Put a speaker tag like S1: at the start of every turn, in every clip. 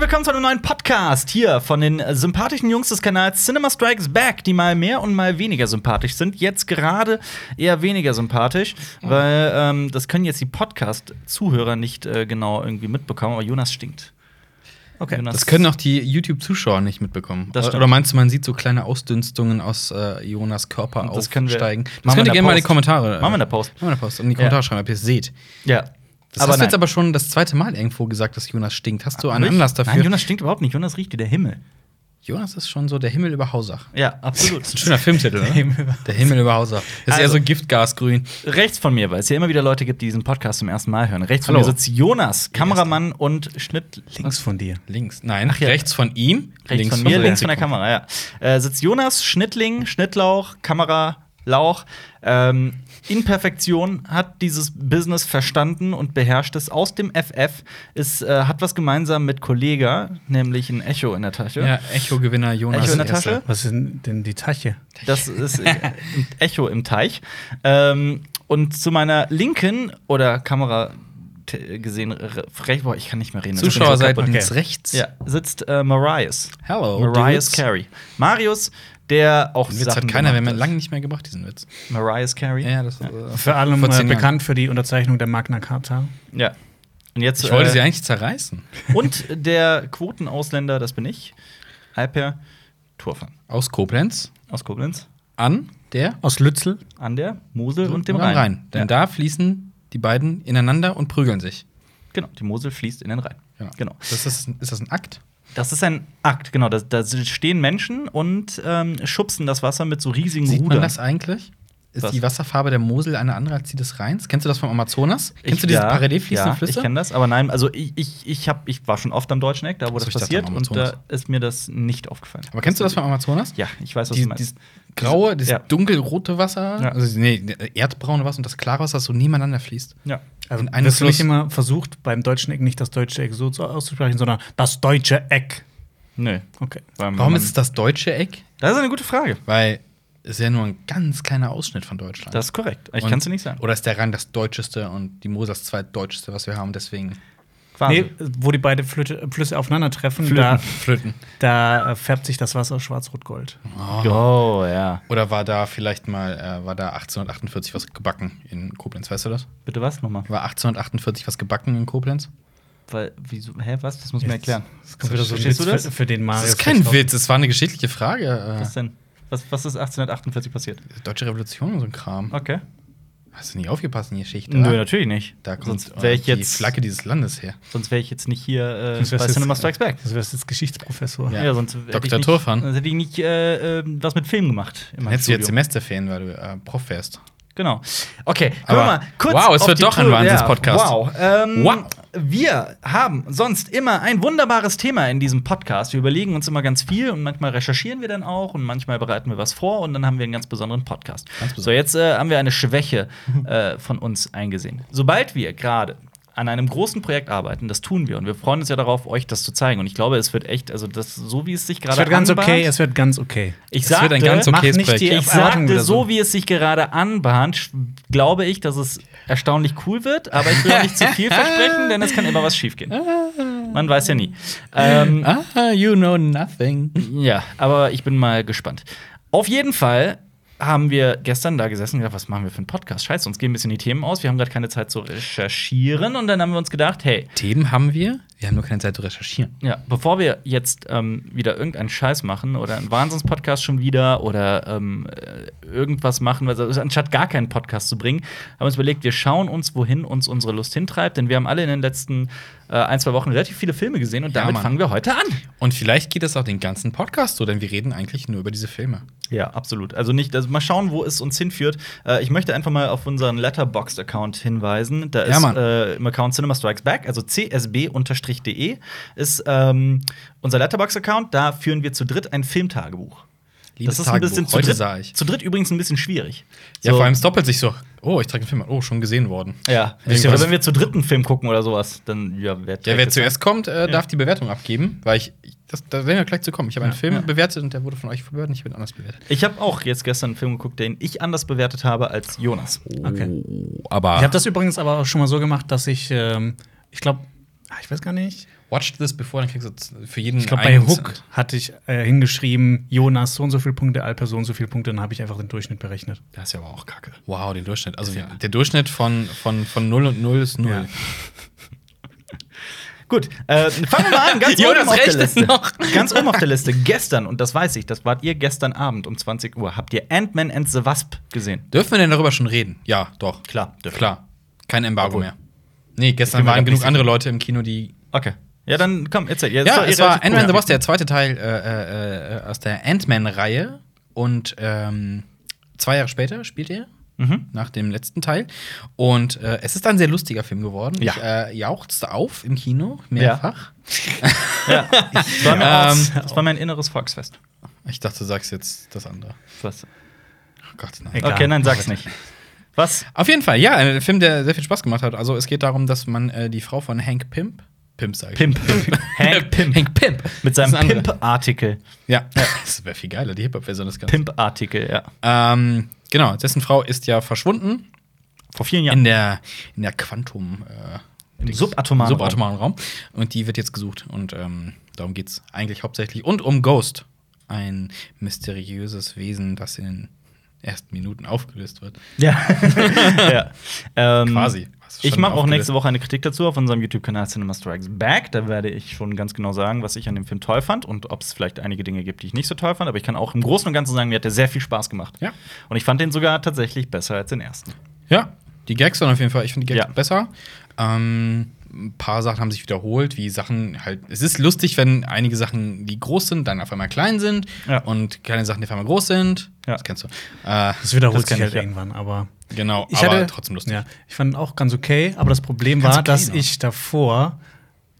S1: willkommen zu einem neuen Podcast hier von den sympathischen Jungs des Kanals Cinema Strikes Back, die mal mehr und mal weniger sympathisch sind. Jetzt gerade eher weniger sympathisch, weil ähm, das können jetzt die Podcast-Zuhörer nicht äh, genau irgendwie mitbekommen, aber Jonas stinkt.
S2: Okay.
S1: Jonas-
S2: Das können auch die YouTube-Zuschauer nicht mitbekommen.
S1: Das stimmt.
S2: Oder meinst du, man sieht so kleine Ausdünstungen aus äh, Jonas Körper
S1: Und das können wir-
S2: aufsteigen?
S1: Machen
S2: Das
S1: wir in
S2: könnt
S1: der
S2: ihr gerne mal in die
S1: Post.
S2: Kommentare. äh,
S1: Machen wir in der Post.
S2: Machen wir in der Post. Und in die Kommentare
S1: Ja.
S2: schreiben, ob ihr es seht.
S1: Ja.
S2: Das hast du jetzt
S1: nein.
S2: aber schon das zweite Mal irgendwo gesagt, dass Jonas stinkt. Hast du einen
S1: Hab ich?
S2: Anlass dafür?
S1: Nein, Jonas stinkt überhaupt nicht. Jonas riecht wie der Himmel.
S2: Jonas ist schon so der Himmel über Hausach.
S1: Ja, absolut.
S2: Das ist ein schöner Filmtitel,
S1: Der
S2: oder?
S1: Himmel über-
S2: Der Himmel über Hausach. Das ist eher
S1: Also-
S2: so Giftgasgrün.
S1: Rechts von mir, weil es ja immer wieder Leute gibt, die diesen Podcast zum ersten Mal hören. Rechts von
S2: Hallo.
S1: mir sitzt Jonas, Kameramann und Schnitt.
S3: Links von dir.
S2: Links. Nein,
S1: ja.
S2: rechts von ihm.
S1: Rechts von mir, links von der Kamera, ja. Äh, sitzt Jonas, Schnittling, Schnittlauch, Kamera, Lauch. Ähm, Imperfektion hat dieses Business verstanden und beherrscht es aus dem FF. Es äh, hat was gemeinsam mit Kollega, nämlich ein Echo in der Tasche.
S2: Ja, Echo-Gewinner Jonas.
S1: Echo in der
S2: Hesse.
S1: Tasche?
S3: Was ist denn- denn die Tasche?
S1: Das ist äh, ein Echo im Teich. Ähm, und zu meiner linken oder Kamera t- gesehen, re- frech, boah, ich kann nicht mehr reden. das ist
S2: Zuschauer
S1: so
S2: seid
S1: kaputt.
S2: links
S3: Okay.
S2: rechts.
S1: Ja, sitzt äh, Marias.
S2: Hello.
S1: Marias
S2: Oh, dudes.
S1: Carey. Marius, der auch
S2: Den Witz
S1: Sachen
S2: hat keiner, wir
S1: gemacht
S2: haben
S1: hat.
S2: lange nicht mehr gebracht, diesen Witz.
S1: Marias Carey. Ja.
S2: das
S3: Vor allem
S2: vor
S3: äh,
S2: zehn Jahren.
S3: bekannt für die Unterzeichnung der Magna Carta.
S1: Und jetzt
S2: Ich wollte
S1: äh,
S2: sie eigentlich zerreißen.
S1: und der Quotenausländer, das bin ich, Alper Turfan
S2: Aus Koblenz
S1: aus Koblenz,
S2: an der
S3: Aus Lützel.
S1: an der Mosel und dem
S2: am
S1: Rhein.
S2: Denn da fließen die beiden ineinander und prügeln sich.
S1: Genau, die Mosel fließt in den Rhein. Genau.
S2: Das ist, ist das ein Akt?
S1: Das ist ein Akt, genau. Da, da stehen Menschen und ähm, schubsen das Wasser mit so riesigen
S2: Sieht
S1: Rudern.
S2: man das eigentlich? Ist
S1: Was?
S2: die Wasserfarbe der Mosel eine andere als die des Rheins? Kennst du das vom Amazonas? Kennst du diese
S1: ja,
S2: parallel fließenden
S1: ja,
S2: Flüsse?
S1: Ich kenne das, aber nein, also ich, ich, ich, hab, ich war schon oft am Deutschen Eck, da wo
S2: Achso,
S1: das
S2: ich dachte am
S1: passiert und da
S2: Amazonas.
S1: ist mir das nicht aufgefallen.
S2: Aber kennst du das vom Amazonas?
S1: Ja, ich weiß, was
S2: Die,
S1: du meinst.
S2: dieses graue, das
S1: Ja.
S2: dunkelrote Wasser,
S1: Ja.
S2: also nee, erdbraune Wasser und das klare Wasser, das so nebeneinander fließt.
S1: ja.
S3: Also,
S2: In einem
S3: das
S2: Fluss.
S3: ich immer versucht, beim deutschen Eck nicht das deutsche Eck so zu- auszusprechen, sondern das deutsche Eck.
S1: Nö.
S3: Okay.
S2: Warum ist es das deutsche Eck?
S1: Das ist eine gute Frage.
S2: Weil es ist ja nur ein ganz kleiner Ausschnitt von Deutschland.
S1: Das ist korrekt. Ich
S2: Und-
S1: kann es dir nicht sagen.
S2: Oder ist der Rhein das deutscheste und die Mosel das zweitdeutscheste, was wir haben, deswegen
S1: Quasi.
S3: Nee, wo die beiden Flütte, Flüsse aufeinandertreffen, da,
S2: Flöten.
S3: da äh, färbt sich das Wasser schwarz-rot-gold.
S1: Oh, ja.
S2: Oder war da vielleicht mal, äh, war da 1848 was gebacken in Koblenz, weißt du das?
S1: Bitte was nochmal?
S2: War 1848 was gebacken in Koblenz?
S1: Weil, wieso, hä, was? Das muss mir
S3: Jetzt-
S1: erklären.
S3: Das kommt wieder so ein
S1: Verstehst
S3: Witz
S1: du Ah, das?
S3: Für, für den Mario.
S2: Das ist kein
S3: vielleicht
S2: Witz, es war eine geschichtliche Frage.
S1: Was
S2: Äh,
S1: denn? Was, was ist 1848 passiert?
S2: Deutsche Revolution und so ein Kram.
S1: Okay.
S2: Hast du nie aufgepasst in die Geschichte?
S1: Nö,
S2: ah?
S1: natürlich nicht.
S2: Da kommt
S1: sonst wäre ich
S2: äh, die
S1: jetzt,
S2: Flagge dieses Landes her.
S1: sonst wäre ich jetzt nicht hier äh,
S3: Sonst wär's
S1: bei
S3: jetzt-
S1: Cinema Strikes Back.
S3: Das wärst jetzt Geschichtsprofessor.
S1: Ja,
S2: Ja.
S1: sonst hätte
S2: Dr.
S1: ich nicht,
S2: Turfan.
S1: sonst hätte ich nicht äh, äh, was mit Film gemacht. in
S2: Dann
S1: meinem
S2: hättest du jetzt
S1: Studium.
S2: Semesterferien, weil du äh, Prof wärst.
S1: Genau. Okay,
S2: Aber-
S1: können wir mal kurz.
S2: Wow, es
S1: auf
S2: wird
S1: die
S2: doch ein
S1: Tour-
S2: Wahnsinns-Podcast.
S1: Ja, wow. Ähm,
S2: Wow.
S1: Wir haben sonst immer ein wunderbares Thema in diesem Podcast. Wir überlegen uns immer ganz viel und manchmal recherchieren wir dann auch und manchmal bereiten wir was vor und dann haben wir einen ganz besonderen Podcast.
S2: Ganz besonders.
S1: so, jetzt äh, haben wir eine Schwäche äh, von uns eingesehen. Sobald wir gerade an einem großen Projekt arbeiten, das tun wir und wir freuen uns ja darauf, euch das zu zeigen. Und ich glaube, es wird echt, also das so wie es sich gerade
S3: Es wird ganz
S1: anbahnt-
S3: okay, es wird ganz okay.
S1: ich
S2: Es wird
S1: sagte,
S2: ein ganz
S3: Mach
S2: okayes
S3: nicht
S2: Projekt.
S3: die
S1: ich
S3: Erwartungen
S1: sagte,
S3: wieder
S1: so
S3: so.
S1: wie es sich gerade anbahnt, sch- glaube ich, dass es erstaunlich cool wird, aber ich will auch nicht zu viel versprechen, denn es kann immer was schiefgehen. Man weiß ja nie. Ähm,
S2: Ah, you know nothing.
S1: ja, aber ich bin mal gespannt. Auf jeden Fall haben wir gestern da gesessen und gedacht, was machen wir für einen Podcast? Scheiße, uns gehen ein bisschen die Themen aus. Wir haben gerade keine Zeit zu recherchieren. Und dann haben wir uns gedacht, hey,
S2: Themen haben wir, wir haben nur keine Zeit zu recherchieren.
S1: Ja, bevor wir jetzt ähm, wieder irgendeinen Scheiß machen oder einen Wahnsinnspodcast schon wieder oder ähm, äh, irgendwas machen, also anstatt gar keinen Podcast zu bringen, haben wir uns überlegt, wir schauen uns, wohin uns unsere Lust hintreibt, denn wir haben alle in den letzten äh, ein, zwei Wochen relativ viele Filme gesehen und
S2: Ja,
S1: damit
S2: Mann.
S1: fangen wir heute an.
S2: Und vielleicht geht das auch den ganzen Podcast so, denn wir reden eigentlich nur über diese Filme.
S1: Ja, absolut. Also nicht, also mal schauen, wo es uns hinführt. Äh, ich möchte einfach mal auf unseren Letterboxd-Account hinweisen. Da
S2: Ja,
S1: ist
S2: Mann.
S1: äh, im Account Cinema Strikes Back, also csb-de, E, ist ähm, unser Letterboxd-Account. Da führen wir zu dritt ein Filmtagebuch.
S2: Liebes
S1: das ist ein bisschen
S2: Tagebuch.
S1: zu
S2: Heute
S1: dritt,
S2: sah ich.
S1: zu dritt übrigens ein bisschen schwierig.
S2: Ja,
S1: So,
S2: vor allem es doppelt sich so. Oh, ich trage einen Film an. Oh, schon gesehen worden.
S1: Ja,
S2: Wisst ihr
S1: oder
S2: was?
S1: wenn wir zu dritten Film gucken oder sowas, dann ja, wer,
S2: Ja, wer
S1: trägt das
S2: zuerst kommt, äh, darf die Bewertung abgeben, weil ich, ich das, da werden wir gleich zu kommen. Ich habe einen Film bewertet und der wurde von euch bewertet, ich bin anders bewertet.
S1: an? Ich habe auch jetzt gestern einen Film geguckt, den ich anders bewertet habe als Jonas.
S3: Okay.
S2: Oh, aber Ah.
S3: Ich habe das übrigens aber auch schon mal so gemacht, dass ich, ähm, ich glaube, ah, ich weiß gar nicht.
S2: Watch this before, dann kriegst du für jeden
S3: Ich glaube, bei
S2: einen
S3: Hook
S2: Cent.
S3: hatte ich äh, hingeschrieben, Jonas so und so viele Punkte, Alper so und so viele Punkte, dann habe ich einfach den Durchschnitt berechnet.
S1: Das ist ja aber auch kacke.
S2: Wow, den Durchschnitt. Also
S1: Ja.
S2: der Durchschnitt von, von, von 0 und 0 ist 0.
S3: Ja.
S1: Gut, äh, fangen wir mal an. Ganz
S2: Jonas
S1: oben auf der
S2: rechnet
S1: Liste.
S2: noch.
S1: Ganz oben auf der Liste. Gestern, und das weiß ich, das wart ihr gestern Abend um 20 Uhr, habt ihr Ant-Man and the Wasp gesehen.
S2: Dürfen wir denn darüber schon reden? Ja, doch.
S1: Klar, dürfen
S2: Klar. Kein Embargo
S1: Obwohl.
S2: mehr. Nee,
S1: Ich
S2: gestern
S1: bin mir
S2: waren
S1: grad
S2: genug
S1: nicht
S2: andere Leute im Kino, die.
S1: Okay. Ja, dann komm, erzähl.
S2: Ja, es war Ant-Man and
S1: Wasp.
S2: the Wasp, der zweite Teil äh, äh, äh, aus der Ant-Man-Reihe. Und ähm, zwei Jahre später spielt er.
S1: Mhm.
S2: Nach dem letzten Teil. Und äh, es ist ein sehr lustiger Film geworden.
S1: Ja.
S2: Ich äh, jauchzte auf im Kino, mehrfach.
S1: Ja. Das, war
S2: Ja.
S1: mir
S2: Ähm,
S1: das war mein inneres Volksfest.
S2: Ich dachte, du sagst jetzt das andere.
S1: Was?
S2: Oh Gott, nein.
S3: Egal.
S1: Okay, nein, sag's nicht. Was?
S2: Auf jeden Fall, ja, ein Film, der sehr viel Spaß gemacht hat. Also es geht darum, dass man äh, die Frau von Hank Pimp, Pimp sage ich.
S1: Pimp. Hank Pimp.
S2: Hank Pimp.
S1: Mit
S2: Das
S1: seinem
S2: ist ein anderer.
S1: Pimp-Artikel.
S2: Ja, das wäre viel geiler, die Hip-Hop-Version des Ganzen.
S1: Pimp-Artikel, ja.
S2: Ähm, genau, dessen Frau ist ja verschwunden
S1: Vor vielen
S2: in
S1: Jahren.
S2: der, in der Quantum, äh,
S1: Im
S2: Dings-
S1: subatomaren
S2: subatomaren Raum. Und die wird jetzt gesucht und ähm, darum geht's eigentlich hauptsächlich. Und um Ghost, ein mysteriöses Wesen, das in den ersten Minuten aufgelöst wird.
S1: Ja. ja. Ähm,
S2: Quasi. Hast du schon
S1: Ich mache auch
S2: aufgelöst.
S1: nächste Woche eine Kritik dazu auf unserem YouTube-Kanal Cinema Strikes Back. Da werde ich schon ganz genau sagen, was ich an dem Film toll fand und ob es vielleicht einige Dinge gibt, die ich nicht so toll fand. Aber ich kann auch im Großen und Ganzen sagen, mir hat der sehr viel Spaß gemacht.
S2: Ja.
S1: Und ich fand den sogar tatsächlich besser als den ersten.
S2: Ja, die Gags waren auf jeden Fall, ich finde die Gags
S1: Ja.
S2: besser. Ähm, ein paar Sachen haben sich wiederholt, wie Sachen halt. Es ist lustig, wenn einige Sachen, die groß sind, dann auf einmal klein sind
S1: Ja.
S2: und kleine Sachen, die auf einmal groß sind.
S1: Ja.
S2: Das kennst du. Äh,
S3: Das wiederholt
S1: Das
S3: sich
S1: kenn
S3: halt
S1: ich, ja.
S3: irgendwann, aber.
S2: genau,
S3: Ich
S2: aber
S3: hatte-
S2: trotzdem lustig.
S3: Ja, ich fand ihn auch ganz okay, aber das Problem
S2: Ganz
S3: war,
S2: okay
S3: dass
S2: noch.
S3: ich davor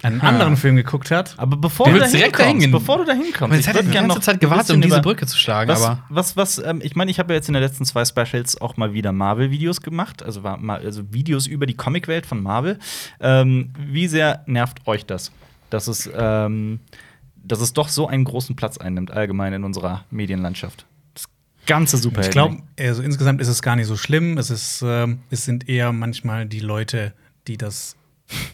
S3: einen
S2: Aha.
S3: anderen Film geguckt hat.
S1: Aber bevor
S2: Du
S1: du,
S2: willst
S1: dahin
S2: direkt
S1: kommst,
S2: dahin gehen.
S1: bevor du dahin kommst,
S2: Aber jetzt hat er
S1: würd
S2: die
S1: gern
S2: ganze
S1: noch
S2: Zeit
S1: ein
S2: gewartet,
S1: bisschen
S2: um diese
S1: über-
S2: Brücke zu schlagen,
S1: Was,
S2: aber.
S1: was, was, ähm, ich meine, ich habe ja jetzt in den letzten zwei Specials auch mal wieder Marvel-Videos gemacht, also, war mal, also Videos über die Comicwelt von Marvel. Ähm, wie sehr nervt euch das, dass es, ähm, dass es doch so einen großen Platz einnimmt, allgemein in unserer Medienlandschaft? Das ganze Superhelden.
S3: Ich glaube, also insgesamt ist es gar nicht so schlimm. Es, ist, ähm, es sind eher manchmal die Leute, die das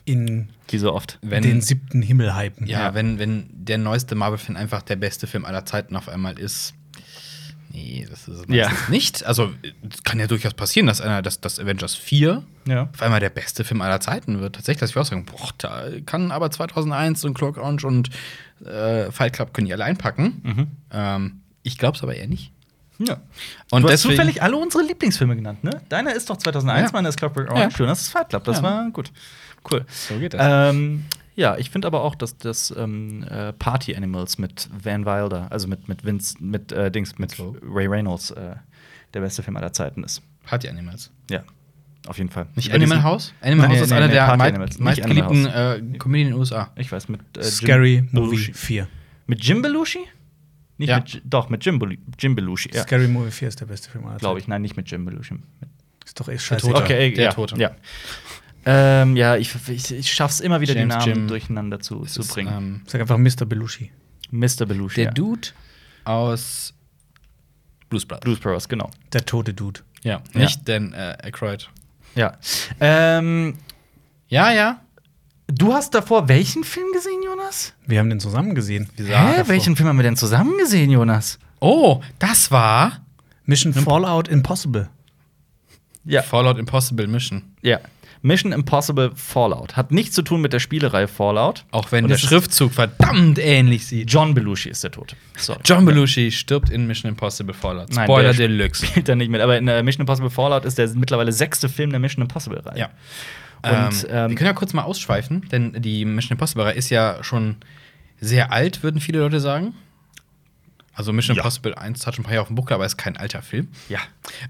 S3: in
S1: die so oft.
S2: Wenn-
S3: den siebten Himmel hypen.
S2: Ja,
S1: Ja.
S2: Wenn, wenn der neueste Marvel-Film einfach der beste Film aller Zeiten auf einmal ist. Nee, das ist es
S1: Ja.
S2: meistens nicht. Also, es kann ja durchaus passieren, dass einer, dass, dass Avengers 4
S1: Ja.
S2: auf einmal der beste Film aller Zeiten wird. Tatsächlich, dass wir auch sagen, boah, da kann aber 2001 und Clock Orange und äh, Fight Club können die alle einpacken. Ähm, ich glaub's aber eher nicht.
S1: Ja.
S2: Und
S1: du hast
S2: deswegen-
S1: zufällig alle unsere Lieblingsfilme genannt, ne? Deiner ist doch 2001,
S2: Ja.
S1: meiner ist Clockwork Orange,
S2: Ja.
S1: Jonas ist Fight Club. Das
S2: Ja.
S1: war gut. Cool.
S2: So geht das.
S1: Ähm, ja, ich finde aber auch, dass das ähm, äh, Party Animals mit Van Wilder, also mit, mit Vince, mit äh, Dings, mit
S2: So.
S1: Ray Reynolds äh, der beste Film aller Zeiten ist.
S2: Party Animals.
S1: Ja, auf jeden Fall.
S2: Nicht
S1: Über
S2: Animal
S1: diesen-
S2: House? Animal
S1: Nee,
S2: House ist
S1: nee,
S2: einer
S1: nee,
S2: der
S1: Party
S2: mei-
S1: Animals, nicht
S2: meistgeliebten
S1: Animal
S2: äh, Comedien in den USA.
S1: Ich weiß, mit äh, Jim
S3: Scary Movie
S1: Belushi.
S3: 4.
S1: Mit Jim Belushi? Nicht
S2: Ja.
S1: mit, J- doch, mit Jim, Belu Jim Belushi, ja.
S3: Scary Movie 4 ist der beste Film aller
S1: Glaube ich, nein, nicht mit Jim Belushi. Mit
S3: Zeiten. Ist doch eh echt scheiße.
S2: Tote.
S1: Okay,
S2: Der
S1: ja,
S2: Tote.
S1: Ja, ähm, ja ich, ich, ich schaff's immer wieder,
S2: James
S1: die Namen
S2: Jim.
S1: durcheinander zu, zu
S2: Das,
S1: bringen.
S2: ähm,
S3: Sag einfach Mr. Belushi.
S1: Mr. Belushi.
S2: der
S1: ja.
S2: Dude aus Blues Brothers.
S1: Blues Brothers, genau.
S3: Der tote Dude.
S2: Ja,
S1: Ja.
S2: nicht Dan äh, Aykroyd.
S1: Ja. Ähm,
S2: Ja, ja.
S1: du hast davor welchen Film gesehen, Jonas?
S3: Wir haben den zusammen gesehen.
S2: Wieso?
S1: Hä?
S2: Ja,
S1: Welchen Film haben wir denn zusammen gesehen, Jonas?
S2: Oh, das war
S3: Mission Fallout Impossible.
S1: Ja.
S2: Fallout Impossible Mission.
S1: Ja. Mission Impossible Fallout. Hat nichts zu tun mit der Spielerei Fallout.
S2: Auch wenn
S1: Und
S2: der
S1: das ist-
S2: Schriftzug verdammt ähnlich sieht.
S1: John Belushi ist der Tote. Sorry.
S2: John Belushi stirbt in Mission Impossible Fallout.
S1: Nein,
S2: Spoiler
S1: der-
S2: Deluxe.
S1: spielt da nicht mit. Aber in äh, Mission Impossible Fallout ist der mittlerweile sechste Film der Mission Impossible-Reihe.
S2: Ja.
S1: Und,
S2: ähm,
S1: ähm,
S2: wir können ja kurz mal ausschweifen, denn die Mission Impossible ist ja schon sehr alt, würden viele Leute sagen. Also Mission
S1: Ja.
S2: Impossible 1 hat schon ein paar Jahre auf dem Buckel, aber ist kein alter Film.
S1: Ja,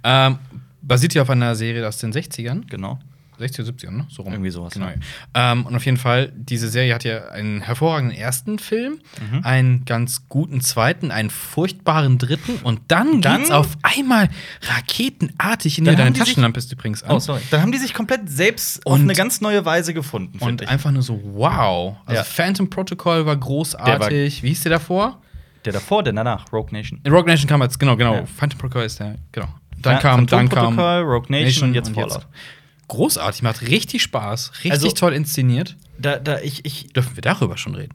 S2: Ähm, basiert ja auf einer Serie aus den 60ern.
S1: genau.
S2: 60er, 70er, ne? So rum.
S1: Irgendwie sowas,
S2: Genau.
S1: ja.
S2: Ähm, und auf jeden Fall, diese Serie hat ja einen hervorragenden ersten Film,
S1: Mhm.
S2: einen ganz guten zweiten, einen furchtbaren dritten und dann,
S1: Dann-
S2: geht's auf einmal raketenartig in
S1: Dann
S2: dir. Deine
S1: haben die sich-
S2: Taschenlampe ist übrigens an.
S1: Oh, sorry. Dann haben die sich komplett selbst auf
S2: Und-
S1: eine ganz neue Weise gefunden. find
S2: und
S1: ich.
S2: einfach nur so, wow. Also
S1: Ja.
S2: Phantom Protocol war großartig. Wie hieß der davor?
S1: der davor, der danach, Rogue Nation.
S2: In Rock Nation kam jetzt, genau, genau.
S1: Ja.
S2: Phantom Protocol ist der, genau. Dann
S1: Ja,
S2: kam,
S1: Phantom
S2: dann kam
S1: Protocol, Rogue Nation und jetzt Fallout.
S2: großartig, macht richtig Spaß, richtig
S1: Also-
S2: toll inszeniert.
S1: Da, da, ich, ich,
S2: Dürfen wir darüber schon reden?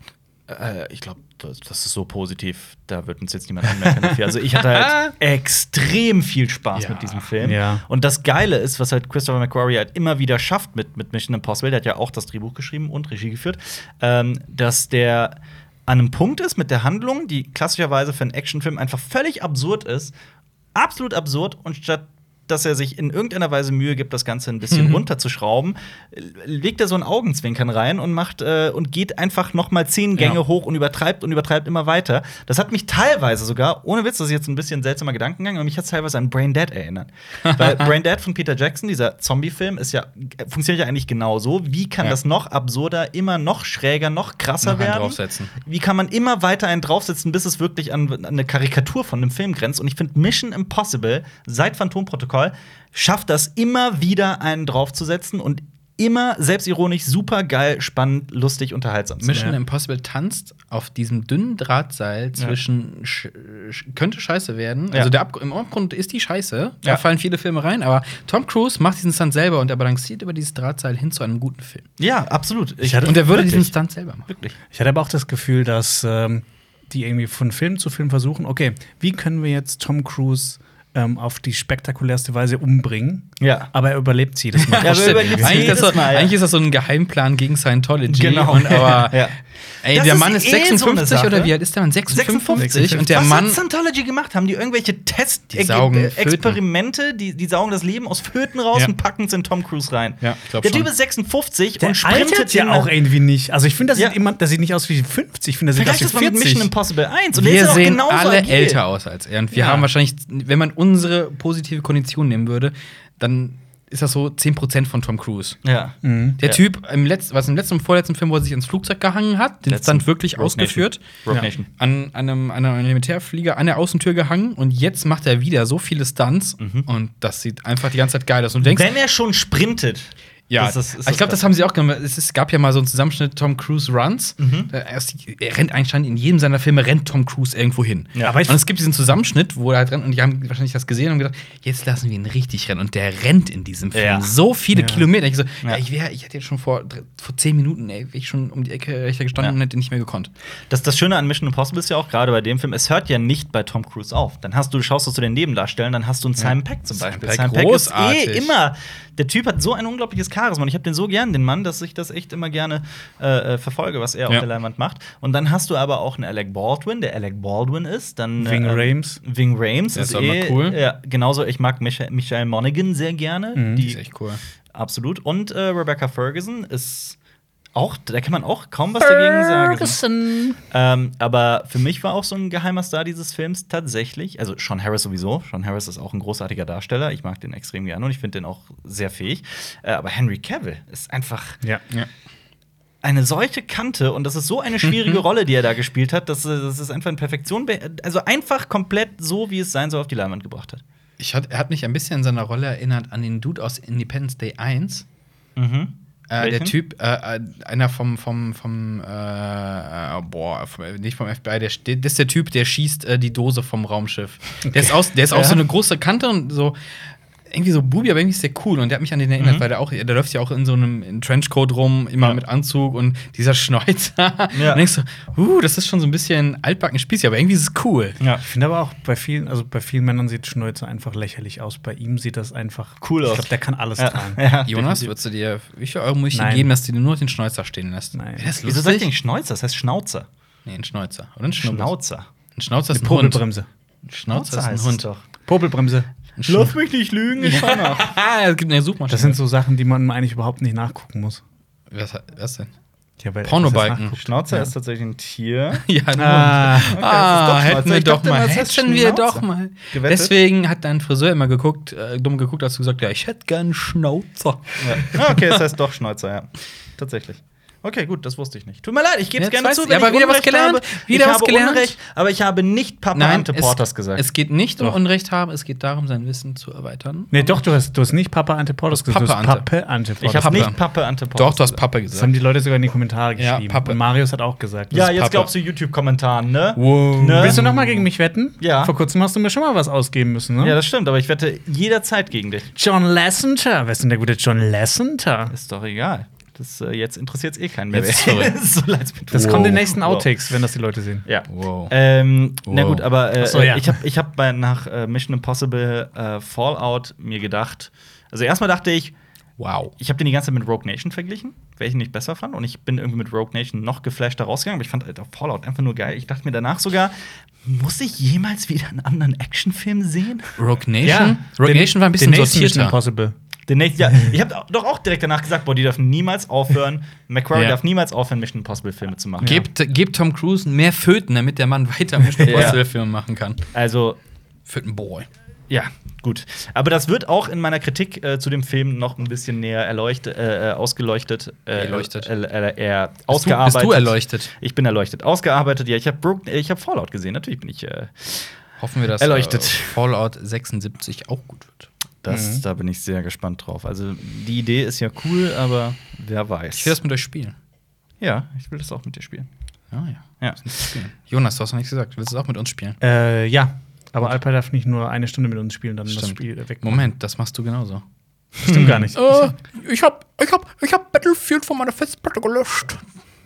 S1: Äh, ich glaube, das, das ist so positiv, da wird uns jetzt niemand anmerken dafür. Also ich hatte halt extrem viel Spaß
S2: Ja.
S1: mit diesem Film.
S3: Ja.
S1: Und das Geile ist, was halt Christopher McQuarrie halt immer wieder schafft mit, mit Mission Impossible, der hat ja auch das Drehbuch geschrieben und Regie geführt, ähm, dass der an einem Punkt ist mit der Handlung, die klassischerweise für einen Actionfilm einfach völlig absurd ist, absolut absurd und statt dass er sich in irgendeiner Weise Mühe gibt, das Ganze ein bisschen runterzuschrauben, legt er so einen Augenzwinkern rein und macht äh, und geht einfach noch mal zehn Gänge
S2: Ja.
S1: hoch und übertreibt und übertreibt immer weiter. Das hat mich teilweise sogar, ohne Witz, das ist jetzt ein bisschen seltsamer Gedankengang, aber mich hat teilweise an Brain Dead erinnert. Weil Brain Dead von Peter Jackson, dieser Zombie-Film, ist ja funktioniert ja eigentlich genauso. Wie kann
S2: Ja.
S1: das noch absurder, immer noch schräger, noch krasser
S2: Noch einen
S1: werden?
S2: draufsetzen.
S1: Wie kann man immer weiter einen draufsetzen, bis es wirklich an, an eine Karikatur von einem Film grenzt? Und ich finde, Mission Impossible seit Phantomprotokoll schafft das immer wieder, einen draufzusetzen und immer selbstironisch, super geil, spannend, lustig, unterhaltsam zu
S2: Mission
S1: machen.
S2: Impossible tanzt auf diesem dünnen Drahtseil zwischen sch sch könnte scheiße werden. Also
S1: Ja.
S2: der Ab im Abgrund ist die Scheiße. Da
S1: Ja.
S2: fallen viele Filme rein, aber Tom Cruise macht diesen Stunt selber und er balanciert über dieses Drahtseil hin zu einem guten Film.
S1: Ja, absolut. Ich,
S3: hatte-
S2: Und er würde
S1: Wirklich?
S2: diesen Stunt selber machen.
S1: wirklich.
S3: Ich hatte aber auch das Gefühl, dass ähm, die irgendwie von Film zu Film versuchen, okay, wie können wir jetzt Tom Cruise ähm, auf die spektakulärste Weise umbringen?
S1: Ja.
S3: Aber er überlebt sie das Mal.
S1: Ja, aber
S2: Stimmt.
S1: überlebt sie
S2: eigentlich, ist das
S1: Also jedes
S2: so,
S1: Mal, ja.
S2: eigentlich ist das so ein Geheimplan gegen Scientology.
S1: Genau.
S2: Und aber,
S1: Ja.
S2: ey,
S1: Das
S2: der
S1: ist
S2: Mann ist
S1: eh so eine
S2: 56
S1: Sache.
S2: oder wie alt ist der Mann? 56,
S1: 56.
S2: und der
S1: Was
S2: Mann
S1: hat Scientology gemacht? Haben die irgendwelche Test
S2: Die saugen
S1: äh,
S2: Föten.
S1: Experimente, die, die saugen das Leben aus Föten raus
S2: Ja.
S1: und packen es in Tom Cruise rein?
S2: Ja, ich glaub
S1: der Typ
S2: schon.
S1: ist 56
S3: Der
S1: und sprintet
S3: altert ja
S1: in-
S3: auch irgendwie nicht. Also ich finde, das,
S1: Ja.
S3: sieht immer- das sieht nicht aus wie 50. Ich finde, das sieht
S1: Vergleich
S3: aus
S1: das
S3: wie
S1: mal mit
S3: 40.
S1: Mission Impossible 1. Und der
S2: wir
S1: ist ja auch
S2: sehen
S1: genauso
S2: alle
S1: agil.
S2: älter aus als er. Und wir
S1: Ja.
S2: haben wahrscheinlich, wenn man unsere positive Kondition nehmen würde, dann ist das so 10% von Tom Cruise.
S1: Ja.
S2: Der
S1: Mhm. Ja.
S2: Typ, im Letz-, was im letzten und vorletzten Film, wo er sich ins Flugzeug gehangen hat, den
S1: Letzten.
S2: Stunt wirklich
S1: Rogue
S2: ausgeführt,
S1: Rogue
S3: Ja.
S1: Nation.
S2: an, an einem, an einem Militärflieger an der Außentür gehangen und jetzt macht er wieder so viele Stunts und das sieht einfach die ganze Zeit geil aus. Und du denkst,
S1: Mhm. Wenn er schon sprintet.
S2: ja,
S1: das ist- ist
S2: ich glaube, das haben sie auch gemacht. Es ist, gab ja mal so einen Zusammenschnitt Tom Cruise Runs.
S1: Mhm.
S2: Da- Er, ist, er rennt anscheinend in jedem seiner Filme rennt Tom Cruise irgendwo hin.
S1: Ja.
S2: Aber ich- und es gibt diesen Zusammenschnitt, wo er halt rennt und die haben wahrscheinlich das gesehen und gedacht, jetzt lassen wir ihn richtig rennen. Und der rennt in diesem Film
S1: Ja.
S2: so viele
S3: Ja.
S2: Kilometer. Ich so, ja.
S1: Ja.
S2: ich wäre, ich hätte jetzt schon vor, dr- vor zehn Minuten, ey, wär ich schon um die Ecke rechter gestanden
S1: Ja.
S2: und hätte nicht mehr gekonnt.
S1: Das, das Schöne an Mission Impossible ist ja auch gerade bei dem Film, es hört ja nicht bei Tom Cruise auf. Dann hast du, schaust du zu den Nebendarstellern, dann hast du einen Simon Peck zum
S2: Simon
S1: Beispiel.
S2: Pegg,
S1: ist
S2: großartig.
S1: eh immer. Der Typ hat so ein unglaubliches Charisma und ich habe den so gern, den Mann, dass ich das echt immer gerne äh, äh, verfolge, was er auf
S2: Ja.
S1: der Leinwand macht. Und dann hast du aber auch einen Alec Baldwin, der Alec Baldwin ist. Dann
S3: Ving
S1: äh,
S3: Rhames.
S1: Ving Rames
S2: Der
S1: ist,
S2: ist auch immer
S1: eh,
S2: cool.
S1: Ja, genauso. Ich mag Michael, Michael Monaghan sehr gerne.
S2: Mhm, Die ist
S1: Die,
S2: echt cool.
S1: Absolut. Und äh, Rebecca Ferguson ist auch, da kann man auch kaum was dagegen sagen. Ähm, aber für mich war auch so ein geheimer Star dieses Films tatsächlich, also Sean Harris sowieso. Sean Harris ist auch ein großartiger Darsteller. Ich mag den extrem gerne und ich finde den auch sehr fähig. Äh, aber Henry Cavill ist einfach
S3: Ja.
S2: Ja.
S1: eine solche Kante und das ist so eine schwierige Rolle, die er da gespielt hat, dass äh, das ist einfach in Perfektion, be- also einfach komplett so, wie es sein soll, auf die Leinwand gebracht hat.
S2: Ich hat, er hat mich ein bisschen in seiner Rolle erinnert an den Dude aus Independence Day 1.
S1: Mhm.
S2: Äh, der
S1: Welchen?
S2: Typ, äh, äh, einer vom, vom, vom, äh, äh, boah, vom, nicht vom FBI, der, steht- das ist der Typ, der schießt äh, die Dose vom Raumschiff. Der ist, aus, der ist auch
S1: Ja.
S2: so eine große Kante und so, irgendwie so Bubi, aber irgendwie ist der cool und der hat mich an den erinnert, weil der auch, der läuft ja auch in so einem in Trenchcoat rum, immer
S1: Mhm. Ja.
S2: mit Anzug und dieser Schnäuzer.
S1: Ja.
S2: Und denkst du, uh, das ist schon so ein bisschen altbacken Spießig, aber irgendwie ist es cool.
S1: Ja.
S3: Ich finde aber auch bei vielen, also bei vielen Männern sieht Schnäuzer einfach lächerlich aus. Bei ihm sieht das einfach
S1: Cool aus.
S3: Ich glaube, der kann alles
S1: Ja.
S3: tragen.
S1: Ja.
S2: Jonas, würdest du dir, wie viel Euro muss ich dir
S3: Nein.
S2: geben, dass du dir nur den Schnäuzer stehen lässt?
S3: Nein.
S2: Wär das
S1: Wieso sag ich denn
S2: lustig?
S1: Schnäuzer? Das heißt Schnauzer.
S2: Nee, ein Schnäuzer. Oder ein Schnauzer.
S1: Schnauzer.
S2: Ein Schnauzer ist ein Hund.
S3: Popelbremse.
S2: Ein Schnauzer ist ein
S1: heißt
S2: Hund.
S1: es doch.
S3: Popelbremse.
S2: Ein Schnau-
S1: mich nicht lügen, ich schau nach.
S2: Ah, es gibt eine Suchmaschine.
S3: Das sind so Sachen, die man eigentlich überhaupt nicht nachgucken muss.
S2: was, was denn?
S3: Ja, weil
S2: Pornobalken.
S3: das nachguckt.
S1: Schnauzer ist tatsächlich ein Tier.
S2: Ja, ein
S3: Ah,
S1: okay, das ist
S2: Hund. ah
S1: doch
S2: hätten wir
S1: Schnauzer. Ich
S2: doch
S1: dachte
S2: mal.
S1: immer, es heißt
S2: Hätten wir
S1: Schnauzer.
S2: doch mal.
S1: Gewettet?
S2: Deswegen hat dein Friseur immer geguckt, äh, dumm geguckt, als du gesagt ja, ich hätte gern einen Schnauzer.
S1: Ja. Ah, Okay, es heißt doch Schnauzer, ja. Tatsächlich. Okay, gut, das wusste ich nicht. Tut mir leid, ich gebe es
S2: Jetzt
S1: gerne
S2: weißt
S1: zu,
S2: du- ja, aber wieder was gelernt,
S1: habe.
S2: wieder
S1: ich
S2: was
S1: habe
S2: gelernt.
S1: Unrecht, aber ich habe nicht Papa Ante Porters
S2: es,
S1: gesagt.
S2: Es geht nicht um
S3: Doch.
S2: Unrecht haben, es geht darum, sein Wissen zu erweitern.
S3: Nee, doch, du hast, du hast nicht Papa Anteportos gesagt. du
S2: Papa
S3: hast
S2: Ante.
S3: Pappe Anteportos.
S1: ich habe
S2: Pappe.
S1: nicht Pappe Ante Porters.
S2: Doch, du hast Pappe
S3: das
S2: gesagt.
S3: haben die Leute sogar in die Kommentare
S2: Ja,
S3: geschrieben.
S2: Pappe.
S3: Und Marius hat auch gesagt.
S1: Ja,
S3: das ist
S1: jetzt
S2: Pappe.
S1: glaubst du YouTube-Kommentaren, ne?
S2: Wow.
S1: ne?
S3: Willst du noch mal gegen mich wetten?
S1: Ja.
S3: Vor kurzem hast du mir schon mal was ausgeben müssen, ne?
S1: Ja, das stimmt, aber ich wette jederzeit gegen dich.
S3: John Lasseter. Wer ist denn der gute John Lasseter?
S1: Ist doch egal. Das, äh, jetzt interessiert es eh keinen mehr.
S2: Jetzt
S1: wer-
S2: sorry.
S1: so leid's mir tut.
S3: Das
S2: Wow.
S3: kommt in den nächsten
S1: Wow.
S3: Outtakes, wenn das die Leute sehen.
S1: Ja.
S2: Wow.
S1: Ähm, Na
S2: Wow.
S1: gut, aber äh,
S3: Ach so, ja.
S1: ich habe ich hab bei, nach äh, Mission Impossible äh, Fallout mir gedacht. Also erstmal dachte ich,
S2: Wow.
S1: ich habe den die ganze Zeit mit Rogue Nation verglichen, welchen ich besser fand. Und ich bin irgendwie mit Rogue Nation noch geflashter rausgegangen. Aber ich fand halt auch Fallout einfach nur geil. Ich dachte mir danach sogar, muss ich jemals wieder einen anderen Actionfilm sehen?
S2: Rogue Nation? Rogue
S3: den-
S2: Nation war ein
S3: den
S2: bisschen
S3: nächsten Mission
S2: sortierter.
S3: Impossible.
S1: Den nächsten, ja, ich habe doch auch direkt danach gesagt, boah, die dürfen niemals aufhören. Macquarie
S2: Ja.
S1: darf niemals aufhören, Mission Impossible Filme zu machen.
S2: Gebt, gebt Tom Cruise mehr Föten, damit der Mann weiter Mission
S1: Ja.
S2: Impossible Filme machen kann.
S1: Also,
S2: Fötenboy.
S1: Ja, gut. Aber das wird auch in meiner Kritik äh, zu dem Film noch ein bisschen näher erleuchtet, äh, äh, ausgeleuchtet, äh,
S2: Erleuchtet.
S1: Äh, äh, eher
S2: Bist du,
S1: ausgearbeitet.
S2: bist du erleuchtet?
S1: Ich bin erleuchtet. Ausgearbeitet, ja, ich habe ich hab Fallout gesehen, natürlich bin ich. Äh,
S2: Hoffen wir, dass
S1: Erleuchtet.
S2: Äh, Fallout 76 auch gut wird. Mhm.
S1: das, Da bin ich sehr gespannt drauf. Also, die Idee ist ja cool, aber wer weiß.
S2: Ich will das mit euch spielen.
S1: ja, ich will das auch mit dir spielen.
S2: Ah, ja.
S1: Ja.
S2: Spielen. Jonas, du hast noch nichts gesagt. Willst du es auch mit uns spielen?
S3: Äh, ja. Aber Alper darf nicht nur eine Stunde mit uns spielen, dann das
S2: Stimmt.
S3: Spiel äh, weg.
S2: Moment, das machst du genauso.
S3: Stimmt gar nicht.
S2: Äh, ich hab, ich hab, ich hab Battlefield von meiner Festplatte gelöscht.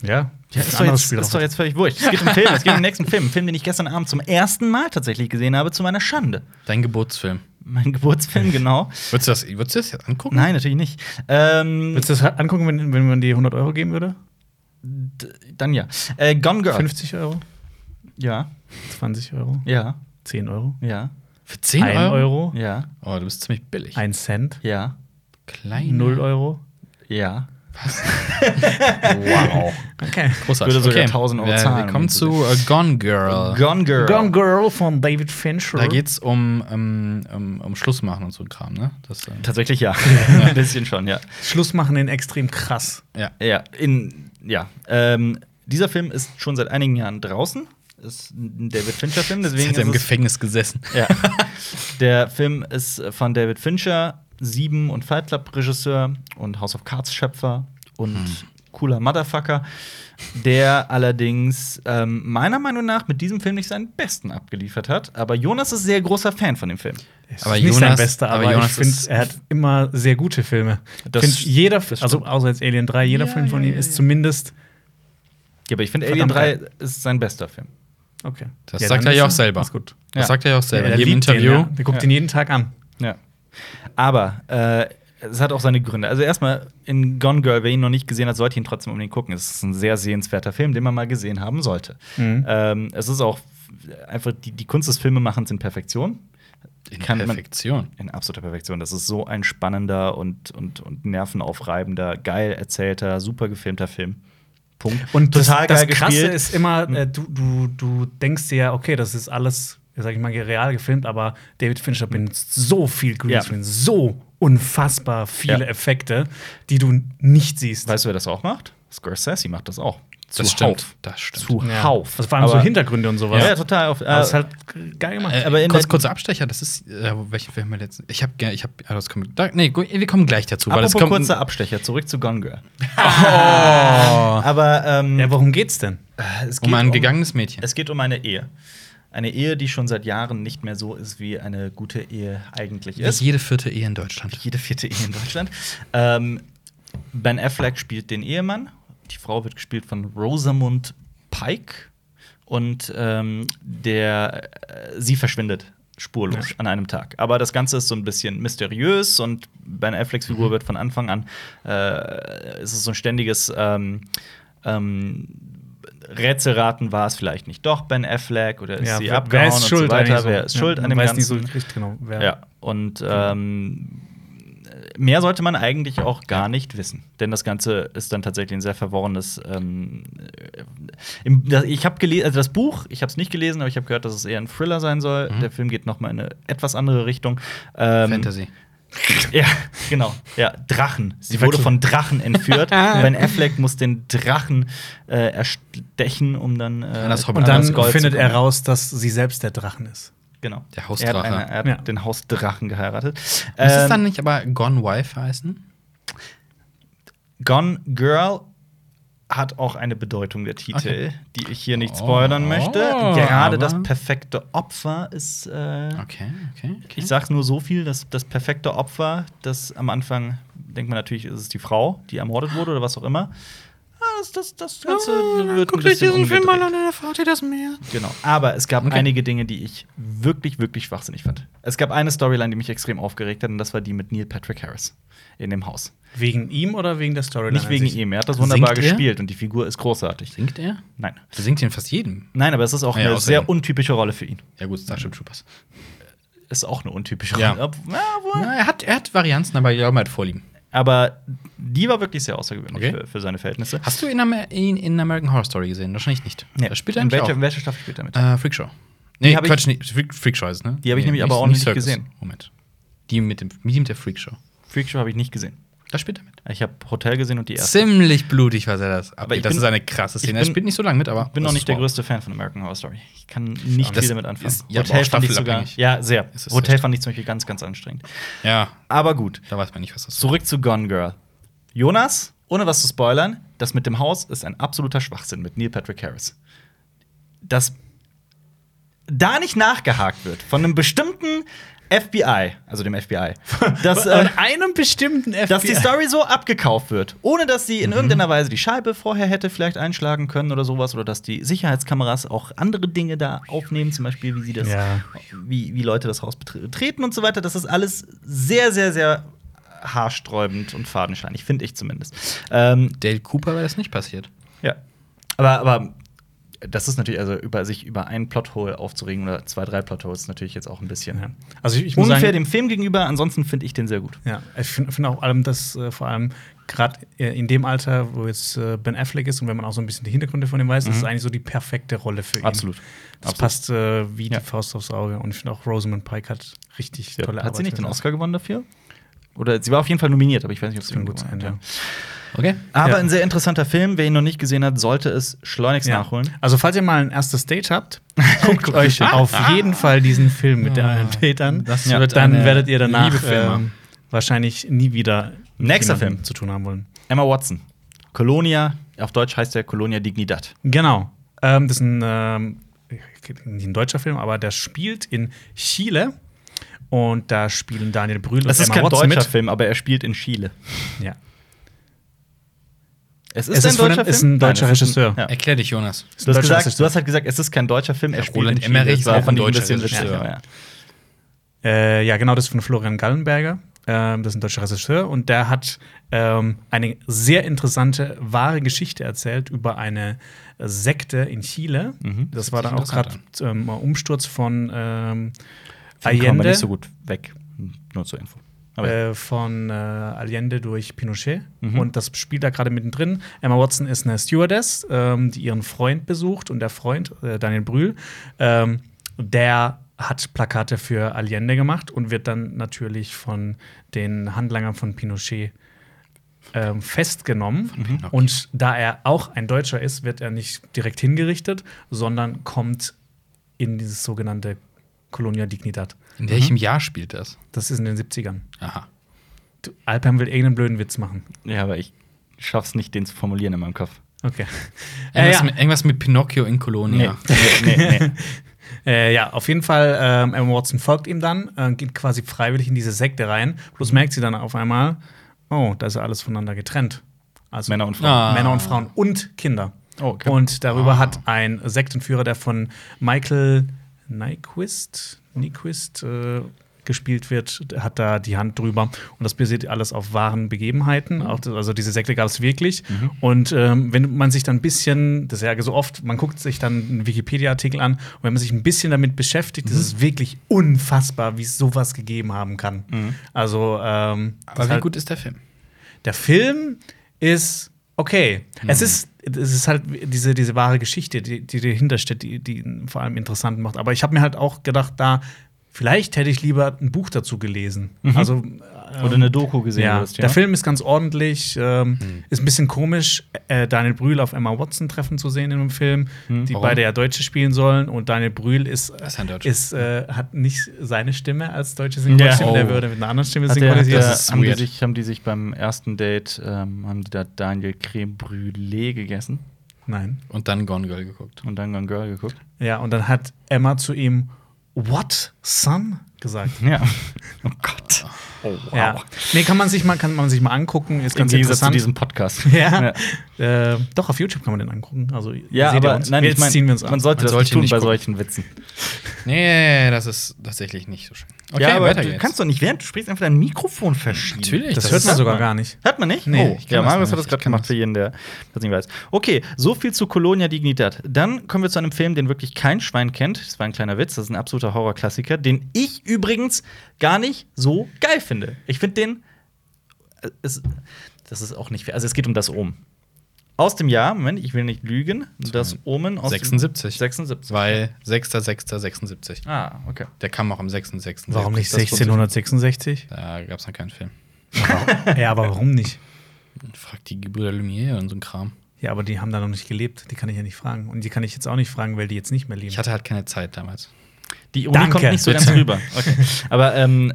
S3: Ja.
S1: Ja,
S3: Ein
S1: ist, doch
S3: anderes
S1: jetzt,
S3: Spiel
S1: ist
S3: drauf.
S1: doch jetzt völlig wurscht. Es geht um Film, es geht um den nächsten Film. Einen Film, den ich gestern Abend zum ersten Mal tatsächlich gesehen habe, zu meiner Schande.
S2: Dein Geburtsfilm.
S1: Mein Geburtsfilm, genau.
S2: Würdest du das, würdest du das jetzt angucken?
S1: Nein, natürlich nicht. Ähm,
S3: Willst du das angucken, wenn, wenn man dir 100 Euro geben würde?
S1: Dann ja. Äh, Gone Girl.
S3: 50 Euro?
S1: Ja,
S3: 20 Euro?
S1: ja,
S3: 10 Euro?
S1: ja,
S2: Für 10
S3: 1
S2: Euro?
S3: Euro?
S1: ja,
S2: Oh, du bist ziemlich billig.
S3: 1 Cent?
S1: ja,
S2: Klein.
S3: 0 Euro?
S1: ja.
S2: Wow.
S3: Okay.
S2: Großartig.
S1: Würde sogar 1000 Euro
S2: wir,
S1: zahlen,
S2: Wir kommen
S1: wenn du
S2: zu äh, Gone Girl.
S1: Gone Girl.
S3: Gone Girl von David Fincher.
S2: Da geht's um, ähm, um, um Schluss machen und so ein Kram, ne? Das, äh,
S1: Tatsächlich ja. Ein bisschen schon, ja.
S3: Schluss machen in extrem krass.
S2: ja.
S1: Ja, in, ja. Ähm, dieser Film ist schon seit einigen Jahren draußen. Ist ein David Fincher-Film, deswegen
S2: Hat er im
S1: ist es
S2: Gefängnis gesessen.
S1: Ja. Der Film ist von David Fincher, Sieben und Fight Club Regisseur und House of Cards Schöpfer und cooler Motherfucker, der allerdings ähm, meiner Meinung nach mit diesem Film nicht seinen besten abgeliefert hat. Aber Jonas ist sehr großer Fan von dem Film.
S3: Es
S2: Aber
S3: ist nicht sein
S2: Jonas-
S3: bester,
S2: aber
S3: aber,
S2: Jonas
S3: ich finde,
S2: ist-
S3: er hat immer sehr gute Filme.
S1: Das-
S3: Find jeder,
S1: stimmt.
S3: also außer jetzt Alien 3, jeder
S2: Ja,
S3: Film von
S2: ja,
S3: ihm
S2: ja,
S3: ist
S2: ja.
S3: zumindest
S1: Ja, aber ich finde Alien
S3: Verdammt
S1: 3 ist sein bester Film.
S3: okay.
S2: Das
S3: Ja,
S2: sagt
S3: dann
S2: er ja auch
S3: ist
S2: selber.
S3: Ist gut.
S2: Das
S1: Ja.
S2: sagt er ja auch selber.
S3: Ja,
S2: In
S3: er
S2: jedem
S3: liebt den,
S2: Interview.
S3: ja. Der guckt
S1: Ja.
S3: ihn jeden Tag an.
S1: Ja. Aber äh, es hat auch seine Gründe. Also erstmal in Gone Girl, wer ihn noch nicht gesehen hat, sollte ihn trotzdem unbedingt gucken. Es ist ein sehr sehenswerter Film, den man mal gesehen haben sollte.
S3: Mhm.
S1: Ähm, es ist auch einfach die, die Kunst des Filmemachens in Perfektion.
S2: In
S1: Kann man-
S2: Perfektion.
S1: In absoluter Perfektion. Das ist so ein spannender und, und, und nervenaufreibender, geil erzählter, super gefilmter Film. Punkt.
S3: Und das,
S1: total
S3: das
S1: geil
S3: Krasse
S1: gespielt. Mhm.
S3: ist immer, äh, du, du, du denkst dir ja, okay, das ist alles, sag ich mal, real gefilmt, aber David Fincher
S1: Mhm.
S3: benutzt so viel Greenscreen, so unfassbar viele
S1: Ja.
S3: Effekte, die du nicht siehst.
S1: weißt du, wer das auch macht? Scorsese macht das auch.
S2: Das stimmt. Das stimmt.
S1: Zuhauf.
S3: Also vor allem so
S1: Aber-
S3: Hintergründe und sowas.
S1: Ja, ja, total. Auf,
S3: Aber ist
S1: äh,
S3: halt geil gemacht.
S2: Äh,
S1: Aber in
S2: kurz,
S1: der-
S2: kurzer Abstecher, das ist, äh, welchen Film wir letzten. Ich habe ich hab, ah, das kommt, da, nee, gu- wir kommen gleich dazu, weil das
S1: Apropos
S2: kommt. Oh.
S1: kurzer Abstecher, zurück zu Gone Girl. Aber ähm,
S3: Ja, worum geht's denn?
S1: es, geht
S2: um
S1: um,
S2: ein gegangenes Mädchen.
S1: es geht um eine Ehe. Eine Ehe, die schon seit Jahren nicht mehr so ist, wie eine gute Ehe eigentlich ist.
S2: Wie jede vierte Ehe in Deutschland.
S1: jede vierte Ehe in Deutschland. Ähm, ben Affleck spielt den Ehemann. Die Frau wird gespielt von Rosamund Pike. Und ähm, der, äh, sie verschwindet spurlos an einem Tag. Aber das Ganze ist so ein bisschen mysteriös und Ben Afflecks Figur
S3: Mhm.
S1: wird von Anfang an, äh, es ist so ein ständiges ähm, ähm, Rätselraten, war es vielleicht nicht doch Ben Affleck oder ist
S3: Ja,
S1: äh, sie
S3: wer-
S1: abgehauen
S3: wer ist schuld
S1: und so weiter.
S3: eigentlich so?
S1: Wer ist
S3: Ja,
S1: schuld
S3: man
S1: an dem
S3: weiß
S1: Ganzen?
S3: nicht so richtig genau, wer-
S1: Ja, und
S2: Genau.
S1: ähm, mehr sollte man eigentlich auch gar nicht wissen. Denn das Ganze ist dann tatsächlich ein sehr verworrenes. Ähm, äh, im, da- ich habe gelesen, also das Buch, ich habe es nicht gelesen, aber ich habe gehört, dass es eher ein Thriller sein soll. Der Film geht noch mal in eine etwas andere Richtung. Ähm,
S2: Mhm. Fantasy.
S1: Ja, genau. Ja, Drachen. Sie wurde von Drachen entführt. ben Affleck muss den Drachen äh, erstechen, um dann. Äh,
S2: das
S1: an
S2: Hobbit
S3: Und dann
S1: das Gold zu
S3: findet er
S1: kommen.
S3: raus, dass sie selbst der Drachen ist.
S1: Genau.
S2: Der Hausdrache.
S1: Er hat, eine, er hat
S3: Ja.
S1: den Hausdrachen geheiratet.
S2: Muss es
S1: Ähm,
S2: dann nicht aber Gone Wife heißen?
S1: Gone Girl hat auch eine Bedeutung der Titel, die ich hier nicht
S2: Oh,
S1: spoilern möchte.
S2: aber-
S1: Gerade das perfekte Opfer ist. Äh,
S2: Okay, okay. okay.
S1: Ich sag's nur so viel, dass das perfekte Opfer, das am Anfang denkt man natürlich, ist es die Frau, die ermordet wurde oder was auch immer. Ah, Das, das, das Ganze wird ein bisschen umgedreht.
S2: dann erfahrt ihr das mehr.
S1: Genau. Aber es gab
S2: Okay.
S1: einige Dinge, die ich wirklich, wirklich schwachsinnig fand. Es gab eine Storyline, die mich extrem aufgeregt hat, und das war die mit Neil Patrick Harris in dem Haus.
S3: Wegen ihm oder wegen der Storyline?
S1: Nicht
S3: an
S1: wegen
S3: sich?
S1: ihm, er hat das wunderbar
S2: Singt er?
S1: gespielt und die Figur ist großartig.
S2: Singt er?
S1: Nein.
S2: Der singt ihn fast jedem.
S1: Nein, aber es ist auch
S2: Ah Ja,
S1: eine
S2: außerdem.
S1: sehr untypische Rolle für ihn.
S2: Ja, gut, Starship Troopers.
S1: Ist auch eine untypische
S2: Ja.
S1: Rolle. Ob- Ja, wohl.
S2: Na, er, hat, er hat Varianzen, aber ich glaube, er hat Vorlieben.
S1: Aber die war wirklich sehr außergewöhnlich
S2: Okay.
S1: für, für seine Verhältnisse.
S2: Hast du ihn, am- ihn in American Horror Story gesehen? Wahrscheinlich nicht.
S1: Nee.
S2: Da spielt er
S1: in
S2: nämlich
S1: welcher, in welcher Staffel spielt er mit?
S2: auch. Äh, Freakshow. Nee,
S1: Die hab ich-
S2: Quatsch, nicht. Freak, Freakshow ist, es, ne?
S1: Die hab ich nämlich aber auch nicht gesehen.
S2: Moment. Die mit, dem, die mit der Freakshow.
S1: Freakshow habe ich nicht gesehen.
S2: Da spielt er mit.
S1: Ich habe Hotel gesehen und die erste.
S2: Ziemlich blutig war er das. Aber
S1: ich
S2: das
S1: bin-
S2: ist eine krasse Szene.
S1: ich
S2: er
S1: bin-
S2: spielt nicht so lange mit, aber.
S1: Ich bin noch
S2: das
S1: nicht der
S2: war-
S1: größte Fan von American Horror Story. Ich kann nicht
S2: das
S1: viel damit anfangen.
S2: ist ja aber auch
S1: fand ich sogar.
S2: staffelabhängig.
S1: Ja, sehr.
S2: Es ist
S1: Hotel
S2: echt-
S1: fand ich zum Beispiel ganz, ganz anstrengend.
S2: Ja,
S1: Aber gut,
S2: da weiß man nicht, was das
S1: zurück zu Gone Girl. Jonas, ohne was zu spoilern, das mit dem Haus ist ein absoluter Schwachsinn mit Neil Patrick Harris. Dass da nicht nachgehakt wird von einem bestimmten FBI, also dem FBI, dass, äh,
S3: An einem bestimmten FBI.
S1: dass die Story so abgekauft wird, ohne dass sie
S3: Mhm.
S1: in irgendeiner Weise die Scheibe vorher hätte vielleicht einschlagen können oder sowas, oder dass die Sicherheitskameras auch andere Dinge da aufnehmen, zum Beispiel wie sie das,
S3: Ja.
S1: wie, wie Leute das Haus betre- betreten und so weiter. Das ist alles sehr, sehr, sehr haarsträubend und fadenscheinig, finde ich zumindest. Ähm,
S2: Dale Cooper wäre das nicht passiert.
S1: ja. Aber, aber das ist natürlich, also über sich über ein Plothole aufzuregen oder zwei, drei Plotholes ist natürlich jetzt auch ein bisschen.
S3: Ja. Also ich, ich muss
S1: Unfair
S3: sagen,
S1: dem Film gegenüber, ansonsten finde ich den sehr gut.
S3: ja, ich finde find auch allem, dass äh, vor allem gerade äh, in dem Alter, wo jetzt äh, Ben Affleck ist und wenn man auch so ein bisschen die Hintergründe von dem weiß, das ist eigentlich so die perfekte Rolle für ihn. Das
S1: Mhm. Absolut.
S3: passt äh, wie
S1: Ja.
S3: die Faust aufs Auge. Und ich finde auch Rosamund Pike hat richtig
S1: Ja.
S3: tolle
S1: Hat
S3: Arbeit.
S1: sie nicht den
S3: geleistet.
S1: Oscar gewonnen dafür? Oder sie war auf jeden Fall nominiert, aber ich weiß nicht, ob
S3: Das
S1: sie
S3: kann
S1: ihn
S3: gut
S1: gewonnen
S3: sein,
S1: hat.
S3: ja.
S1: Ja.
S2: Okay.
S1: Aber
S3: Ja.
S1: ein sehr interessanter Film. Wer ihn noch nicht gesehen hat, sollte es schleunigst
S3: Ja.
S1: nachholen.
S3: Also, falls ihr mal ein erstes Date habt, guckt euch auf jeden Fall diesen Film mit
S2: Ah,
S3: den Tätern.
S2: das
S3: Ja.
S2: wird
S3: Dann
S2: eine
S3: werdet ihr danach
S2: Liebefilmer.
S3: ähm, wahrscheinlich nie wieder mit
S1: Nächster
S3: jemandem
S1: Film.
S3: zu tun haben wollen.
S1: Emma Watson. Colonia, auf Deutsch heißt der Colonia Dignidad.
S3: Genau. Ähm, das ist ein, ähm, nicht ein deutscher Film, aber der spielt in Chile. Und da spielen Daniel Brühl
S1: Das
S3: und
S1: ist
S3: Emma
S1: kein
S3: Watson
S1: deutscher
S3: mit.
S1: Film, aber er spielt in Chile.
S3: Ja.
S1: Es
S3: Es ist von einem- ist ein deutscher
S1: es ist ein-
S3: Regisseur.
S1: ja.
S2: Erklär dich, Jonas.
S1: Du, hast
S3: Deutscher
S1: gesagt, du
S3: Regisseur.
S1: hast halt gesagt, es ist kein deutscher Film, er
S2: Ja,
S1: spielt
S2: Roland
S1: in Chile.
S2: Emmerich
S1: Das war
S2: ist auch
S1: fand
S2: ein
S1: ich
S2: deutscher
S1: bisschen
S2: Regisseur.
S1: witzig, aber Ja.
S3: Äh, ja, genau, das ist von Florian Gallenberger. Ähm, das ist ein deutscher Regisseur und der hat ähm, eine sehr interessante, wahre Geschichte erzählt über eine Sekte in Chile. Das war
S2: hört
S3: dann auch
S2: sich
S3: gerade ähm, Umsturz von ähm,
S1: Film kam aber
S3: Allende,
S1: nicht so gut weg. Nur zur Info. Aber
S3: äh, von äh, Allende durch Pinochet. Und das spielt da gerade mittendrin. Emma Watson ist eine Stewardess, ähm, die ihren Freund besucht und der Freund, äh, Daniel Brühl, ähm, der hat Plakate für Allende gemacht und wird dann natürlich von den Handlangern von Pinochet ähm, festgenommen. Mhm. Und da er auch ein Deutscher ist, wird er nicht direkt hingerichtet, sondern kommt in dieses sogenannte Colonia Dignidad.
S2: In welchem Jahr spielt das?
S3: Das ist in den 70ern.
S2: Aha.
S3: Du, Alpern will irgendeinen blöden Witz machen.
S1: ja, aber ich schaff's nicht, den zu formulieren in meinem Kopf.
S3: Okay. Äh,
S2: Irgendwas,
S3: ja.
S2: Mit, irgendwas mit Pinocchio in Kolonia.
S1: nee, nee, nee.
S3: Äh, ja, auf jeden Fall, ähm, Emma Watson folgt ihm dann, äh, geht quasi freiwillig in diese Sekte rein. Bloß merkt sie dann auf einmal, oh, da ist ja alles voneinander getrennt. Also
S1: Männer und Frauen.
S2: Ah.
S3: Männer und Frauen und Kinder.
S1: Oh, okay.
S3: Und darüber
S2: Ah.
S3: hat ein Sektenführer, der von Michael Nyquist, Nyquist äh, gespielt wird, hat da die Hand drüber. Und das basiert alles auf wahren Begebenheiten. Auch das, also diese Sekte gab es wirklich.
S2: Mhm.
S3: Und ähm, wenn man sich dann ein bisschen, das ist ja so oft, man guckt sich dann einen Wikipedia-Artikel an und wenn man sich ein bisschen damit beschäftigt,
S2: Mhm.
S3: ist es wirklich unfassbar, wie es sowas gegeben haben kann. Also ähm, das
S2: Mhm. Aber wie
S3: halt-
S2: gut ist der Film?
S3: der Film ist okay.
S2: Hm.
S3: Es ist es ist halt diese, diese wahre Geschichte, die, die dahinter steht, die, die ihn vor allem interessant macht. Aber ich habe mir halt auch gedacht, da Vielleicht hätte ich lieber ein Buch dazu gelesen.
S2: Mhm.
S3: Also, äh,
S1: Oder eine Doku gesehen
S3: ja.
S1: wirst, ja.
S3: Der Film ist ganz ordentlich, ähm,
S2: Hm.
S3: ist ein bisschen komisch, äh, Daniel Brühl auf Emma Watson treffen zu sehen in dem Film, die
S2: Hm, Warum?
S3: beide ja Deutsche spielen sollen und Daniel Brühl ist,
S2: ist ein Deutscher.
S3: ist äh, hat nicht seine Stimme als deutsche Synchronstimme,
S1: Ja.
S3: der
S2: Oh.
S3: würde mit einer anderen Stimme
S1: Hat der, hat
S3: synchronisiert.
S1: der,
S2: ist
S1: haben, die
S2: weird.
S1: sich, haben die sich beim ersten Date, ähm, haben die da Daniel Creme Brûlée gegessen
S3: Nein.
S2: Und dann Gone Girl geguckt.
S1: und dann Gone Girl geguckt?
S3: Ja, und dann hat Emma zu ihm What, son? gesagt.
S1: Ja. Oh Gott. Oh, wow.
S3: Ja. Nee, kann man sich mal, kann man sich mal angucken, ist
S1: Im Gegensatz
S3: ganz
S1: zu
S3: interessant.
S1: diesem Podcast.
S3: Ja. Äh, doch, auf YouTube kann man den angucken. Also,
S1: Ja,
S3: seht ihr
S1: aber
S3: uns.
S1: nein,
S3: jetzt
S1: ich mein,
S3: ziehen wir uns an.
S1: man sollte
S2: Man
S1: das
S2: sollte
S1: nicht tun
S2: nicht
S1: bei
S2: gucken.
S1: solchen Witzen.
S2: Nee, das ist tatsächlich nicht so schön. Okay,
S1: ja, aber
S2: weiter
S1: du
S2: geht's.
S1: kannst doch nicht, während du sprichst, einfach dein Mikrofon verschieben.
S2: Natürlich,
S3: das, hört man
S2: ist-
S3: sogar gar nicht.
S1: Hört man nicht?
S3: Nee,
S1: oh,
S2: ich kann
S1: ja,
S2: das
S1: Marius
S2: nicht.
S1: hat das
S2: Ich
S1: gerade
S2: kann
S1: gemacht
S2: das.
S1: für jeden, der das nicht weiß. Okay, so viel zu Colonia Dignitat. Dann kommen wir zu einem Film, den wirklich kein Schwein kennt. Das war ein kleiner Witz, das ist ein absoluter Horrorklassiker, den ich übrigens gar nicht so geil finde. Ich finde den. äh, Es, das ist auch nicht fair. Also, es geht um das Omen. Aus dem Jahr, Moment, ich will nicht lügen. Das Omen aus dem-
S2: 76.
S1: 76.
S2: Weil 6.6.76.
S1: Ah, okay.
S2: Der kam auch am 6.6.
S3: Warum nicht
S2: Das-
S3: 1666?
S2: Da gab es noch keinen Film.
S3: ja, aber warum nicht?
S2: Frag die Gebrüder Lumière und so ein Kram.
S3: Ja, aber die haben da noch nicht gelebt. Die kann ich ja nicht fragen. Und die kann ich jetzt auch nicht fragen, weil die jetzt nicht mehr leben.
S2: Ich hatte halt keine Zeit damals.
S1: Die Ironie
S3: Danke.
S1: kommt nicht so
S2: Bitte.
S1: ganz rüber. Okay. Aber ähm,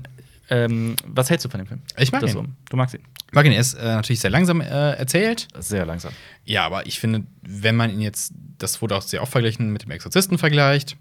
S1: ähm, was hältst du von dem Film?
S2: Ich mag
S1: das
S2: ihn.
S1: Omen. Du magst ihn.
S2: Mag ihn, er ist äh, natürlich sehr langsam äh, erzählt.
S1: Sehr langsam.
S2: Ja, aber ich finde, wenn man ihn jetzt, das wurde auch sehr oft verglichen, mit dem Exorzisten vergleicht,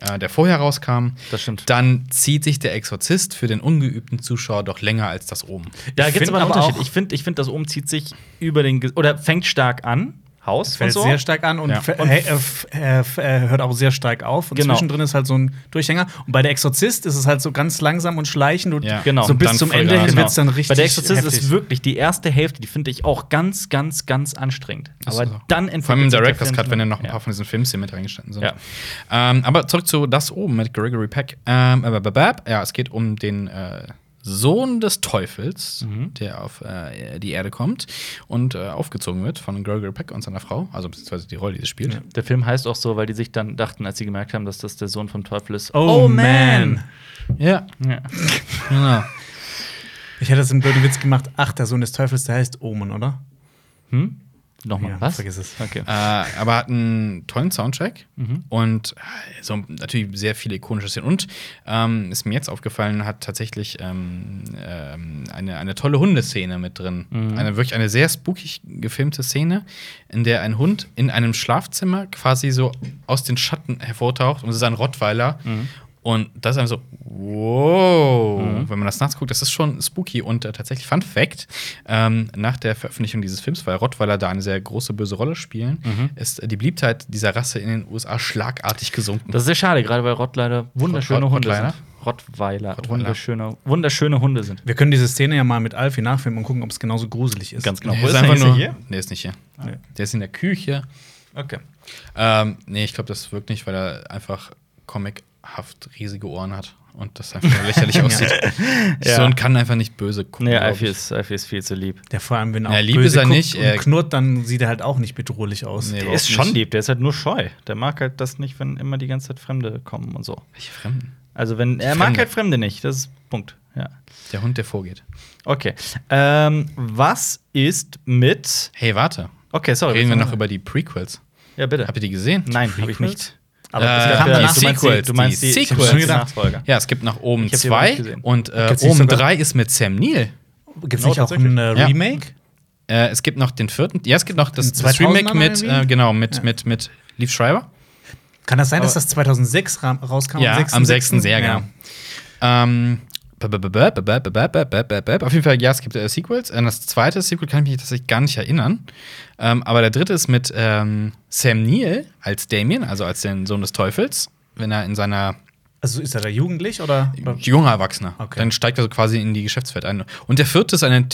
S2: äh, der vorher rauskam,
S1: Das stimmt.
S2: dann zieht sich der Exorzist für den ungeübten Zuschauer doch länger als das oben.
S1: Da gibt es
S3: find
S1: aber einen
S3: aber
S1: Unterschied.
S3: auch-
S1: Ich finde, ich find, das Omen zieht sich über den. Ge oder fängt stark an. Haus
S3: fällt
S1: und so.
S3: sehr stark an und,
S2: Ja.
S3: fe- äh, f- äh, f- äh, hört auch sehr stark auf. Und
S1: Genau.
S3: zwischendrin ist halt so ein Durchhänger. Und bei der Exorzist ist es halt so ganz langsam und schleichend und
S2: Ja.
S1: Genau.
S3: so bis
S2: Dann
S3: zum
S2: voll
S3: Ende
S2: rein.
S3: hin
S1: Genau.
S3: wird es dann richtig.
S1: Bei der Exorzist
S3: heftig.
S1: ist wirklich die erste Hälfte, die finde ich auch ganz, ganz, ganz anstrangend.
S2: Das
S1: aber
S2: ist so.
S1: dann
S2: Also, Vor allem im
S1: entwickelt sich der
S2: Director's
S1: Film
S2: Cut,
S1: schon-
S2: wenn ja noch ein
S1: Ja.
S2: paar von diesen Filmszenen mit reingestanden sind.
S1: Ja.
S2: Ähm, aber zurück zu Das Oben mit Gregory Peck. Ähm, äh, bäh, bäh, bäh. ja, es geht um den äh, Sohn des Teufels,
S1: Mhm.
S2: der auf äh, die Erde kommt und äh, aufgezogen wird von Gregory Peck und seiner Frau, also beziehungsweise die Rolle, die sie spielt.
S3: Ja.
S1: Der Film heißt auch so, weil die sich dann dachten, als sie gemerkt haben, dass das der Sohn vom Teufel ist.
S3: Oh, man.
S2: Ja,
S1: Ja.
S2: genau.
S3: Ich hätte das im blöden Witz gemacht. Ach, der Sohn des Teufels, der heißt Omen, oder?
S1: Hm? Nochmal,
S3: Ja,
S1: was?
S3: vergiss es.
S1: Okay.
S2: äh, aber hat einen tollen Soundtrack und äh, so natürlich sehr viele ikonische Szenen. Und ähm, ist mir jetzt aufgefallen, hat tatsächlich ähm, ähm, eine, eine tolle Hundeszene mit drin. Eine, wirklich eine sehr spookig gefilmte Szene, in der ein Hund in einem Schlafzimmer quasi so aus den Schatten hervortaucht und es ist ein Rottweiler. Und das ist einfach so, wow,
S1: Mhm.
S2: wenn man das nachts guckt, das ist schon spooky. Und äh, tatsächlich, Fun Fact: ähm, Nach der Veröffentlichung dieses Films, weil Rottweiler da eine sehr große böse Rolle spielen,
S1: Mhm.
S2: ist äh, die Beliebtheit dieser Rasse in den USA schlagartig gesunken.
S1: Das ist sehr schade, gerade weil Rottweiler wunderschöne
S2: Rott-
S1: Hunde ne?
S2: Rottweiler?
S1: sind. Rottweiler,
S2: Rottweiler.
S1: Wunderschöne, wunderschöne Hunde sind.
S3: Wir können diese Szene ja mal mit Alfie nachfilmen und gucken, ob es genauso gruselig ist.
S1: Ganz genau.
S2: Der
S1: Wo
S2: ist,
S1: ist er?
S2: einfach
S1: Ist er
S2: nur.
S1: hier? Ah.
S2: Der ist nicht hier.
S3: Nee.
S2: Der ist in der Küche.
S1: Okay.
S2: Ähm, nee, ich glaube, das wirkt nicht, weil er einfach comichaft riesige Ohren hat und das einfach nur lächerlich aussieht.
S1: Ja.
S2: So und kann einfach nicht böse gucken.
S1: Nee,
S2: glaub
S1: Alfie
S2: ich.
S1: ist, Alfie ist viel zu lieb.
S3: Der vor allem, wenn er
S2: Ja,
S3: auch
S2: lieb
S3: böse
S2: ist er
S3: guckt
S2: nicht,
S3: und
S2: äh,
S3: knurrt, dann sieht er halt auch nicht bedrohlich aus.
S2: Nee.
S1: Der
S2: überhaupt
S1: ist schon
S2: nicht.
S1: lieb, der ist halt nur scheu. Der mag halt das nicht, wenn immer die ganze Zeit Fremde kommen und so.
S2: Welche Fremden?
S1: Also wenn er mag
S2: Fremde.
S1: halt Fremde nicht, das ist Punkt. Ja.
S2: Der Hund, der vorgeht.
S1: Okay. Ähm, was ist mit
S2: Hey, warte.
S1: Okay, sorry.
S2: Reden wir
S1: was-
S2: noch über die Prequels.
S1: Ja, bitte.
S2: Habt ihr die gesehen?
S1: Nein, habe ich nicht.
S3: Aber
S2: Äh,
S3: es
S2: die
S3: gab
S2: haben
S3: ja
S2: die
S1: du
S3: nach-
S1: meinst die-
S2: Sequels,
S1: du meinst die-
S2: die
S1: ich hab schon
S2: Sequels.
S1: gedacht. Nachfolger.
S2: Ja, es gibt nach oben
S1: Ich hab die noch nicht
S2: 2
S1: gesehen.
S2: und äh,
S3: Gibt's nicht
S2: oben
S3: sogar-
S2: 3 ist mit Sam Neill.
S3: Gibt es
S1: Genau,
S3: nicht auch
S1: tatsächlich.
S3: ein äh,
S2: Ja.
S3: Remake?
S2: Äh, es gibt noch den vierten. Ja, es gibt noch das,
S3: Den
S2: das
S3: 2000er
S2: Remake mit,
S3: irgendwie?
S2: äh, genau, mit,
S3: Ja.
S2: mit, mit Leaf Schreiber.
S3: Kann das sein, dass
S1: Aber-
S3: das 2006 ra- rauskam?
S2: Ja, am 6. sehr genau. Ähm, bä- bä- bä- bä- bä- bä- bä- bä- bä- bä- bä- Auf jeden Fall, ja, es gibt äh, Sequels. An das zweite Sequel kann ich mich tatsächlich gar nicht erinnern. Ähm, aber der dritte ist mit ähm, Sam Neill als Damien, also als den Sohn des Teufels, wenn er in seiner
S3: Also ist er da jugendlich oder?
S2: junger Erwachsener.
S3: Okay.
S2: Dann steigt er so quasi in die Geschäftswelt ein. Und der vierte ist eine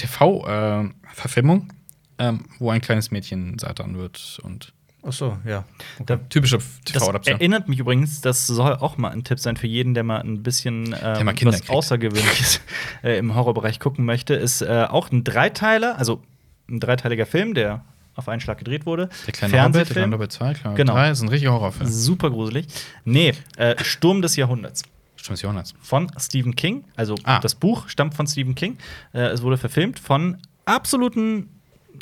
S2: TV-Verfilmung, ähm, wo ein kleines Mädchen Satan wird und
S3: Ach so, ja.
S1: Da-
S2: typische
S1: Das äh,
S2: TV-Adaption.
S1: erinnert mich übrigens, das soll auch mal ein Tipp sein für jeden, der mal ein bisschen ähm,
S2: mal Kinder
S1: was
S2: kriegt.
S1: Außergewöhnliches äh, im Horrorbereich gucken möchte. Ist äh, auch ein Dreiteiler, also ein dreiteiliger Film, der auf einen Schlag gedreht wurde.
S2: Der kleine Hobbit, der kleine
S1: Fernsehfilm.
S2: Hobbit 2, kleine Hobbit
S1: Genau.
S2: 3, ist ein richtiger Horrorfilm.
S1: Super gruselig. Nee, äh, Sturm des Jahrhunderts.
S2: Thomas Jonas.
S1: von Stephen King. Also
S2: Ah.
S1: das Buch stammt von Stephen King. Äh, es wurde verfilmt von absoluten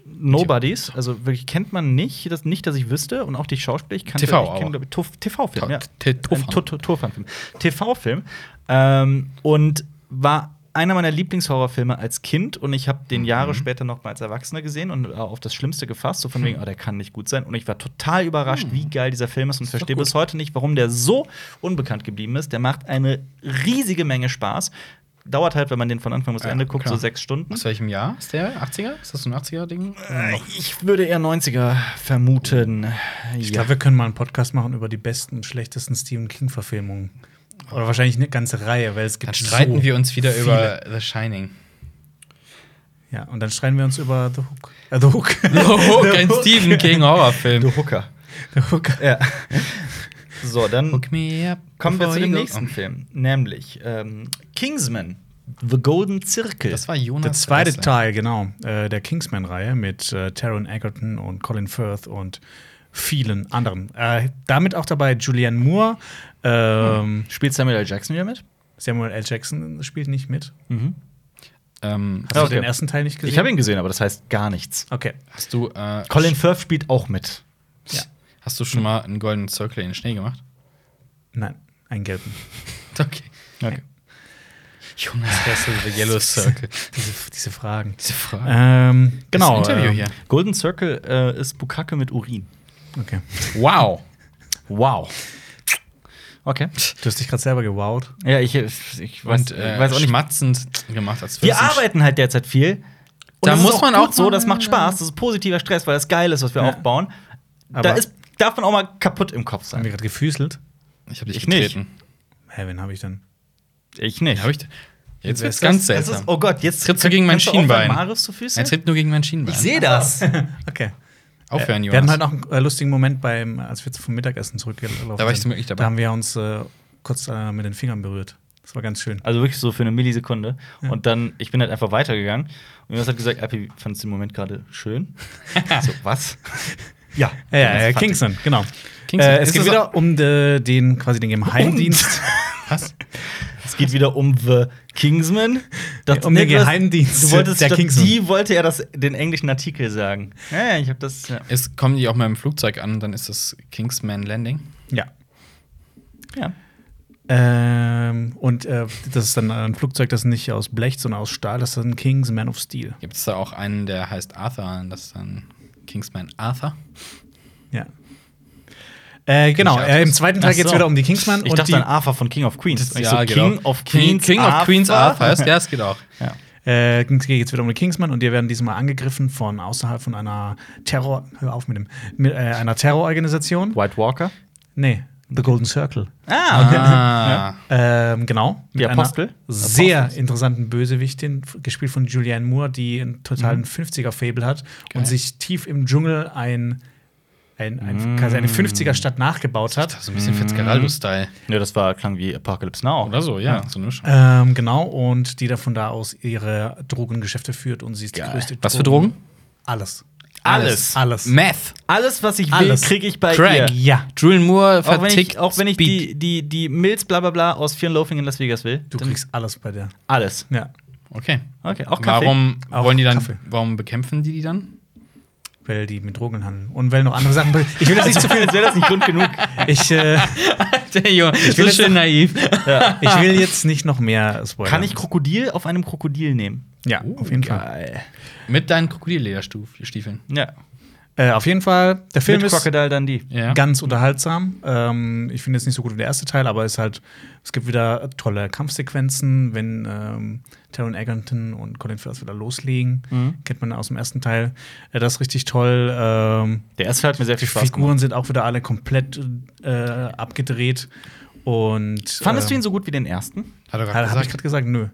S1: Nobodies. Also wirklich kennt man nicht, das, nicht, dass ich wüsste. Und auch die Schauspieler, ich kannte
S2: TV
S1: ich
S2: auch.
S1: kenn, glaub ich, Tuff- TV-Film.
S2: Ta-
S1: Ja.
S2: T- Tuffan.
S1: Ein Tu- Tu- Tuffan-Film. TV-Film. Ähm, und war einer meiner Lieblingshorrorfilme als Kind und ich habe den Jahre später noch mal als Erwachsener gesehen und äh, auf das Schlimmste gefasst, so von wegen, oh, der kann nicht gut sein. Und ich war total überrascht, wie geil dieser Film ist und
S2: doch
S1: verstehe
S2: gut.
S1: bis bis heute nicht, warum der so unbekannt geblieben ist. Der macht eine riesige Menge Spaß. Dauert halt, wenn man den von Anfang bis
S2: Ja,
S1: Ende guckt,
S2: klar. Also,
S1: so sechs Stunden.
S2: Aus welchem Jahr ist der? 80er? Ist das so ein 80er-Ding?
S1: Äh, ich würde eher 90er vermuten.
S3: Ich
S1: Ja.
S3: glaube, wir können mal einen Podcast machen über die besten und schlechtesten Stephen King-Verfilmungen. Oder wahrscheinlich eine ganze Reihe, weil es gibt
S2: Dann streiten
S3: so
S2: wir uns wieder
S3: viele.
S2: über The Shining.
S3: Ja, und dann streiten wir uns über The Hook. Äh, The Hook.
S2: Oh, kein Stephen King Horrorfilm.
S1: Hooker.
S3: The Hook.
S1: Ja. So, dann
S2: me up.
S1: kommen wir
S2: before
S1: zu
S2: you
S1: dem
S2: go-
S1: nächsten Film, nämlich ähm, Kingsman, The Golden
S2: Oh,
S1: Circle.
S2: Das war Jonas.
S3: Der zweite
S2: Ressler.
S3: Teil, genau, äh, der Kingsman-Reihe mit äh, Taron Egerton und Colin Firth und vielen anderen. Äh, damit auch dabei Julianne Moore. Ähm,
S1: Spielt Samuel L. Jackson wieder mit?
S3: Samuel L. Jackson spielt nicht mit.
S2: Ähm,
S3: Hast
S1: Ja,
S3: du
S1: okay.
S3: den ersten Teil nicht gesehen?
S1: Ich habe ihn gesehen, aber das heißt gar nichts.
S3: Okay.
S2: hast du, äh,
S1: Colin Firth spielt auch mit.
S3: Ja.
S2: hast du schon mal einen goldenen Circle in den Schnee gemacht?
S3: Nein, einen gelben.
S2: Okay.
S1: Okay.
S2: Jonas Ressel, The Yellow Circle.
S3: Diese, diese Fragen.
S2: Diese Frage.
S3: Ähm, genau.
S2: Das Interview
S3: ähm,
S2: hier.
S1: Golden Circle äh, ist Bukake mit Urin.
S3: Okay.
S2: Wow.
S1: Wow. Okay.
S3: Du hast dich gerade selber gewowt.
S1: Ja, ich, ich weiß,
S2: Und äh,
S1: weiß auch nicht.
S2: schmatzend gemacht als
S1: Wir
S2: Würstchen-
S1: arbeiten halt derzeit viel. Und
S2: Da
S1: das
S2: muss
S1: ist
S2: man
S1: gut äh,
S2: auch
S1: so, das
S2: mal-
S1: macht Spaß, das ist positiver Stress, weil das geil ist, was wir
S3: Ja.
S1: aufbauen. Da
S3: Aber-
S1: ist, darf man auch mal kaputt im Kopf
S3: Haben wir
S1: sein.
S3: gerade gefüßelt?
S2: Ich habe dich
S1: Ich nicht.
S2: getreten.
S3: Hä, wen habe ich denn?
S1: Ich nicht.
S2: Hab ich, jetzt
S3: Wer
S2: wird's
S3: ist
S2: ganz
S1: Das ist-
S2: seltsam.
S1: oh Gott, jetzt
S2: Trittst du gegen mein
S1: kannst aufhören,
S2: Schienbein?
S1: Marius zu
S2: Er
S1: Füßen?
S2: tritt nur gegen mein Schienbein.
S1: Ich sehe das.
S3: Okay.
S2: Aufhören,
S3: Wir hatten
S2: Jonas.
S3: halt auch einen äh, lustigen Moment beim, als wir vom Mittagessen zurückgelaufen
S2: Da war ich zum
S3: sind.
S2: Glück dabei.
S3: Da haben wir uns äh, kurz äh, mit den Fingern berührt. Das war ganz schön.
S1: Also wirklich so für eine Millisekunde. Und dann, ich bin halt einfach weitergegangen. Und Jonas hat gesagt, Appi, fandest du den Moment gerade schön? so, was?
S3: Ja, ja, ja,
S1: Das fand
S3: Kingsman, genau.
S2: Kingsman.
S3: Äh,
S2: Ist
S3: es geht
S2: das
S3: wieder um de, den quasi den Geheimdienst.
S2: Was?
S1: Es geht wieder um The Kingsman. Das,
S3: Ja, um den
S1: du hast-
S3: Geheimdienst
S1: Du wolltest,
S3: der
S1: statt
S3: Kingsman.
S1: Die wollte er das, den englischen Artikel sagen. Ja, ja ich habe das. Ja.
S2: Es kommen die auch mal im Flugzeug an, dann ist das Kingsman Landing.
S3: ja.
S1: ja.
S3: Ähm, und äh, das ist dann ein Flugzeug, das nicht aus Blech, sondern aus Stahl, das ist dann Kingsman of Steel.
S2: Gibt es da auch einen, der heißt Arthur, und das ist dann Kingsman Arthur?
S3: Ja. Äh, genau,
S2: Nicht
S3: äh, im
S2: Arthur.
S3: zweiten Teil
S1: Ach
S3: geht es
S1: so.
S3: wieder um die Kingsman
S1: Ich
S3: und
S1: dachte
S3: die
S1: an Arthur von King of Queens. Ich so,
S2: genau.
S1: King of Queens.
S2: King, King of Queens Arthur. heißt der, es geht auch.
S1: Ja.
S3: Äh, es geht jetzt wieder um den Kingsman und die werden diesmal angegriffen von außerhalb von einer Terror, hör auf mit dem, mit äh, einer Terrororganisation.
S1: White Walker.
S3: Nee, The Golden Circle.
S1: Ah, okay.
S2: Ah,
S3: Ähm, genau.
S1: Die
S3: Mit
S1: Apostel?
S3: Einer sehr interessanten Bösewichtin, f- gespielt von Julianne Moore, die einen totalen
S1: Mhm.
S3: 50er-Fable hat
S2: Geil.
S3: und sich tief im Dschungel ein, ein, ein, quasi
S1: Mm.
S3: eine 50er-Stadt nachgebaut
S2: das
S3: hat.
S2: ist so ein bisschen Fitzgeraldo-Style.
S1: Ja, das war klang wie Apocalypse Now.
S2: Oder so, ja. So eine Mischung.
S3: Ähm, genau, und die da von da aus ihre Drogengeschäfte führt und sie ist die
S2: Geil.
S3: größte
S2: Was für Drogen?
S3: Alles.
S1: Alles.
S3: Alles.
S2: Meth.
S1: Alles, was ich will,
S3: Alles.
S1: kriege ich bei
S2: Crack.
S1: ihr.
S3: Ja,
S2: Julian Moore
S1: Auch wenn
S2: vertickt
S1: ich, auch wenn ich
S2: Speed.
S1: die, die, die Mills bla bla bla aus Fear and Loafing in Las Vegas will.
S3: du
S1: dann
S3: kriegst alles bei der.
S1: alles.
S3: Ja,
S2: Okay.
S1: Okay, auch Kaffee.
S2: Warum
S3: Auch
S2: wollen die dann,
S3: Kaffee.
S2: warum bekämpfen die die dann?
S3: weil die mit Drogen handeln und weil noch andere Sachen. Ich will das nicht zu viel.
S1: Als wäre das nicht Grund genug.
S3: Ich, äh,
S2: Der Junge, ich
S3: will jetzt noch-
S2: naiv.
S3: ich will jetzt nicht noch mehr spoilern.
S1: Kann ich Krokodil auf einem Krokodil nehmen?
S3: Ja, auf jeden Fall.
S1: Geil.
S2: Mit deinen Krokodillederstiefeln.
S1: Ja.
S3: Äh, auf jeden Fall. Der Film
S1: Mit
S3: ist
S1: Crocodile Dundee.
S2: Ja.
S3: ganz unterhaltsam. Ähm, ich finde jetzt nicht so gut wie der erste Teil, aber es halt, es gibt wieder tolle Kampfsequenzen, wenn ähm, Taron Egerton und Colin Firth wieder loslegen.
S1: Mhm.
S3: Kennt man aus dem ersten Teil. Äh, das ist richtig toll. Ähm,
S1: Der erste hat mir sehr
S3: die
S1: viel Spaß gemacht.
S3: Figuren sind auch wieder alle komplett äh, abgedreht. Und
S1: Fandest du
S3: ähm,
S1: ihn so gut wie den ersten?
S2: Hat er gerade
S3: Habe ich
S2: gesagt.
S3: gerade gesagt, nö.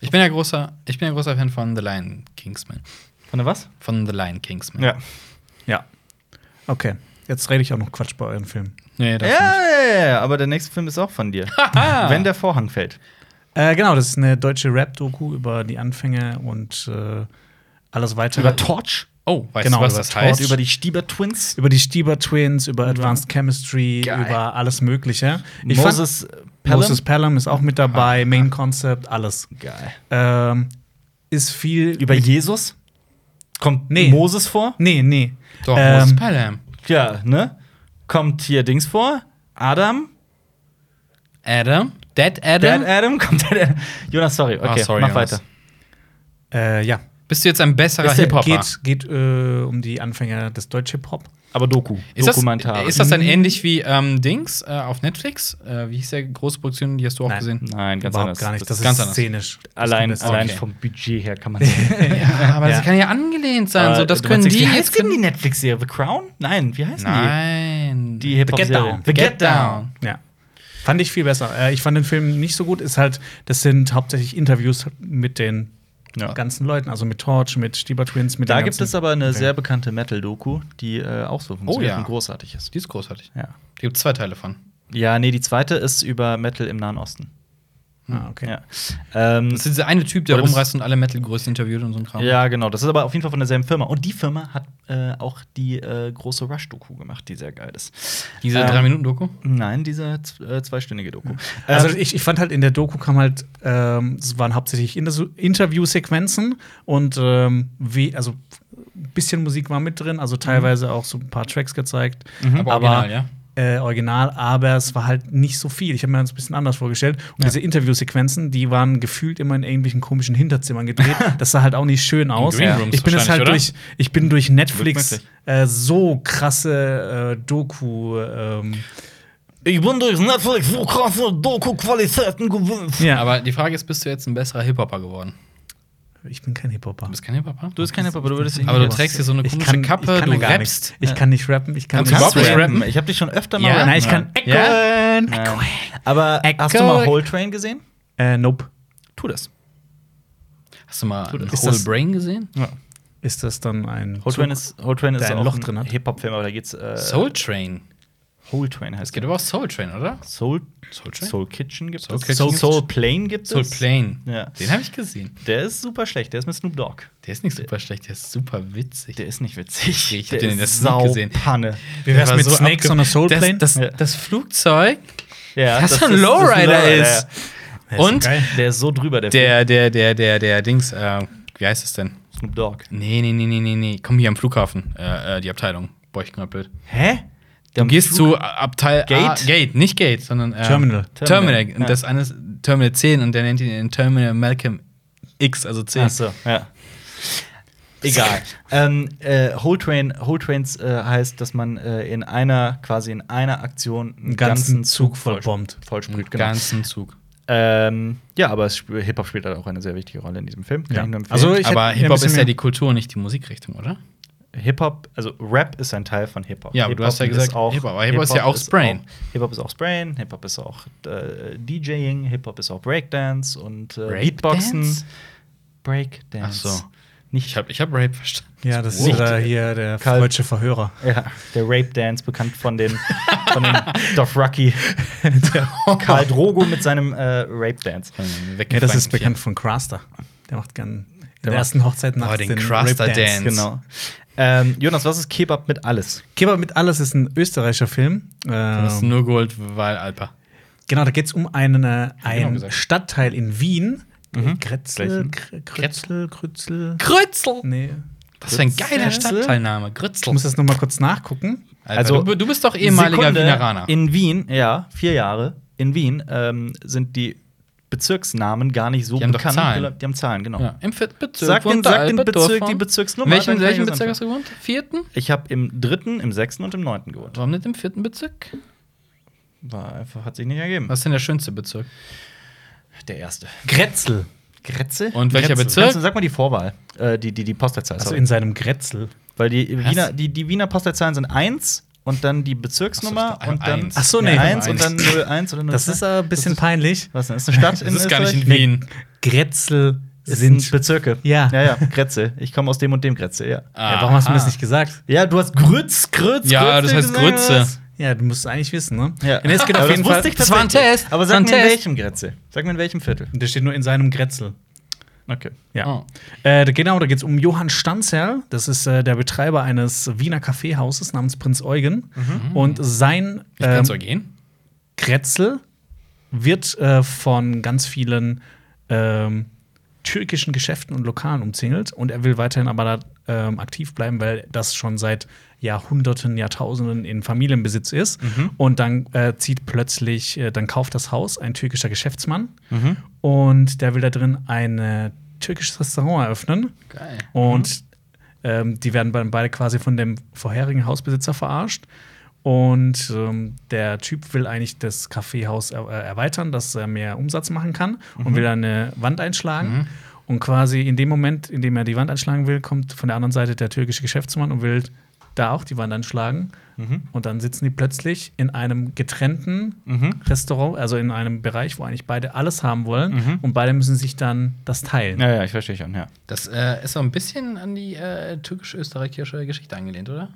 S2: Ich bin ja großer, ich bin ja großer Fan von The Lion Kingsman.
S1: Von der was?
S2: Von The Lion Kingsman.
S3: Ja. Okay. Jetzt rede ich auch noch Quatsch bei euren Filmen.
S2: Nee,
S1: Ja,
S2: das nicht.
S1: ja, ja, aber der nächste Film ist auch von dir. Wenn der Vorhang fällt.
S3: Äh, genau, das ist eine deutsche Rap-Doku über die Anfänge und äh, alles weitere.
S1: Über Torch?
S2: Oh, weißt
S3: Genau,
S2: du, was
S3: über
S2: das
S3: Torch,
S2: heißt?
S1: Über die Stieber Twins?
S3: über die Stieber Twins, über Advanced Chemistry,
S1: Geil.
S3: über alles Mögliche. Ich fand,
S1: Moses Pelham? Ah,
S3: Moses Pelham ist auch mit dabei, Main Concept, alles.
S1: Geil.
S3: Ähm, ist viel.
S1: Über Jesus? Kommt
S3: Nee.
S1: Moses vor?
S3: nee, nee.
S2: Doch,
S3: Ähm,
S2: Moses Pelham.
S1: Ja, ne? Kommt hier Dings vor? Adam?
S2: Adam? Dead Adam?
S1: Dead Adam? Kommt Dead Adam? Jonas, sorry. Okay,
S2: Ah, sorry,
S1: mach
S2: Jonas.
S1: weiter.
S3: Äh, ja.
S2: Bist du jetzt ein besserer
S3: Ist der-
S2: Hip-Hopper?
S1: ah.
S3: geht geht äh, um die Anfänger des deutschen Hip-Hop.
S1: Aber Doku.
S2: Ist das,
S1: Dokumentar. Mhm.
S2: ist das dann ähnlich wie ähm, Dings äh, auf Netflix? Äh, wie hieß der große Produktion? Die hast du auch
S3: Nein.
S2: gesehen.
S1: Nein, ganz
S3: Überhaupt
S1: anders.
S3: gar nicht.
S1: Das
S3: Das ist
S2: ganz anders.
S3: szenisch.
S1: allein
S3: Das ist
S1: allein
S2: okay.
S1: vom Budget her kann man sagen.
S2: Ja, Ah, aber
S3: Ja.
S2: das kann ja angelehnt sein. so, Also, das
S1: Äh, du
S2: können
S1: meinst
S2: die
S1: Wie
S2: jetzt.
S1: heißt denn die Netflix-Serie? The Crown? Nein, wie heißen
S2: Nein.
S1: die? Die Hip-Hop-Serie.
S3: Down.
S1: The Get Down.
S3: Ja. Fand ich viel besser. Äh, ich fand den Film nicht so gut. Ist halt, das sind hauptsächlich Interviews mit den
S1: Ja.
S3: ganzen Leuten, also mit Torch, mit Stieber Twins, mit
S1: Da
S3: den
S1: gibt
S3: ganzen-
S1: es aber eine
S3: Okay.
S1: sehr bekannte Metal-Doku, die äh, auch so funktioniert
S2: Oh, ja.
S1: und großartig ist.
S2: Die ist großartig.
S1: Ja.
S2: Da gibt es zwei Teile von.
S1: ja, nee, die zweite ist über Metal im Nahen Osten.
S3: Ah, okay.
S1: Ja. Ähm,
S2: Das ist dieser eine Typ, der
S1: Oder bist-
S2: rumreist und alle Metal-Größen interviewt und so ein Kram.
S1: Ja, genau. Das ist aber auf jeden Fall von derselben Firma. Und die Firma hat äh, auch die äh, große Rush-Doku gemacht, die sehr geil ist.
S2: Diese
S1: Ähm,
S2: drei minuten doku
S1: Nein, diese z- äh, zweistündige Doku.
S3: Also
S1: Ähm,
S3: ich, ich fand halt in der Doku kam halt, ähm, es waren hauptsächlich Inter Interviewsequenzen und ähm, we also ein bisschen Musik war mit drin, also teilweise auch so ein paar Tracks gezeigt.
S2: Mhm. Aber original, ja?
S3: Äh, original, aber es war halt nicht so viel. Ich habe mir das ein bisschen anders vorgestellt. Und diese Interviewsequenzen, die waren gefühlt immer in irgendwelchen komischen Hinterzimmern gedreht. das sah halt auch nicht schön aus.
S2: Green Rooms
S3: ich bin das
S2: wahrscheinlich,
S3: halt
S2: oder?
S3: durch, ich bin durch Netflix
S1: möglich.
S3: äh, so krasse äh, Doku. Ähm,
S1: ich bin durch Netflix so krasse Doku-Qualitäten gewöhnt.
S3: ja, aber
S2: Aber die Frage ist, bist du jetzt ein besserer Hip-Hopper geworden?
S3: ich bin kein Hip-Hopper.
S2: Du bist kein Hip-Hopper?
S1: Du bist kein Hip-Hop, du würdest dich
S2: Aber du
S1: nicht-
S2: trägst hier so eine komische Kappe,
S3: ja
S2: du
S3: gar
S2: rappst.
S3: nichts. Ich kann nicht rappen, ich kann
S2: Kannst
S3: nicht
S2: du
S1: Kannst du
S2: überhaupt
S3: rappen.
S2: rappen?
S1: rappen? Ich habe dich schon öfter mal
S2: Ja?
S1: rappen
S3: Nein, ich kann
S1: hören.
S3: Echoen.
S1: Ja. Aber
S3: Echo.
S1: hast du mal Whole Train gesehen?
S3: Äh, nope.
S1: Tu das.
S2: Hast du mal einen
S3: Ist
S2: Whole
S3: das-
S2: Brain gesehen?
S3: Ist das dann ein
S1: Whole Train
S3: Zug?
S1: ist, Whole Train ist
S3: der ein
S1: auch
S3: Loch drin hat.
S1: Hip-Hop-Film, aber da geht's äh,
S2: Soul Train.
S1: Whole Train
S2: Es
S1: heißt
S2: geht aber auch Soul Train, oder?
S1: Soul,
S2: Soul Train?
S1: Soul Kitchen gibt
S2: Soul
S1: es.
S2: Kitchen
S1: Soul,
S2: gibt's.
S1: Soul Plane gibt es.
S2: Soul Plane.
S1: Ja.
S2: Den habe ich gesehen.
S1: Der ist super schlecht. Der ist mit Snoop Dogg.
S2: Der ist nicht super schlecht, der ist super witzig.
S1: Der ist nicht witzig.
S2: Ich hab
S1: der
S2: den in der Sneak gesehen.
S1: Panne.
S3: Wie
S2: Der
S3: wär's
S2: war
S3: mit Snakes
S2: abge-
S3: on a Soul
S2: Das-
S3: Plane?
S2: Das,
S1: Ja.
S2: das Flugzeug,
S1: Ja,
S2: das, ein Lowrider ist. Und
S3: geil.
S1: ja. Der ist so drüber, der,
S2: der, der, der, der, der Dings, äh, wie heißt es denn?
S1: Film. Snoop Dogg.
S2: Nee, nee, nee, nee, nee, nee. Komm hier am Flughafen, äh, äh, die Abteilung. Boah, ich bin grad blöd.
S1: Hä?
S2: Du gehst zu Abteil
S1: Gate?
S2: Ah, Gate, nicht Gate, sondern äh,
S3: Terminal.
S2: Terminal.
S1: Terminal,
S2: Und
S1: ja.
S2: das eine ist Terminal 10 und der nennt ihn in Terminal Malcolm X, also 10.
S1: Achso, ja. Egal. ähm, äh, Whole Train, Whole Trains äh, heißt, dass man äh, in einer, quasi in einer Aktion einen
S3: Einen ganzen Zug voll bombt.
S1: vollsprüht, genau.
S2: Ganzen Zug.
S1: Ähm, ja, aber es sp- Hip-Hop spielt halt auch eine sehr wichtige Rolle in diesem Film. Kann
S3: Ja.
S1: ich nur empfehlen.
S3: Also ich
S2: Aber
S3: hätte mir ein
S2: Hip-Hop
S3: bisschen
S2: ist ja
S3: mehr-
S2: die Kultur, nicht die Musikrichtung, oder?
S1: Hip-Hop, also Rap ist ein Teil von Hip-Hop.
S2: Ja, aber du hast ja gesagt,
S1: ist auch-
S2: Hip-Hop, aber Hip-Hop ist ja auch Sprain.
S1: auch- Hip-Hop ist auch Sprain, Hip-Hop ist auch äh, DJing, Hip-Hop ist auch Breakdance und äh,
S2: Breakdance?
S1: Beatboxen. Breakdance.
S2: Ach so.
S1: Nicht,
S2: Ich habe ich hab Rape verstanden.
S3: Ja, das
S1: Wow.
S3: ist äh, hier der
S1: Karl-
S3: deutsche Verhörer.
S1: ja, der Rape Dance, bekannt von den, von den Dothraki. Der
S2: Oh.
S1: Karl Drogo mit seinem äh, Rape Dance.
S3: Ja, das ist bekannt von Craster. Der macht gern in der ersten Hochzeit
S2: Oh,
S3: nachts
S2: den
S3: den
S2: Craster
S3: Rape-Dance.
S2: Dance.
S1: Genau. Ähm, Jonas, was ist Kebab mit alles?
S3: Kebab mit alles ist ein österreichischer Film.
S2: Das ist
S3: Ähm,
S2: nur geholt, weil Alpa.
S3: genau, da geht es um einen, äh, einen
S2: gesagt. Mhm.
S3: Stadtteil in Wien. Kretzel,
S1: Welchen?
S3: Kr- Kretzel, Krützel.
S2: Grützel!
S3: Nee.
S2: Das ist ein geiler
S1: Grützel?
S2: Stadtteilname.
S3: Ich muss
S2: Grützel.
S3: das nochmal kurz nachgucken.
S2: Alper,
S1: Also-
S2: du, du bist doch ehemaliger
S1: Sekunde,
S2: Wieneraner.
S1: In Wien, ja, vier Jahre. In Wien ähm, sind die Bezirksnamen gar nicht so
S2: Die haben doch
S1: bekannt.
S2: Zahlen.
S1: Die haben Zahlen, genau.
S2: Ja, Im vierten Bezirk.
S1: Sag den,
S2: wohnt der
S1: sag den
S2: Alper
S1: Bezirk, die
S2: Dorfmann.
S1: Bezirksnummer. dann
S2: Welchen,
S1: kann ich
S2: welchen
S1: das
S2: Bezirk hast
S1: anfangen.
S2: du gewohnt? Vierten?
S1: Ich habe im dritten, im sechsten und im neunten gewohnt.
S2: Warum nicht im vierten Bezirk?
S1: War einfach, hat sich nicht ergeben.
S2: Was ist denn der schönste Bezirk?
S1: Der erste.
S3: Gretzel.
S1: Grätze?
S2: Und welcher
S3: Grenze.
S2: Bezirk?
S1: Kannst du, sag mal die Vorwahl, äh, die, die, die Postleitzahl.
S3: Also
S1: sorry.
S3: in seinem Grätzel.
S1: Weil die
S2: Was?
S1: Wiener, die, die Wiener Postleitzahlen sind 1 und dann die
S2: Ach
S1: Bezirksnummer
S2: so, ich dachte,
S1: und dann
S2: eins.
S3: Ach so, nee.
S1: Ja, 1 und dann
S2: Eins.
S1: 01 oder 02.
S3: Das ist äh, ein bisschen
S1: Das ist-
S3: peinlich.
S1: Was denn? Ist eine Stadt
S2: Das
S1: in
S2: ist gar nicht
S1: Österreich?
S2: in Wien.
S3: Grätzel
S1: Es
S3: sind.
S1: sind Bezirke.
S3: Ja.
S1: Ja, ja, Grätze. Ich komme aus dem und dem Grätze, ja.
S3: ja, warum hast du mir das nicht gesagt?
S1: Ja, du hast Grütz, Grütz,
S2: Ja,
S1: Grütze
S2: das heißt
S1: gesagt,
S2: Grütze.
S1: oder was?
S3: Ja, du musst es eigentlich wissen, ne?
S1: Ja.
S3: Und es geht auf
S1: Aber
S3: jeden
S1: das
S3: Fall.
S1: wusste ich
S2: Das war ein
S1: tatsächlich.
S2: Test.
S1: Aber
S2: Das war
S1: sag
S2: ein
S1: mir in
S2: Test.
S1: welchem Grätze. Sag mir in welchem Viertel.
S3: Und der steht nur in seinem Grätzel.
S1: Okay.
S3: Ja.
S2: Oh.
S3: Äh, da- genau, da geht es um Johann Stanzerl. Das ist äh, der Betreiber eines Wiener Kaffeehauses namens Mhm. Prinz Eugen. Und sein
S2: Ich kann
S3: ähm,
S2: gehen.
S3: Grätzel wird äh, von ganz vielen ähm, türkischen Geschäften und Lokalen umzingelt und er will weiterhin aber da ähm, aktiv bleiben, weil das schon seit Jahrhunderten, Jahrtausenden in Familienbesitz ist. Und dann äh, zieht plötzlich, äh, dann kauft das Haus ein türkischer Geschäftsmann und der will da drin ein äh, türkisches Restaurant eröffnen.
S2: Geil.
S3: Und ähm, die werden dann beide quasi von dem vorherigen Hausbesitzer verarscht. Und ähm, der Typ will eigentlich das Kaffeehaus er äh, erweitern, dass er mehr Umsatz machen kann und will dann eine Wand einschlagen. Und quasi in dem Moment, in dem er die Wand einschlagen will, kommt von der anderen Seite der türkische Geschäftsmann und will da auch die Wand einschlagen. Und dann sitzen die plötzlich in einem getrennten Restaurant, also in einem Bereich, wo eigentlich beide alles haben wollen. Und beide müssen sich dann das teilen.
S1: Ja, ja, ich verstehe schon, ja.
S2: Das äh, ist so ein bisschen an die äh, türkisch-österreichische Geschichte angelehnt, oder?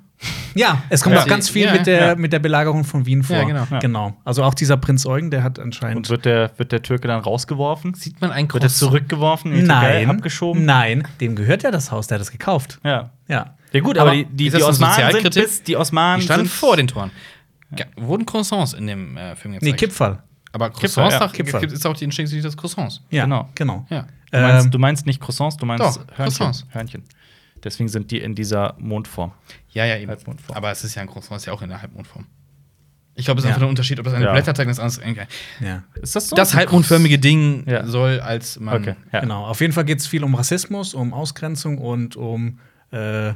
S3: Ja, es kommt
S2: Ja.
S3: auch ganz viel
S2: Ja,
S3: mit, der,
S1: ja.
S3: mit der Belagerung von Wien vor.
S2: Ja, genau.
S1: Ja.
S3: Also auch dieser Prinz Eugen, der hat
S1: Und
S3: anscheinend.
S1: wird der, wird der Türke dann rausgeworfen?
S2: Sieht man ein
S1: Wird er zurückgeworfen? in die Türkei,
S3: nein,
S1: Abgeschoben?
S3: Nein, dem gehört ja das Haus, der hat das gekauft.
S1: Ja.
S3: Ja.
S1: Ja, gut,
S2: Aber
S1: aber, die, die,
S2: ist das
S1: die
S2: eine
S1: Osmanen sind
S2: Sozialkritik?
S1: bis, die Osmanen
S2: Die standen
S1: sind
S2: vor den Toren. Ge- Wurden Croissants in dem äh, Film
S3: Nee,
S2: gezeigt?
S3: Kipferl.
S2: Aber Croissants
S1: Kipferl, ja.
S2: nach-
S3: Kipferl.
S2: gibt- ist auch die Entstehungsgeschichte des Croissants.
S3: Ja,
S1: Genau.
S3: genau.
S2: Ja.
S1: Du meinst,
S3: Ähm,
S1: du meinst nicht Croissants, du meinst
S2: Doch,
S1: Hörnchen.
S2: Croissants.
S1: Hörnchen. Deswegen sind die in dieser Mondform.
S2: Ja, ja, eben.
S1: Halbmondform.
S2: Aber es ist ja ein Croissant, ist ja auch in der Halbmondform. Ich glaube, es ist
S3: Ja.
S2: einfach nur ein Unterschied, ob das eine
S1: Ja.
S2: Blätterteig ist. anders-
S3: Ja.
S1: Ist das so?
S2: Das halbmondförmige Ding
S1: Ja.
S2: soll als man
S1: Okay, ja.
S3: Genau. Auf jeden Fall geht es viel um Rassismus, um Ausgrenzung und um äh,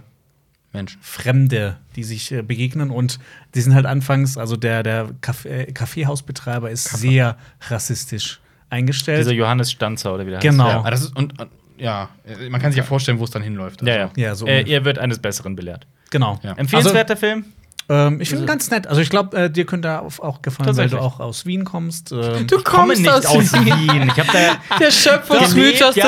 S2: Mensch.
S3: Fremde, die sich äh, begegnen. Und die sind halt anfangs, also der, der Kaff äh, Kaffeehausbetreiber ist sehr rassistisch eingestellt.
S1: Dieser Johannes Stanzer oder wie der
S3: Genau.
S1: heißt.
S2: Aber das ist und, und ja, man kann sich ja vorstellen, wo es dann hinläuft. Also.
S1: Ja, ja.
S3: Ja, so
S1: äh,
S3: ungefähr.
S1: ihr wird eines Besseren belehrt.
S3: genau.
S2: Ja.
S1: Empfehlenswerter Film?
S3: Ähm, ich finde ihn ganz nett. Also ich glaube, äh, dir könnte da auf- auch gefallen, weil du
S1: Tatsächlich.
S3: auch aus Wien kommst. Ähm,
S2: Du
S1: Komme nicht aus Wien. Ich hab da.
S2: Der Schöpfer
S1: des Mythos des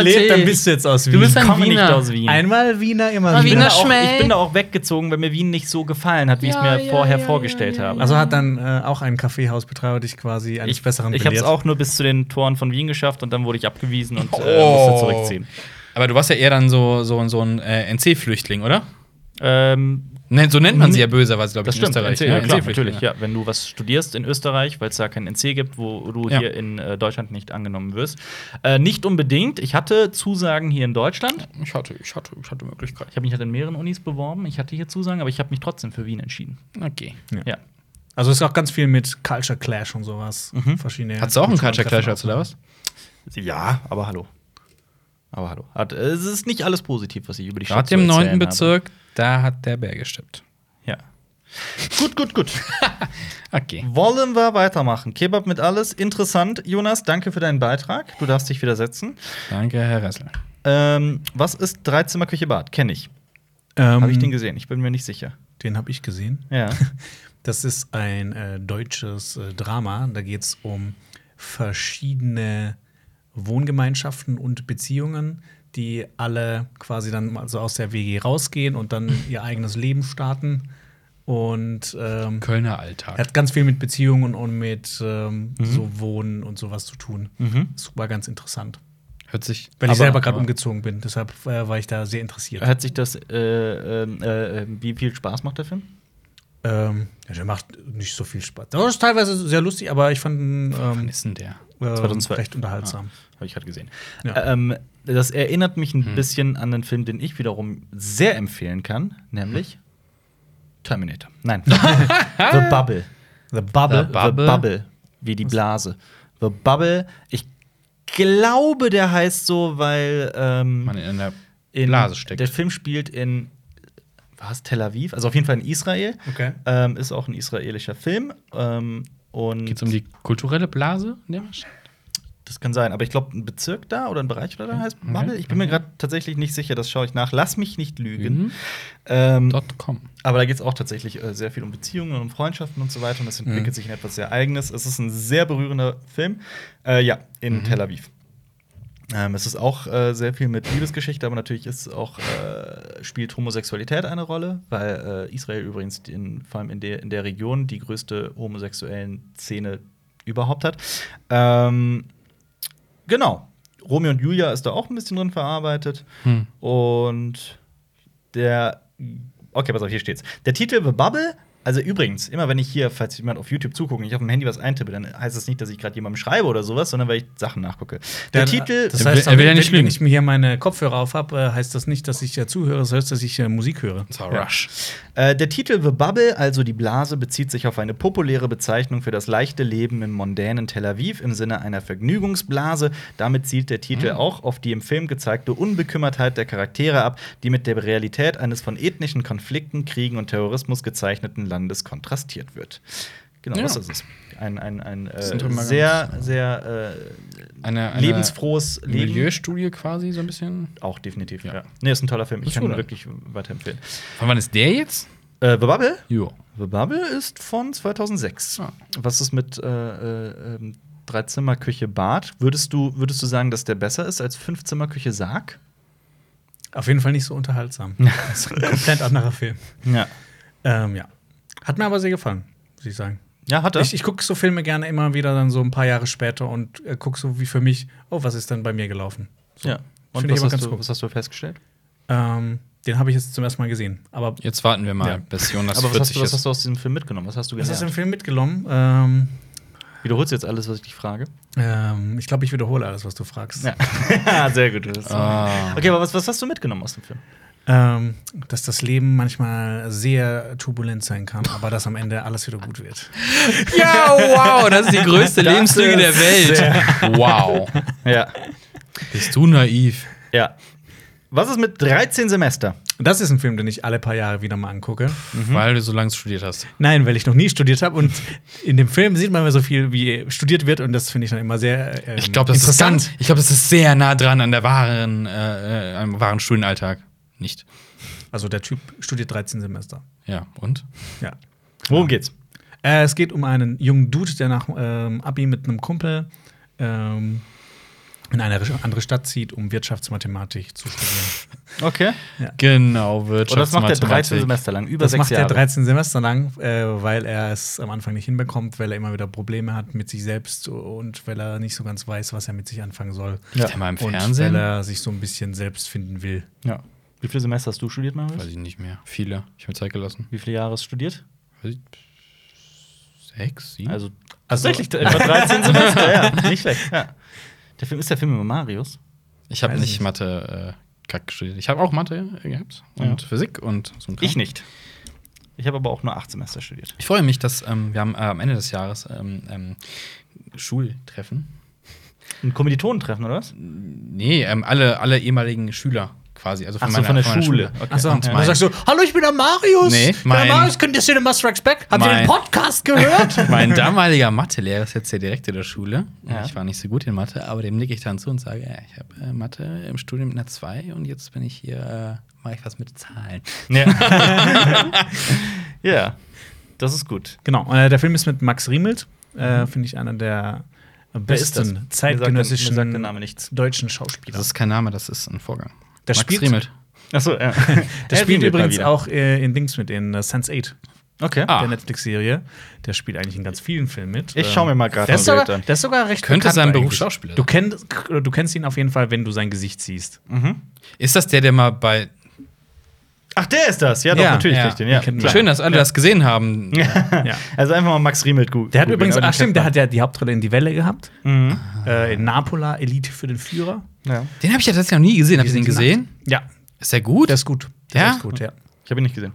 S3: du jetzt aus Wien.
S2: Du bist ein
S1: komme nicht
S2: Wiener.
S1: aus Wien.
S3: Einmal Wiener, immer
S2: Mal
S1: ich, bin
S3: Wiener.
S1: da
S2: Wiener
S1: auch,
S2: Schmäh.
S1: ich bin da auch weggezogen, weil mir Wien nicht so gefallen hat, wie ich es
S2: Ja,
S1: mir
S2: ja,
S1: vorher
S2: ja,
S1: vorgestellt
S2: ja,
S1: habe.
S3: Also hat dann äh, auch ein Kaffeehausbetreiber dich quasi eines
S1: ich
S3: Besseren
S1: ich habe es
S3: belehrt.
S1: auch nur bis zu den Toren von Wien geschafft und dann wurde ich abgewiesen und äh,
S2: Oh.
S1: musste zurückziehen.
S2: Aber du warst ja eher dann so, so, so ein äh, NC-Flüchtling, oder?
S1: Ähm,
S2: Ne, so nennt man sie ja böserweise, glaube ich,
S1: das stimmt. NC, ja,
S2: ne?
S1: klar,
S2: NC-Flüchtlinge.
S1: natürlich. Ja, wenn du was studierst in Österreich, weil es da kein NC gibt, wo du
S2: Ja.
S1: hier in äh, Deutschland nicht angenommen wirst. Äh, nicht unbedingt. Ich hatte Zusagen hier in Deutschland.
S2: Ich hatte, ich hatte, ich hatte Möglichkeiten.
S1: Ich habe mich halt in mehreren Unis beworben. Ich hatte hier Zusagen, aber ich habe mich trotzdem für Wien entschieden.
S2: Okay.
S1: Ja.
S3: Also es ist auch ganz viel mit Culture Clash und sowas. Verschiedene.
S2: Mhm. Hattest du auch einen Culture Clash, als
S3: als
S2: du da warst?
S1: Ja, aber hallo. Aber hallo. Hat, es ist nicht alles positiv, was ich über die Stadt
S2: Gerade
S1: zu
S2: im
S1: erzählen
S2: 9.
S1: habe.
S2: Bezirk, da hat der Bär gestippt.
S1: Ja. gut, gut, gut.
S2: Okay.
S1: Wollen wir weitermachen? Kebab mit alles. Interessant. Jonas, danke für deinen Beitrag. Du darfst dich wieder setzen.
S2: Danke, Herr Ressel.
S1: Ähm, was ist Dreizimmerküche Bad? Kenne ich.
S3: Ähm,
S1: Habe ich den gesehen? Ich bin mir nicht sicher.
S3: den habe ich gesehen.
S1: Ja.
S3: Das ist ein äh, deutsches äh, Drama. Da geht es um verschiedene Wohngemeinschaften und Beziehungen, die alle quasi dann mal so aus der WG rausgehen und dann ihr eigenes Leben starten. Und ähm,
S2: Kölner Alltag.
S3: hat ganz viel mit Beziehungen und mit ähm,
S2: Mhm.
S3: so Wohnen und sowas zu tun. Das war ganz interessant.
S2: Hört sich.
S3: Weil ich
S2: Mhm. aber-
S3: selber gerade
S2: aber-
S3: umgezogen bin, deshalb äh, war ich da sehr interessiert.
S1: Hat sich das, äh, äh, äh, wie viel Spaß macht der Film?
S3: Ähm, ja, der macht nicht so viel Spaß. Das ist teilweise sehr lustig, aber ich fand ihn ähm,
S2: Wann ist denn der?
S3: äh,
S1: 2012.
S3: recht unterhaltsam.
S1: Habe ich gerade gesehen.
S3: Ja.
S1: Ähm, das erinnert mich
S2: Hm.
S1: ein bisschen an einen Film, den ich wiederum sehr empfehlen kann,
S2: Hm.
S1: nämlich Terminator. Nein. The Bubble.
S3: The Bubble.
S2: The Bubble?
S1: The Bubble. Wie die Blase. The Bubble. Ich glaube, der heißt so, weil ähm,
S2: Man in der
S1: in-
S2: Blase steckt.
S1: der Film spielt in was, Tel Aviv? Also auf jeden Fall in Israel.
S3: Okay.
S1: Ähm, ist auch ein israelischer Film. Ähm, und
S2: Geht es um die kulturelle Blase? in der man steckt?
S1: Das kann sein, aber ich glaube, ein Bezirk da oder ein Bereich oder da heißt Bubble. Ich bin mir gerade tatsächlich nicht sicher, das schaue ich nach. Lass mich nicht lügen.
S2: Mhm.
S1: Ähm,
S2: Dot com.
S1: aber da geht es auch tatsächlich äh, sehr viel um Beziehungen und um Freundschaften und so weiter und das entwickelt sich in etwas sehr Eigenes. Es ist ein sehr berührender Film, äh, ja, in Tel Aviv. Ähm, es ist auch äh, sehr viel mit Liebesgeschichte, aber natürlich ist auch, äh, spielt Homosexualität eine Rolle, weil äh, Israel übrigens in, vor allem in der, in der Region die größte homosexuellen Szene überhaupt hat. Ähm, genau. Romeo und Julia ist da auch ein bisschen drin verarbeitet.
S2: Hm.
S1: Und der. Okay, pass auf, hier steht's. Der Titel The Bubble Also übrigens, immer wenn ich hier, falls jemand auf YouTube zuguckt und ich auf dem Handy was eintippe, dann heißt das nicht, dass ich gerade jemandem schreibe oder sowas, sondern weil ich Sachen nachgucke. Der,
S3: Der-
S1: Titel
S3: Das
S2: Er
S3: heißt,
S2: will- er will ja
S3: wenn-
S2: nicht
S3: wenn
S2: lügen.
S3: ich mir hier meine Kopfhörer auf habe, heißt das nicht, dass ich ja zuhöre, das heißt, dass ich äh, Musik höre.
S2: Das war
S1: Ja.
S2: Rush.
S1: Äh, der Titel The Bubble, also die Blase, bezieht sich auf eine populäre Bezeichnung für das leichte Leben im mondänen Tel Aviv im Sinne einer Vergnügungsblase. Damit zielt der
S2: Hm.
S1: Titel auch auf die im Film gezeigte Unbekümmertheit der Charaktere ab, die mit der Realität eines von ethnischen Konflikten, Kriegen und Terrorismus gezeichneten Landes kontrastiert wird. Genau,
S2: Ja.
S1: das ist es. Ein, ein, ein äh,
S2: sind drüber ganz-
S1: sehr, sehr
S2: Eine,
S1: äh,
S2: eine
S1: lebensfrohes Leben.
S2: Milieustudie quasi, so ein bisschen.
S1: Auch definitiv, ja.
S2: Ja.
S1: Nee, ist ein toller Film. Ich
S2: Ist
S1: kann ihn
S2: gut.
S1: wirklich weiterempfehlen.
S2: Von wann ist der jetzt?
S1: Äh, The Bubble?
S2: Jo.
S1: The Bubble ist von 2006.
S2: Ah.
S1: Was ist mit äh, äh, ähm, Dreizimmerküche Bad? Würdest du, würdest du sagen, dass der besser ist als Fünfzimmerküche Sarg?
S3: Auf jeden Fall nicht so unterhaltsam. das ist ein komplett anderer Film.
S1: Ja.
S3: Ähm, ja. Hat mir aber sehr gefallen, muss ich sagen.
S1: Ja, hat er.
S3: Ich, ich gucke so Filme gerne immer wieder dann so ein paar Jahre später und äh, gucke so wie für mich, oh, was ist denn bei mir gelaufen? So.
S1: ja. Und
S3: Finde ich
S1: was
S3: aber
S1: hast,
S3: ganz
S1: du,
S3: gut.
S1: was hast du festgestellt?
S3: Ähm, den habe ich jetzt zum ersten Mal gesehen. Aber
S2: Jetzt warten wir mal,
S3: Ja.
S2: bis Jonas
S1: Aber was hast,
S2: 40
S1: du, was
S2: ist.
S1: hast du aus diesem Film mitgenommen? Was hast du
S3: was hast du im
S1: gelernt?
S3: Film mitgenommen? Ähm,
S1: Wiederholst du jetzt alles, was ich dich frage?
S3: ähm, ich glaube, ich wiederhole alles, was du fragst.
S1: Ja. Sehr gut. du bist-
S2: Ah.
S1: Okay, aber was, was hast du mitgenommen aus dem Film?
S3: Ähm, dass das Leben manchmal sehr turbulent sein kann, aber dass am Ende alles wieder gut wird.
S2: Ja, wow, das ist die größte
S1: Das
S2: Lebenslüge der
S1: ist
S2: Welt. Wow.
S1: Ja.
S2: Bist du naiv?
S1: ja. Was ist mit 13 Semester?
S3: Das ist ein Film, den ich alle paar Jahre wieder mal angucke.
S2: Weil du so lange studiert hast.
S3: Nein, weil ich noch nie studiert habe und in dem Film sieht man immer so viel, wie studiert wird und das finde ich dann immer sehr ähm,
S2: Ich glaube, das, ist dann- ich glaub, das ist sehr nah dran an der wahren, äh, äh, am wahren Studienalltag. Nicht.
S3: Also der Typ studiert 13 Semester.
S2: Ja, und?
S3: Ja.
S1: Worum geht's?
S3: Äh, es geht um einen jungen Dude, der nach ähm, Abi mit einem Kumpel ähm, in eine andere Stadt zieht, um Wirtschaftsmathematik zu studieren.
S1: Okay.
S2: Genau,
S1: Und das macht er
S2: Wirtschaftsmathematik.
S1: 13 Semester lang, über
S3: das
S1: sechs
S3: macht er
S1: Jahre.
S3: 13 Semester lang, äh, weil er es am Anfang nicht hinbekommt, weil er immer wieder Probleme hat mit sich selbst und weil er nicht so ganz weiß, was er mit sich anfangen soll.
S1: Ja.
S2: Ist der mal im
S3: und
S2: Fernsehen?
S3: weil er sich so ein bisschen selbst finden will.
S1: Ja. Wie viele Semester hast du studiert,
S2: Weiß
S1: Marius?
S2: ich nicht mehr. Viele. Ich habe mir Zeit gelassen.
S1: Wie viele Jahre hast du studiert?
S2: Weiß ich, Sechs, sieben?
S1: Also,
S3: Also-
S1: tatsächlich etwa 13 Semester, ja. Nicht schlecht, ja. Der Film ist der Film über Marius.
S2: ich habe
S3: weiß
S2: nicht
S3: nicht.
S2: Mathe äh, kack studiert. Ich habe auch Mathe äh, gehabt und
S1: Ja.
S2: Physik und so ein Kram.
S1: Ich nicht. Ich habe aber auch nur acht Semester studiert.
S2: Ich freue mich, dass ähm, wir haben äh, am Ende des Jahres ähm, ähm, Schultreffen.
S1: Ein Kommilitonentreffen, oder was?
S2: Nee, ähm, alle, alle ehemaligen Schüler quasi. Also von, meiner, von meiner Schule.
S1: Okay.
S3: Achso,
S2: und
S3: ja.
S2: mein-
S3: dann sagst du, hallo, ich bin der Marius.
S2: Nee,
S3: der
S2: mein-
S3: Marius, könnt ihr Cinema Strikes Back? Habt ihr
S2: Mein-
S3: den Podcast gehört?
S2: Mein damaliger Mathelehrer ist jetzt der Direktor der Schule.
S1: Ja.
S2: Ich war nicht so gut in Mathe, aber dem nicke ich dann zu und sage, ja, ich habe äh, Mathe im Studium mit einer 2 und jetzt bin ich hier, äh, mache ich was mit Zahlen.
S1: Ja. ja, das ist gut.
S3: Genau, äh, der Film ist mit Max Riemelt, äh, finde ich einer der
S1: Mhm. Wer ist das?
S3: besten
S1: Mir
S3: zeitgenössischen
S1: sagt der Name nichts.
S3: deutschen Schauspieler.
S2: Das ist kein Name, das ist ein Vorgang.
S3: Der
S2: Max
S3: spielt-
S2: Riemelt.
S1: Achso, ja. Er
S3: Der spielt
S1: klingelt mal
S3: übrigens
S1: wieder.
S3: auch äh, in Dings mit, in äh, Sense 8,
S1: Okay.
S2: Ah.
S3: der Netflix-Serie. Der spielt eigentlich in ganz vielen Filmen mit.
S1: Ich schau mir mal gerade
S3: der ist
S1: ein
S3: sogar,
S1: Bild an.
S3: Der ist sogar recht
S2: Könnte
S3: bekannt
S2: sein Beruf
S3: eigentlich.
S2: Schauspieler
S3: Du
S2: sein.
S3: kennst, du kennst ihn auf jeden Fall, wenn du sein Gesicht siehst.
S2: Ist das der, der mal bei.
S1: Ach, der ist das. Ja, doch,
S3: Ja,
S1: natürlich
S2: ja.
S1: kenn ich den. Ja,
S3: Den kennt
S1: klar.
S2: Schön, dass alle das gesehen haben.
S3: Ja.
S1: Also einfach mal Max Riemelt gut. genau. Mhm.
S3: Der hat übrigens, ach stimmt, der hat ja die Hauptrolle in Die Welle gehabt. Äh, in Napola, Elite für den Führer.
S1: Ja.
S2: Den habe ich ja tatsächlich noch nie gesehen. Habt ihr den
S3: sind die
S2: gesehen?
S3: Ja,
S2: Ist der gut?
S3: der ist gut.
S2: Ja?
S3: Der ist gut, ja.
S1: Ich habe ihn nicht gesehen.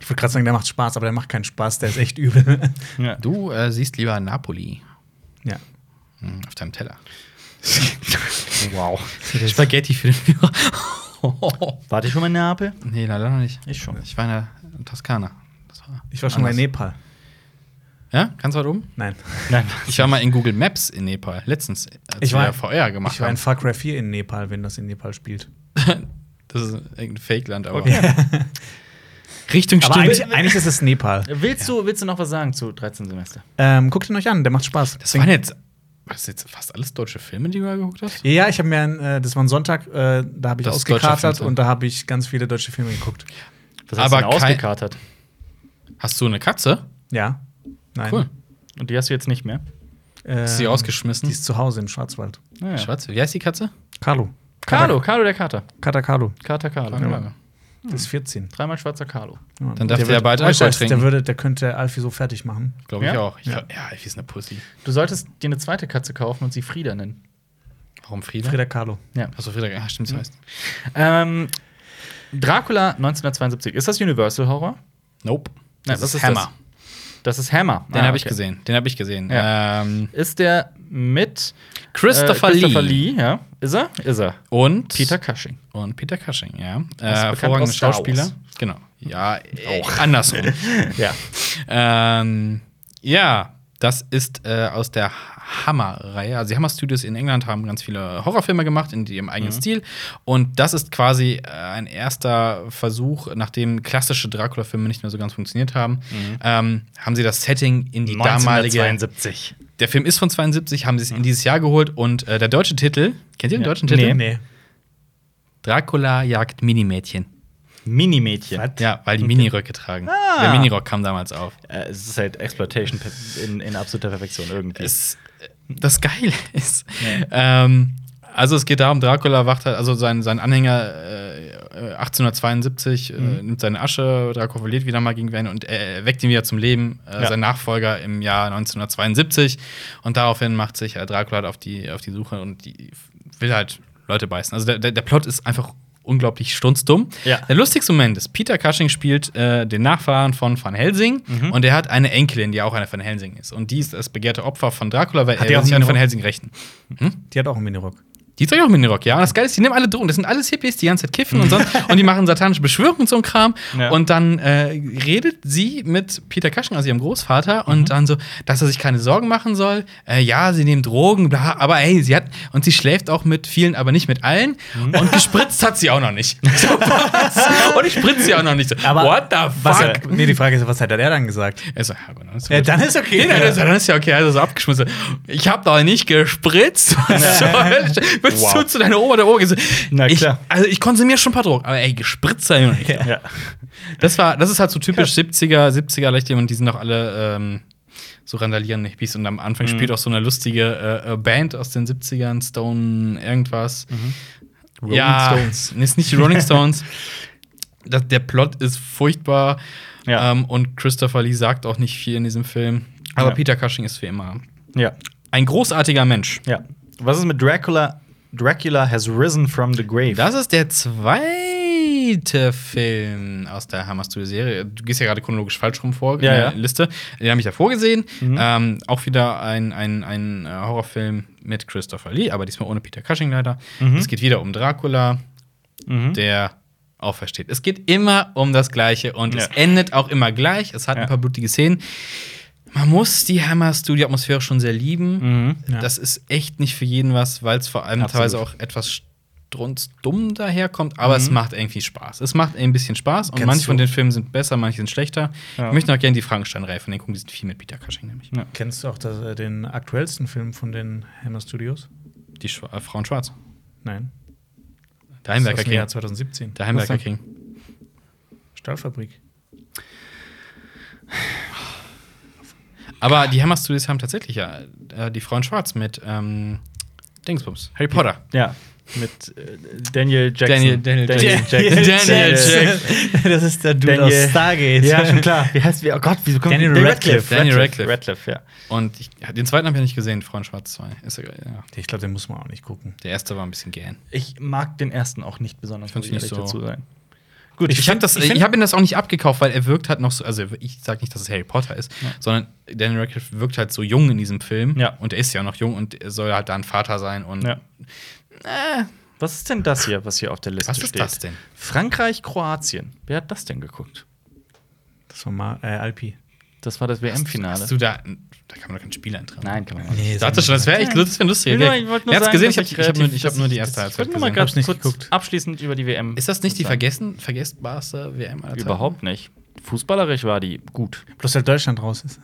S3: Ich würde gerade sagen, der macht Spaß, aber der macht keinen Spaß, der ist echt übel.
S1: Ja.
S2: du äh, siehst lieber Napoli
S3: ja.
S2: hm, auf deinem Teller. wow. Spaghetti für den Führer.
S1: Warte ich schon mal in Neapel?
S2: nee, leider noch nicht.
S1: Ich schon.
S2: Ich war in der Toskana. Das war
S3: Ich war schon mal in
S2: anders.
S3: Nepal.
S2: Ja, ganz weit oben?
S3: Nein.
S1: Nein.
S2: Ich war mal in Google Maps in Nepal. Letztens, äh, als
S3: Ich war-
S2: wir VR gemacht
S3: Ich war in
S2: haben.
S3: Far Cry 4 in Nepal, wenn das in Nepal spielt.
S2: Das ist irgendein Fake-Land, aber.
S1: Okay.
S2: Richtung
S3: Aber
S2: Stimme.
S3: eigentlich, eigentlich ist es Nepal.
S1: Willst, du, willst du noch was sagen zu 13 Semester?
S3: Ähm, guckt ihn euch an, der macht Spaß.
S2: Das waren jetzt, war das jetzt fast alles deutsche Filme, die du da geguckt hast?
S3: Ja, ich habe mir, ein, äh, das war ein Sonntag, äh, da habe ich
S2: Das ist deutscher
S3: ausgekatert
S2: Film,
S3: und da habe ich ganz viele deutsche Filme geguckt.
S1: Was
S2: Aber
S1: denn
S2: kein-
S1: ausgekatert?
S2: Hast du eine Katze?
S3: Ja. Nein.
S2: Cool.
S1: Und die hast du jetzt nicht mehr?
S3: Ähm,
S2: Ist sie ausgeschmissen?
S3: Die ist zu Hause im Schwarzwald.
S1: Naja.
S2: Schwarze. Wie heißt die Katze?
S3: Carlo.
S1: Carlo, Carlo der Kater.
S3: Kater Carlo.
S1: Kater Carlo.
S2: Ja.
S3: Ist 14.
S1: Dreimal schwarzer Carlo.
S2: Dann darf der
S3: wird-
S2: bald
S3: Ohne
S2: Alkohol
S3: Scheiß,
S2: trinken.
S3: Der, würde, der könnte Alfie so fertig machen.
S2: Glaube ich
S1: Ja?
S2: auch. Ich
S3: Ja.
S2: glaub, ja, Alfie ist eine Pussy.
S1: Du solltest dir eine zweite Katze kaufen und sie Frieda nennen.
S2: Warum Frieda?
S3: Frida Kahlo.
S1: Ja.
S2: Achso, Frieda, ah,
S3: Mhm.
S2: stimmt, so heißt.
S1: Ähm, Dracula 1972. Ist das Universal Horror?
S2: Nope.
S1: Nein, das ist Hammer. Das ist Hammer.
S2: Den
S1: Ah,
S2: habe ich
S1: okay.
S2: gesehen. Den habe ich gesehen. Ähm,
S1: Ist der mit
S2: Christopher,
S1: äh,
S2: Lee.
S1: Lee? Ja. Ist er? Ist er.
S2: und
S1: Peter Cushing.
S2: und Peter Cushing, ja. Äh,
S1: bekannt
S2: hervorragender
S1: aus Star Wars.
S2: Schauspieler. Genau. Ja, auch andersrum.
S1: Ja.
S2: ähm, ja, das ist äh, aus der Hammer-Reihe. Also die Hammer Studios in England haben ganz viele Horrorfilme gemacht in ihrem
S1: Mhm.
S2: eigenen Stil. Und das ist quasi äh, ein erster Versuch, nachdem klassische Dracula-Filme nicht mehr so ganz funktioniert haben,
S1: Mhm.
S2: ähm, haben sie das Setting in die damalige. Der Film ist von 72, haben sie es in dieses Jahr geholt und äh, der deutsche Titel, kennt ihr den
S1: Ja.
S2: deutschen Titel?
S1: Nee.
S3: Nee.
S2: Dracula jagt Minimädchen.
S1: Minimädchen.
S3: Was?
S2: Ja, weil die Miniröcke tragen. Der Minirock kam damals auf.
S1: Äh, es ist halt Exploitation in, in absoluter Perfektion irgendwie.
S2: Es, Äh, das Geile ist, ähm, also es geht darum, Dracula wacht halt, also sein, sein Anhänger äh, äh, 1872
S3: Mhm.
S2: äh, nimmt seine Asche, Dracula verliert wieder mal gegen Wayne und äh, weckt ihn wieder zum Leben, äh,
S1: Ja.
S2: sein Nachfolger im Jahr 1972. Und daraufhin macht sich äh, Dracula halt auf die, auf die Suche und die will halt Leute beißen. Also der, der, der Plot ist einfach unglaublich strunzdumm.
S1: Ja.
S2: Der lustigste Moment ist, Peter Cushing spielt äh, den Nachfahren von Van Helsing
S3: Mhm.
S2: und er hat eine Enkelin, die auch eine Van Helsing ist. Und die ist das begehrte Opfer von Dracula, weil
S3: Hat
S2: er
S3: die
S2: will
S3: auch
S2: sich an
S3: einen
S2: Van
S3: Rock?
S2: Helsing rächen.
S3: Die hat auch einen Minirock.
S2: Die trägt auch Minirock, ja. Und das Geile ist, die nehmen alle Drogen. Das sind alles Hippies, die die ganze Zeit kiffen und sonst. und die machen satanische Beschwörungen und so ein Kram.
S1: Ja.
S2: Und dann äh, redet sie mit Peter Cushing, also ihrem Großvater,
S3: Mhm.
S2: und dann so, dass er sich keine Sorgen machen soll. Äh, ja, sie nehmen Drogen, bla, aber ey, sie hat. Und sie schläft auch mit vielen, aber nicht mit allen.
S3: Mhm.
S2: Und gespritzt hat sie auch noch nicht. So, was? und ich spritze sie auch noch nicht. So,
S3: Aber
S2: What the
S3: Was
S2: fuck?
S3: hat, nee, die Frage ist, was hat er dann gesagt?
S2: Er so, ja, aber dann ist
S3: Ja,
S2: gut.
S3: dann ist okay.
S2: Nee, dann, ist, dann ist ja okay, also so abgeschmissen. Ich hab doch nicht gespritzt. Was soll ich- Willst du
S1: Wow.
S2: zu deiner Oma oder Oma gehen?
S1: Na klar.
S2: Ich, also ich konsumiere schon ein paar Drogen, aber ey, gespritzt sei noch nicht.
S1: ja.
S2: Das, war, das ist halt so typisch 70er, 70er Leichtlim und die sind auch alle ähm, so randalierende Hippies und am Anfang spielt auch so eine lustige äh, äh, Band aus den 70ern, Stone irgendwas.
S3: Rolling
S2: ja,
S3: Stones.
S2: Ist nicht die Rolling Stones. Das, der Plot ist furchtbar.
S1: Ja.
S2: Ähm, und Christopher Lee sagt auch nicht viel in diesem Film. Aber
S1: Ja.
S2: Peter Cushing ist wie immer
S1: ja.
S2: ein großartiger Mensch.
S1: Ja. Was ist mit Dracula? Dracula has risen from the grave.
S2: Das ist der zweite Film aus der Hammer Studio Serie. Du gehst ja gerade chronologisch falsch rum vor in
S1: Ja,
S2: der
S1: ja. Mhm.
S2: Liste. Den habe ich davor gesehen. Ähm, auch wieder ein, ein, ein äh, Horrorfilm mit Christopher Lee, aber diesmal ohne Peter Cushing leider. Es geht wieder um Dracula,
S1: Mhm.
S2: der aufersteht. Es geht immer um das Gleiche und es
S1: Ja.
S2: endet auch immer gleich. Es hat
S1: Ja.
S2: ein paar blutige Szenen. Man muss die Hammer Studio Atmosphäre schon sehr lieben.
S1: Mhm.
S3: Ja.
S2: Das ist echt nicht für jeden was, weil es vor allem
S1: Absolut.
S2: teilweise auch etwas strunzdumm daherkommt, aber es macht irgendwie Spaß. Es macht ein bisschen Spaß und
S3: Kennst
S2: manche von
S3: du-
S2: den Filmen sind besser, manche sind schlechter.
S1: Ja.
S2: Ich möchte noch gerne die Frankenstein-Reihe von denen gucken, die sind viel mit Peter Cushing nämlich.
S1: Ja.
S3: Kennst du auch das, äh, den aktuellsten Film von den Hammer Studios?
S2: Die Schwa äh, Frauen Schwarz.
S3: Nein.
S2: Der
S3: Das ist aus
S2: Heimwerker
S3: dem Jahr
S2: King.
S3: 2017.
S2: Der
S3: Was
S2: Heimwerker
S3: denn?
S2: King.
S3: Stahlfabrik.
S2: Aber die Hammer Studios haben tatsächlich ja äh, die Frauen Schwarz mit ähm, Dingsbums. Harry Potter.
S1: Ja. Mit äh, Daniel Jackson.
S2: Daniel- Daniel Jackson.
S1: Jackson.
S2: Daniel Jackson.
S3: das ist der Dude
S1: Daniel-
S3: aus Stargate.
S1: Ja, schon klar. Wie heißt wie? Oh Gott, wieso kommt
S3: Daniel
S1: Daniel
S3: Radcliffe.
S2: Daniel
S1: Daniel
S2: Radcliffe.
S1: Radcliffe. Radcliffe, ja.
S2: Und ich, ja, den zweiten habe ich ja nicht gesehen, Frauen Schwarz 2. Ist ja, ja.
S3: Ich glaube, den muss man auch nicht gucken.
S2: Der erste war ein bisschen gähn.
S1: Ich mag den ersten auch nicht besonders,
S2: Find's
S1: muss ich ehrlich
S2: nicht so.
S1: dazu sein.
S2: Gut, ich,
S1: find-
S2: hab das,
S1: ich
S2: ich,
S1: find-
S2: habe ihm das auch nicht abgekauft, weil er wirkt halt noch so, also ich sage nicht, dass es Harry Potter ist, sondern Daniel Radcliffe wirkt halt so jung in diesem Film
S1: Ja.
S2: und er ist ja noch jung und er soll halt da ein Vater sein und
S1: Ja. Äh, Was ist denn das hier, was hier auf der Liste
S2: was
S1: steht?
S2: ist das denn?
S1: Frankreich, Kroatien. Wer hat das denn geguckt?
S3: Das war mal äh, Alpi.
S1: Das war das WM-Finale.
S2: Hast du da, da kann man doch keinen Spieler eintragen.
S1: Nein, kann man nicht.
S3: Nee,
S2: Ich dachte schon, das wäre echt lustig. lustig.
S1: Ja, ich wollte nur
S2: Wer hat's
S1: sagen,
S2: gesehen? Ich
S1: dass
S2: habe hab nur, ich hab nur die
S1: dass
S2: erste
S1: Ich
S2: Halbzeit
S1: wollte nur mal
S2: gesehen.
S1: ganz
S3: Hab's nicht
S1: kurz
S3: geguckt.
S1: abschließend über die WM.
S2: Ist das nicht die
S1: sagen.
S2: vergessen, vergessbarste WM aller Zeiten?
S1: Überhaupt nicht. Fußballerisch war die gut.
S3: Bloß, weil Deutschland raus ist.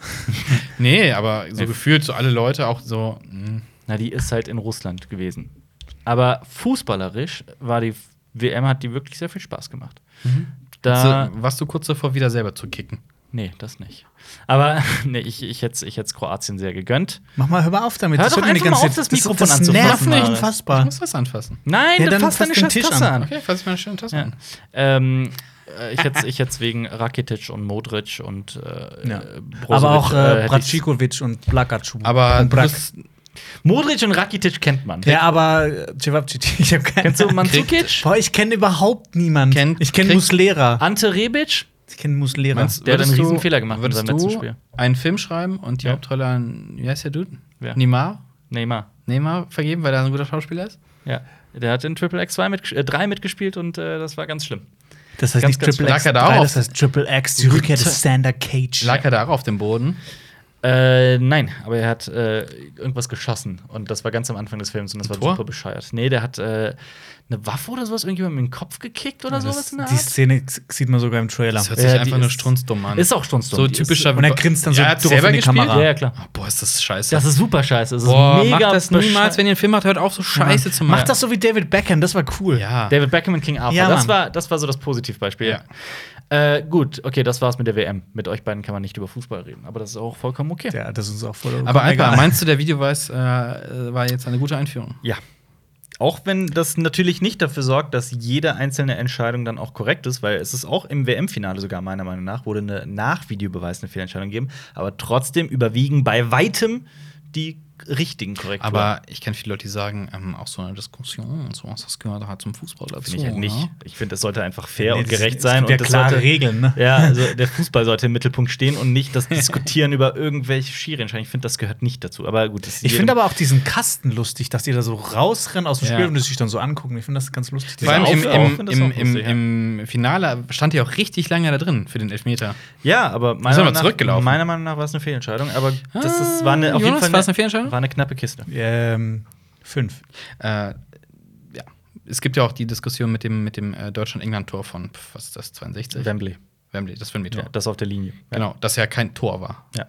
S2: Nee, aber so gefühlt so alle Leute auch so, hm. mh,
S1: Na, die ist halt in Russland gewesen. Aber fußballerisch war die WM, hat die wirklich sehr viel Spaß gemacht. Da, Ah.
S2: Also- so, warst du kurz davor, wieder selber zu kicken.
S1: Nee, das nicht. Aber nee, ich, ich hätte ich hätt's Kroatien sehr gegönnt.
S3: Mach mal, hör mal auf damit.
S1: Hör
S3: Das
S1: doch
S3: hört man die
S1: einfach mal
S3: ganze
S1: auf, das
S3: Zeit.
S1: Mikrofon
S3: das, das
S1: anzufassen,
S3: nervt mich
S1: Alter.
S2: Ich
S3: unfassbar.
S2: muss was anfassen.
S1: Nein,
S3: Ja,
S1: dann
S3: dann
S1: fasst
S3: fass
S1: deine
S3: den
S1: scheiß
S3: Tisch
S1: Tasse an.
S3: an.
S2: Okay, fass ich meine schöne Tasse
S1: Ja.
S2: an.
S1: Ähm, äh, ich hätte ich hätt's wegen Rakitic und Modric und äh,
S3: Ja.
S1: äh, Brozovic,
S3: Aber auch
S1: hätte
S3: äh,
S1: ich's-
S3: Bracikovic und Blakacu.
S2: Aber
S3: und Brak.
S1: genau.
S2: das
S1: Modric und Rakitic kennt man.
S3: Ja, aber äh, Cevapcic, ich habe keine
S1: Kennst du Mandzukic?
S2: Kriegt-
S3: Boah, ich kenne überhaupt niemanden.
S2: Kennt-
S3: ich kenne
S2: kriegt-
S3: Muslera.
S1: Ante Rebic?
S3: Ich kenne Muslera.
S2: meinst,
S1: Der hat einen
S2: würdest du-
S1: Riesenfehler gemacht in
S2: würdest
S1: seinem letzten
S2: du
S1: Spiel.
S2: Einen Film schreiben und die
S1: Ja.
S2: Hauptrolle an, wie heißt der Dude?
S1: Wer?
S2: Neymar?
S1: Neymar.
S2: Neymar vergeben, weil er so ein guter Schauspieler ist?
S1: Ja. Der hat in Triple X 2 mit, äh, 3 mitgespielt und äh, das war ganz schlimm.
S3: Das heißt
S1: Ganz,
S3: nicht
S1: ganz
S3: Triple X,
S2: stark hat er
S3: 3,
S2: auch.
S3: das heißt Triple X, die Rückkehr des Sander Cage.
S2: Lag er da auch auf dem Boden?
S1: Äh, nein, aber er hat äh, irgendwas geschossen und das war ganz am Anfang des Films und das war
S2: Ein Tor?
S1: super bescheuert. Nee, der hat äh, eine Waffe oder sowas irgendjemandem in den Kopf gekickt oder sowas
S3: das,
S1: in der
S3: die
S1: Art.
S3: Szene sieht man sogar im Trailer.
S2: Das hört sich
S1: Ja, die
S2: einfach nur
S1: ist-
S2: strunzdumm an.
S1: Ist auch strunzdumm.
S2: so
S1: Die ist-
S2: typischer.
S3: Und er grinst dann so
S2: er hat
S3: doof
S2: selber
S3: in die
S2: gespielt?
S3: Kamera.
S1: Ja, ja, klar.
S2: Ah, boah, ist das scheiße.
S1: Das ist super scheiße. Es ist
S2: boah,
S1: mega
S2: macht das niemals, wenn
S1: bescheuert.
S2: ihr einen Film macht, hört auf, so scheiße zu machen.
S3: Mach das so wie David Beckham, das war cool.
S2: Ja.
S1: David Beckham und King Arthur.
S3: Ja,
S1: das,
S3: Mann.
S1: war, das war so das Positivbeispiel.
S2: Ja.
S1: Äh, gut, okay, das war's mit der WM. Mit euch beiden kann man nicht über Fußball reden, aber das ist auch vollkommen okay.
S3: Ja, das ist uns auch voll.
S2: Aber
S3: egal.
S2: Alper, meinst du, der Videoweis äh, äh, war jetzt eine gute Einführung?
S1: Ja. Auch wenn das natürlich nicht dafür sorgt, dass jede einzelne Entscheidung dann auch korrekt ist, weil es ist auch im WM-Finale sogar meiner Meinung nach, wurde eine nach Videobeweis eine Fehlentscheidung gegeben, aber trotzdem überwiegen bei weitem die richtigen Korrekturen.
S2: Aber ich kenne viele Leute, die sagen, ähm, auch so eine Diskussion und sowas, das gehört halt zum Fußball dazu.
S1: finde ich halt nicht.
S2: ne?
S1: Ich finde, es sollte einfach fair
S3: Nee,
S1: und
S3: das-
S1: gerecht
S3: es
S1: sein
S3: gibt ja
S1: und das
S3: klare
S1: sollte,
S3: Regeln, ne?
S1: Ja, also der Fußball sollte im Mittelpunkt stehen und nicht das Diskutieren über irgendwelche Schiri-Entscheidungen. Ich finde, das gehört nicht dazu. Aber gut, das ist
S3: Ich
S1: jedem-
S3: finde aber auch diesen Kasten lustig, dass die da so rausrennen aus dem
S2: Ja.
S3: Spiel und es sich dann so angucken. Ich finde das ganz lustig.
S2: Vor allem
S1: Auf-
S2: im,
S1: auf-
S2: im,
S1: finde das
S2: im,
S1: auch
S2: im,
S1: lustig, ja.
S2: im Finale stand ja auch richtig lange da drin für den Elfmeter.
S1: Ja, aber
S2: Ist
S1: meiner
S2: aber
S1: Meinung, nach,
S2: zurückgelaufen.
S1: meiner Meinung nach war es eine Fehlentscheidung. Aber das ist,
S2: Ah,
S1: war eine, auf jeden
S2: Jonas,
S1: Fall
S2: war es eine Fehlentscheidung?
S1: war eine knappe Kiste.
S3: ähm, fünf.
S2: Äh, ja. Es gibt ja auch die Diskussion mit dem, mit dem äh, Deutschland-England-Tor von, pf, was ist das, 62?
S1: Wembley.
S2: Wembley, das Wembley-Tor.
S1: Ja, das auf der Linie.
S2: Genau, das ja kein Tor war.
S1: Ja,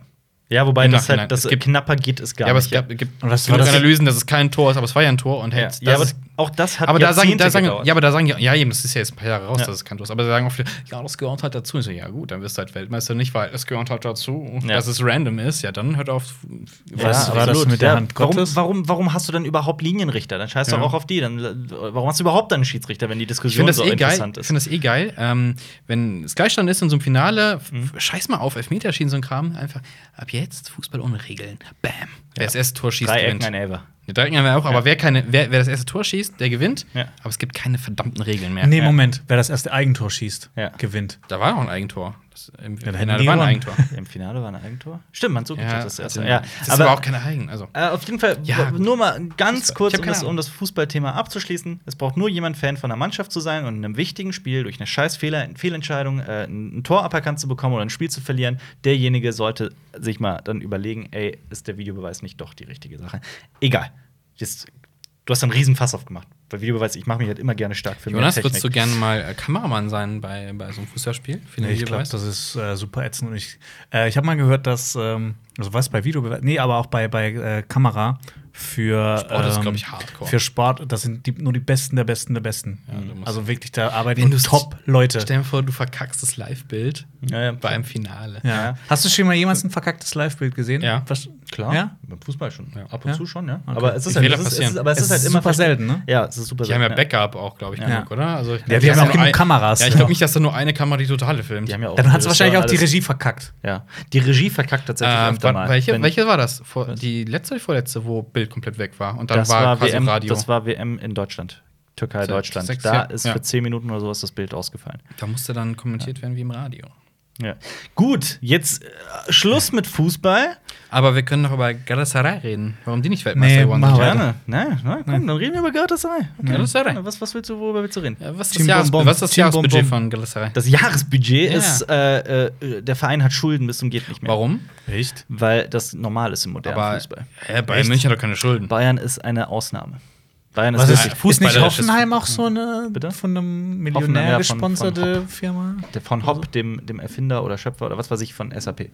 S1: ja wobei
S2: Im
S1: das
S2: Nachhinein.
S1: halt, das
S2: Es gibt-
S1: knapper geht es gar
S2: ja, aber es
S1: nicht.
S2: gab, gibt
S3: Und was
S2: genug
S3: war das?
S2: Analysen, dass es kein Tor ist, aber es war ja ein Tor und
S1: ja.
S2: hey,
S1: ja, aber
S2: das ist-
S1: auch das hat
S2: aber da sagen,
S1: Jahrzehnte
S2: da sagen,
S1: gedauert.
S2: ja, aber da sagen, ja, ja, eben, das ist ja jetzt ein paar Jahre raus,
S1: Ja.
S2: dass es kein Tor ist. Aber da sagen auch viele, ja, das gehört halt dazu. Ich so, ja, gut, dann wirst du halt Weltmeister nicht, weil es gehört halt dazu,
S1: Ja.
S2: dass es random ist. Ja, dann hört auf.
S1: Ja,
S3: Was war das
S1: absolut.
S3: mit der Hand
S1: warum,
S3: Gottes?
S1: warum, warum hast du dann überhaupt Linienrichter? Dann scheiß doch
S2: Ja.
S1: auch auf die. Dann, äh, warum hast du überhaupt dann einen Schiedsrichter, wenn die
S2: Ich
S1: Diskussion
S2: finde das,
S1: so
S2: eh geil.
S1: interessant
S2: Ich
S1: ist?
S2: finde das eh geil. Ähm, wenn es Gleichstand ist in so einem Finale, f-
S1: Mhm.
S2: scheiß mal auf, Elfmeterschießen, so ein Kram. Einfach ab jetzt Fußball ohne Regeln. Bam. Wer das erste Tor schießt,
S1: Drei Ecken,
S2: gewinnt.
S1: ein Elfer.
S2: Ja, Drei Ecken haben wir auch, aber wer, keine, wer, wer das erste Tor schießt, der gewinnt.
S1: Ja.
S2: Aber es gibt keine verdammten Regeln mehr.
S3: nee, Moment. Wer das erste Eigentor schießt,
S1: Ja.
S3: gewinnt.
S2: Da war auch ein Eigentor. Das, im
S3: dann hätten
S2: Finale
S3: die
S2: war ein
S3: gewonnen.
S2: Eigentor.
S1: Im Finale war ein Eigentor. Stimmt, man sucht
S2: Ja,
S1: das erste.
S2: also,
S1: Ja,
S2: Das ist aber, auch keine Eigen. Also.
S1: Äh, auf jeden Fall,
S2: Ja.
S1: w- nur mal ganz
S2: Fußball.
S1: kurz,
S2: Ich hab
S1: um
S2: keine
S1: das,
S2: Ahnung.
S1: um das Fußballthema abzuschließen. Es braucht nur jemand Fan von einer Mannschaft zu sein und in einem wichtigen Spiel durch eine scheiß Fehler, Fehlentscheidung äh, ein ein Tor aberkannt zu bekommen oder ein Spiel zu verlieren. Derjenige sollte sich mal dann überlegen, ey, ist der Videobeweis nicht doch die richtige Sache? Egal. Jetzt, du hast einen riesen Fass aufgemacht. Bei Videobeweis, ich mache mich halt immer gerne stark für mehr
S2: Jonas,
S1: Technik.
S2: würdest du gerne mal äh, Kameramann sein bei, bei so einem Fußballspiel? Für den
S3: Nee, ich glaube,
S2: Videobeweis?
S3: das ist äh, super ätzend. Und ich äh, ich habe mal gehört, dass, ähm, also was bei Video, nee, aber auch bei, bei äh, Kamera für
S2: Sport ist,
S3: ähm,
S2: glaub ich, hardcore.
S3: Für Sport, das sind die, nur die Besten der Besten der Besten.
S2: du musst-
S3: also wirklich, da arbeiten
S2: Wenn
S3: nur
S2: du's-
S3: Top-Leute.
S2: Stell dir vor, du verkackst das Live-Bild
S1: Ja, ja.
S2: bei einem Finale.
S3: Ja.
S1: Ja.
S3: Hast du schon mal jemals ein verkacktes Live-Bild gesehen?
S2: Ja.
S3: Was,
S1: Klar,
S3: Ja?
S1: beim Fußball schon.
S2: Ja.
S1: Ab und
S3: Ja?
S1: zu schon, ja.
S3: Okay.
S1: Aber es
S2: Die
S1: ist halt,
S2: Fehler
S1: es ist, es ist,
S2: passieren.
S1: aber es
S3: Es
S1: ist halt
S3: ist
S1: immer
S3: super selten, ne?
S1: Ja, es ist super
S2: Die haben ja
S1: selten,
S2: Backup auch, glaube ich,
S1: Ja.
S2: genug, oder? Also, ich
S3: die haben
S2: ja
S3: auch
S2: nur
S3: genug
S2: ein-
S3: Kameras,
S2: Ja, ich glaube
S3: ja.
S2: nicht, dass da nur eine Kamera die Totale filmt.
S1: Die haben ja auch
S3: Dann hat es
S1: Regisseur
S3: wahrscheinlich auch die
S1: alles.
S3: Regie verkackt.
S1: Ja, die Regie verkackt tatsächlich
S2: ähm,
S1: öfter mal.
S2: wann, welche,
S1: Wenn-
S2: welche war das? Vor, die letzte, die vorletzte, wo Bild komplett weg war. Und dann
S1: das
S2: war,
S1: war,
S2: quasi
S1: WM,
S2: Radio.
S1: Das war WM in Deutschland. Türkei,
S2: Seit
S1: Deutschland.
S2: sechs
S1: da
S2: Jahren,
S1: ist
S2: ja.
S1: für 10 Minuten oder sowas das Bild ausgefallen.
S2: da musste dann kommentiert werden wie im Radio.
S1: Ja. Gut, jetzt äh, Schluss mit Fußball.
S2: Aber wir können noch über Galatasaray reden. Warum die nicht Weltmeister
S3: Nee,
S2: geworden
S3: mach
S2: sind?
S3: weiter.
S1: Gerne. Nein, nein, komm, dann reden wir über Galatasaray. Okay.
S2: Galatasaray.
S1: Was, was willst du, worüber willst du reden?
S2: Ja, was ist das,
S3: Team
S2: Jahres
S3: Bonbon.
S2: was ist das
S3: Team
S2: Jahresbudget
S3: Bonbon.
S2: von Galatasaray?
S1: Das Jahresbudget
S2: Ja.
S1: ist, äh, äh, der Verein hat Schulden bis zum geht nicht mehr.
S2: Warum?
S3: Echt?
S1: Weil das normal ist im modernen
S2: Aber
S1: Fußball.
S2: hä, Bayern
S3: Echt?
S2: München hat doch keine Schulden.
S1: Bayern ist eine Ausnahme. Bayern
S3: Was ist,
S1: wirklich-
S3: ist nicht
S2: fußballerisches-
S3: Hoffenheim auch so eine
S1: Bitte?
S3: von einem
S1: Hoffenheim, ja,
S3: Millionär
S1: von-
S3: gesponserte
S1: von
S3: Firma?
S1: der- von
S2: Also.
S1: Hopp, dem, dem Erfinder oder Schöpfer oder was weiß ich von SAP.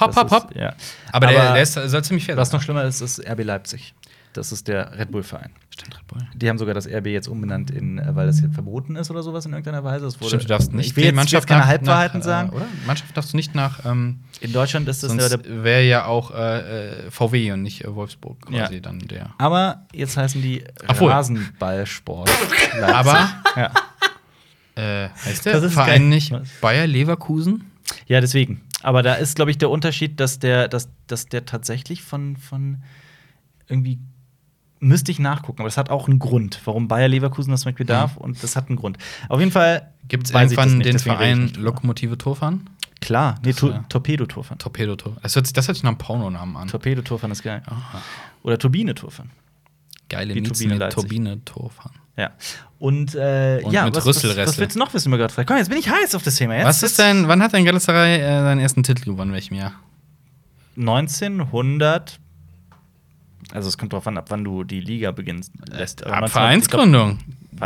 S2: Hopp,
S1: Das
S2: hopp,
S1: ist-
S2: Ah. hopp.
S1: Ja.
S2: Aber, der, der ist, soll ziemlich fair
S1: Was
S2: sein.
S1: noch schlimmer ist, ist RB Leipzig. Das ist der Red Bull-Verein.
S2: Stimmt, Red Bull.
S1: Die haben sogar das RB jetzt umbenannt in, äh, weil das jetzt verboten ist oder sowas in irgendeiner Weise. Das wurde-
S2: Stimmt, du darfst nicht
S1: Ich will jetzt, Mannschaft keine Halbwahrheiten sagen.
S2: Äh, oder? Mannschaft darfst du nicht nach. Ähm,
S1: In Deutschland ist das
S2: sonst
S1: ja der.
S2: wäre ja auch äh, äh, VW und nicht äh, Wolfsburg quasi
S1: Ja.
S2: dann der.
S1: Aber jetzt heißen die
S2: Obwohl.
S1: Rasenballsport. Leipzig.
S2: Aber
S1: ja.
S2: äh, heißt der
S1: Das ist
S2: Verein
S1: geil.
S2: nicht
S1: Was?
S2: Bayer Leverkusen?
S1: ja, deswegen. Aber da ist, glaube ich, der Unterschied, dass der, dass, dass der tatsächlich von, von irgendwie müsste ich nachgucken, aber das hat auch einen Grund, warum Bayer Leverkusen das zum Beispiel darf und das hat einen Grund. Auf jeden Fall
S2: Gibt es
S1: weiß ich das
S2: irgendwann
S1: nicht,
S2: den
S1: deswegen rede ich
S2: Verein
S1: nicht drüber.
S2: Lokomotive Turfan?
S1: Klar, nee, to
S2: ja.
S1: Torpedo-Turfan.
S2: Torpedo Tor. Das hört, sich- das hört sich nach einem Pornonamen an.
S1: Torpedo-Turfan ist geil. Oder Turbine-Turfan.
S2: Geile
S1: die
S2: Miezen
S1: Turbine
S2: mit
S1: Leipzig.
S2: Turbine Torfan.
S1: Ja. Und, äh,
S2: Und
S1: ja,
S2: mit
S1: was, was,
S2: Rüsselreste.
S1: was willst du noch wissen, Gott? Komm, jetzt bin ich heiß auf das Thema. Jetzt
S2: Was ist denn, wann hat denn Galatasaray äh, seinen ersten Titel gewonnen? Welchem Jahr?
S1: 1900. Also, es kommt drauf an, ab wann du die Liga beginnst. Lässt. Aber
S2: Ab
S1: 1900
S2: Vereinsgründung.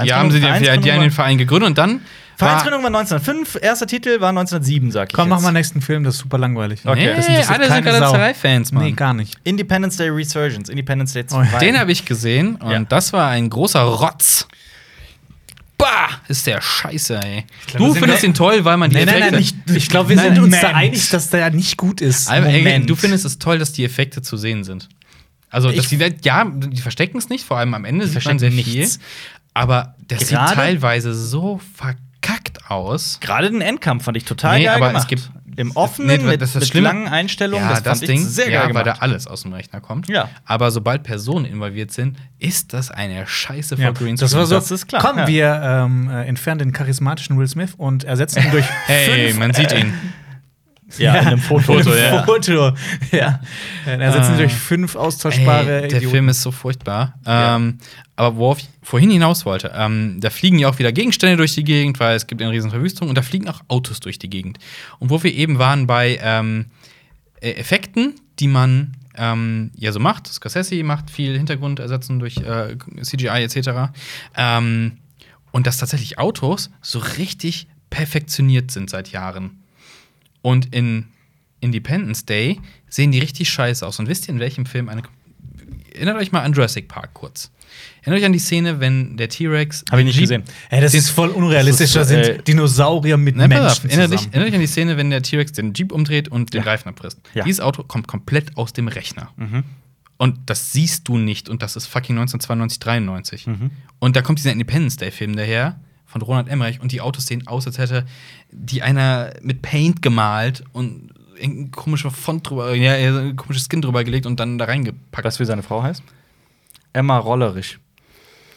S2: Die haben sie die, die, die
S1: halt Vereinsgründung
S2: haben den Verein gegründet und dann.
S1: Ich glaub, Vereinsgründung war 1905, erster Titel war 1907, sag ich.
S3: Komm, mach
S1: jetzt.
S3: mal einen nächsten Film, das ist super langweilig.
S2: War, nee,
S1: Okay. Das
S2: alle sind Galatasaray-Fans, Mann.
S3: Nee, gar nicht.
S1: Independence Day Resurgence, Independence Day 2.
S3: Oh ja.
S2: Den habe ich gesehen und
S1: Ja.
S2: das war ein großer Rotz. Bah, ist der Scheiße, ey.
S3: glaub, wir
S2: du
S3: sind
S2: findest
S1: ne-
S3: da-
S2: ihn toll, weil man die Effekte.
S3: ich glaube, wir
S2: Nein,
S3: sind uns
S2: Moment.
S3: da einig, dass der nicht gut ist.
S2: Aber, ey,
S3: Moment.
S2: du findest es toll, dass die Effekte zu sehen sind. Also, dass
S1: Ich-
S2: die, ja, die verstecken es nicht, vor allem am Ende sieht
S1: verstecken
S2: man sehr
S1: nichts.
S2: viel. Aber das
S1: Gerade-
S2: sieht teilweise so verkackt aus.
S1: Gerade den Endkampf fand ich total
S2: Nee,
S1: geil
S2: aber
S1: gemacht.
S2: es gibt-
S1: Im offenen,
S2: Nee,
S1: mit,
S2: das ist das
S1: mit
S2: Schlimme.
S1: langen Einstellungen,
S2: ja,
S1: das fand
S2: das Ding,
S1: ich sehr geil
S2: ja, weil
S1: gemacht.
S2: da alles aus dem Rechner kommt.
S1: Ja.
S2: Aber sobald Personen involviert sind, ist das eine Scheiße von
S3: ja.
S2: Greenscreen.
S3: Das war so,
S1: Das ist klar,
S3: komm,
S1: ja.
S3: wir ähm, äh, entfernen den charismatischen Will Smith und ersetzen ihn durch
S2: Hey,
S3: fünf
S2: man sieht ihn.
S1: ja, in einem Foto.
S2: Foto,
S3: Foto, ja.
S2: ja.
S3: Foto. ja. Ah. Dann ersetzen sie
S2: Äh,
S3: durch fünf austauschbare
S2: Ey, der
S3: Idioten.
S2: Film ist so furchtbar.
S1: Ja.
S2: Ähm, aber worauf ich vorhin hinaus wollte, ähm, da fliegen ja auch wieder Gegenstände durch die Gegend, weil es gibt eine riesen Verwüstung und da fliegen auch Autos durch die Gegend. Und wo wir eben waren bei ähm, äh, Effekten, die man ähm, ja so macht, Scorsese macht viel Hintergrund ersetzen durch äh, CGI etc. Ähm, und dass tatsächlich Autos so richtig perfektioniert sind seit Jahren. Und in Independence Day sehen die richtig scheiße aus. Und wisst ihr, in welchem Film eine. Erinnert euch mal an Jurassic Park kurz. Erinnert euch an die Szene, wenn der T-Rex.
S1: Hab ich nicht
S2: Jeep-
S1: gesehen.
S3: Ey, das
S2: den-
S3: ist voll unrealistisch.
S1: Das ist,
S3: da
S1: äh,
S3: sind Dinosaurier mit
S2: Nein, Ne, pass auf,
S3: Menschen
S2: erinnert,
S3: zusammen.
S2: dich, erinnert euch an die Szene, wenn der T-Rex den Jeep umdreht und den Reifen abfrisst.
S1: Ja. Mhm.
S2: Dieses Auto kommt komplett aus dem Rechner. Und das siehst du nicht. Und das ist fucking 1992, 93.
S1: Mhm.
S2: Und da kommt dieser Independence Day-Film daher von Ronald Emmerich. Und die Autos sehen aus, als hätte die einer mit Paint gemalt und irgendein komischer Font drüber, ja, ja, so ein komisches Skin drüber gelegt und dann da reingepackt.
S1: Was wie seine Frau heißt? Emma Rollerisch.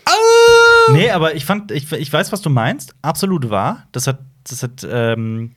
S2: Ah!
S1: Nee, aber ich fand, ich, ich weiß, was du meinst. Absolut wahr. Das hat, das hat, ähm,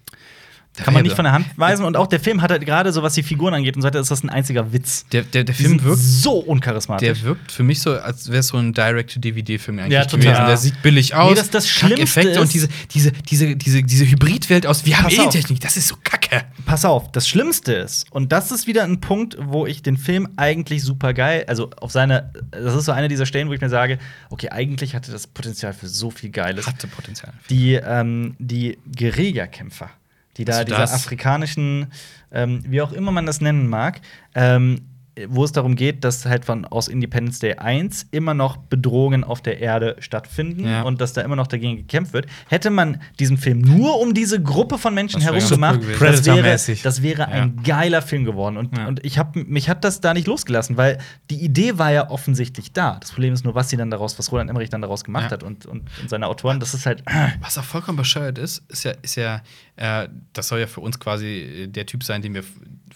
S1: kann man nicht von der Hand weisen. Und auch der Film hat halt gerade so, was die Figuren angeht und so weiter, ist das ein einziger Witz.
S2: Der, der, der
S1: Die
S2: Film
S1: sind
S2: wirkt
S1: so uncharismatisch.
S2: Der wirkt für mich so, als wäre es so ein Direct-to-DVD-Film eigentlich
S1: Ja, total.
S2: gewesen. Der sieht billig aus.
S1: Nee, das- das
S2: kack
S1: Schlimmste
S2: Effekte
S1: ist-
S2: und diese, diese, diese, diese, diese Hybridwelt aus, wir haben
S1: Pass auf.
S2: E-Technik, das ist so kacke.
S1: Pass auf, das Schlimmste ist, und das ist wieder ein Punkt, wo ich den Film eigentlich super geil, also auf seine, das ist so eine dieser Stellen, wo ich mir sage, okay, eigentlich hatte das Potenzial für so viel Geiles.
S2: Hatte Potenzial.
S1: Die, ähm, die Guerillakämpfer, die da
S2: Also
S1: diese
S2: das-
S1: afrikanischen, ähm, wie auch immer man das nennen mag, ähm, wo es darum geht, dass halt von aus Independence Day 1 immer noch Bedrohungen auf der Erde stattfinden
S2: Ja.
S1: und dass da immer noch dagegen gekämpft wird. Hätte man diesen Film nur um diese Gruppe von Menschen
S2: Das wär
S1: herum
S2: ganz cool
S1: gemacht,
S2: gewesen.
S1: das wäre,
S3: Predator-mäßig.
S1: das wäre ein geiler Film geworden. Und,
S3: Ja.
S1: und ich hab, mich hat das da nicht losgelassen, weil die Idee war ja offensichtlich da. Das Problem ist nur, was sie dann daraus, was Roland Emmerich dann daraus gemacht
S2: Ja.
S1: hat und, und, und seine Autoren, das ist halt.
S2: Was auch vollkommen bescheuert ist, ist ja, ist ja äh, das soll ja für uns quasi äh, der Typ sein, den wir,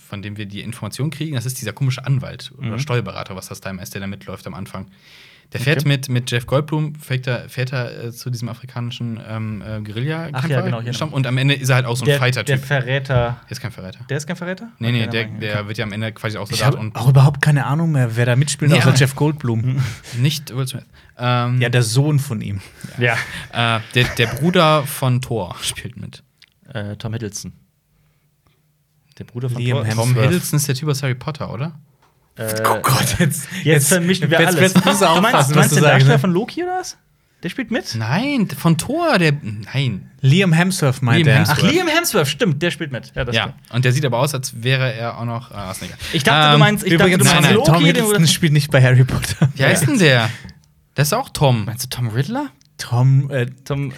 S2: von dem wir die Information kriegen. Das ist dieser komische Anwalt
S1: Mhm.
S2: oder Steuerberater, was das da im ist, der da mitläuft am Anfang. Der fährt
S1: Okay.
S2: mit, mit Jeff Goldblum, fährt er, fährt er äh, zu diesem afrikanischen ähm, äh, guerilla
S1: Ach ja, genau, hier
S2: Stamm. Und am Ende ist er halt auch so ein
S1: der
S2: Fighter-Typ. Der
S1: Verräter.
S2: ist kein Verräter.
S1: Der ist kein Verräter?
S2: Nee, nee,
S1: Okay,
S2: der,
S1: dann-
S2: der wird ja am Ende quasi auch
S3: ich
S2: Soldat
S3: habe
S2: und Mhm.
S3: auch überhaupt keine Ahnung mehr, wer da mitspielt,
S2: Nee,
S3: außer
S2: aber-
S3: Jeff Goldblum.
S2: nicht Will Smith. Ähm,
S3: Ja, der Sohn von ihm.
S1: Ja.
S2: äh, der, der Bruder von Thor spielt mit.
S1: Äh, Tom Hiddleston. Der Bruder von
S3: Liam
S1: Thor-
S3: Hemsworth.
S2: Tom Hiddleston ist der Typ aus Harry Potter, oder? Oh
S1: Äh,
S3: Gott, jetzt,
S1: jetzt vermischen wir
S3: jetzt,
S1: alles.
S3: Jetzt musst du
S1: du ne? meinst, du
S3: aufpassen,
S1: meinst
S3: was du
S1: den Darsteller
S3: sagst.
S1: von Loki oder was? Der spielt mit?
S2: Nein, von Thor, der. Nein.
S3: Liam Hemsworth meint
S2: Liam
S3: er.
S2: Hemsworth.
S1: Ach, Liam Hemsworth, stimmt, der spielt mit. das
S2: Ja,
S1: stimmt.
S2: und der sieht aber aus, als wäre er auch noch. Ah, ist nicht egal.
S1: Ich dachte, du
S2: Ähm,
S1: meinst, ich dachte,
S3: Übrigens,
S1: du
S3: nein,
S1: meinst
S3: nein,
S1: Loki.
S3: Tom
S1: den-
S3: Hiddleston spielt nicht bei Harry Potter.
S2: Wie heißt denn der? Das ist auch Tom.
S1: Meinst du Tom Riddler?
S3: Tom, äh,
S1: Tom,
S3: du-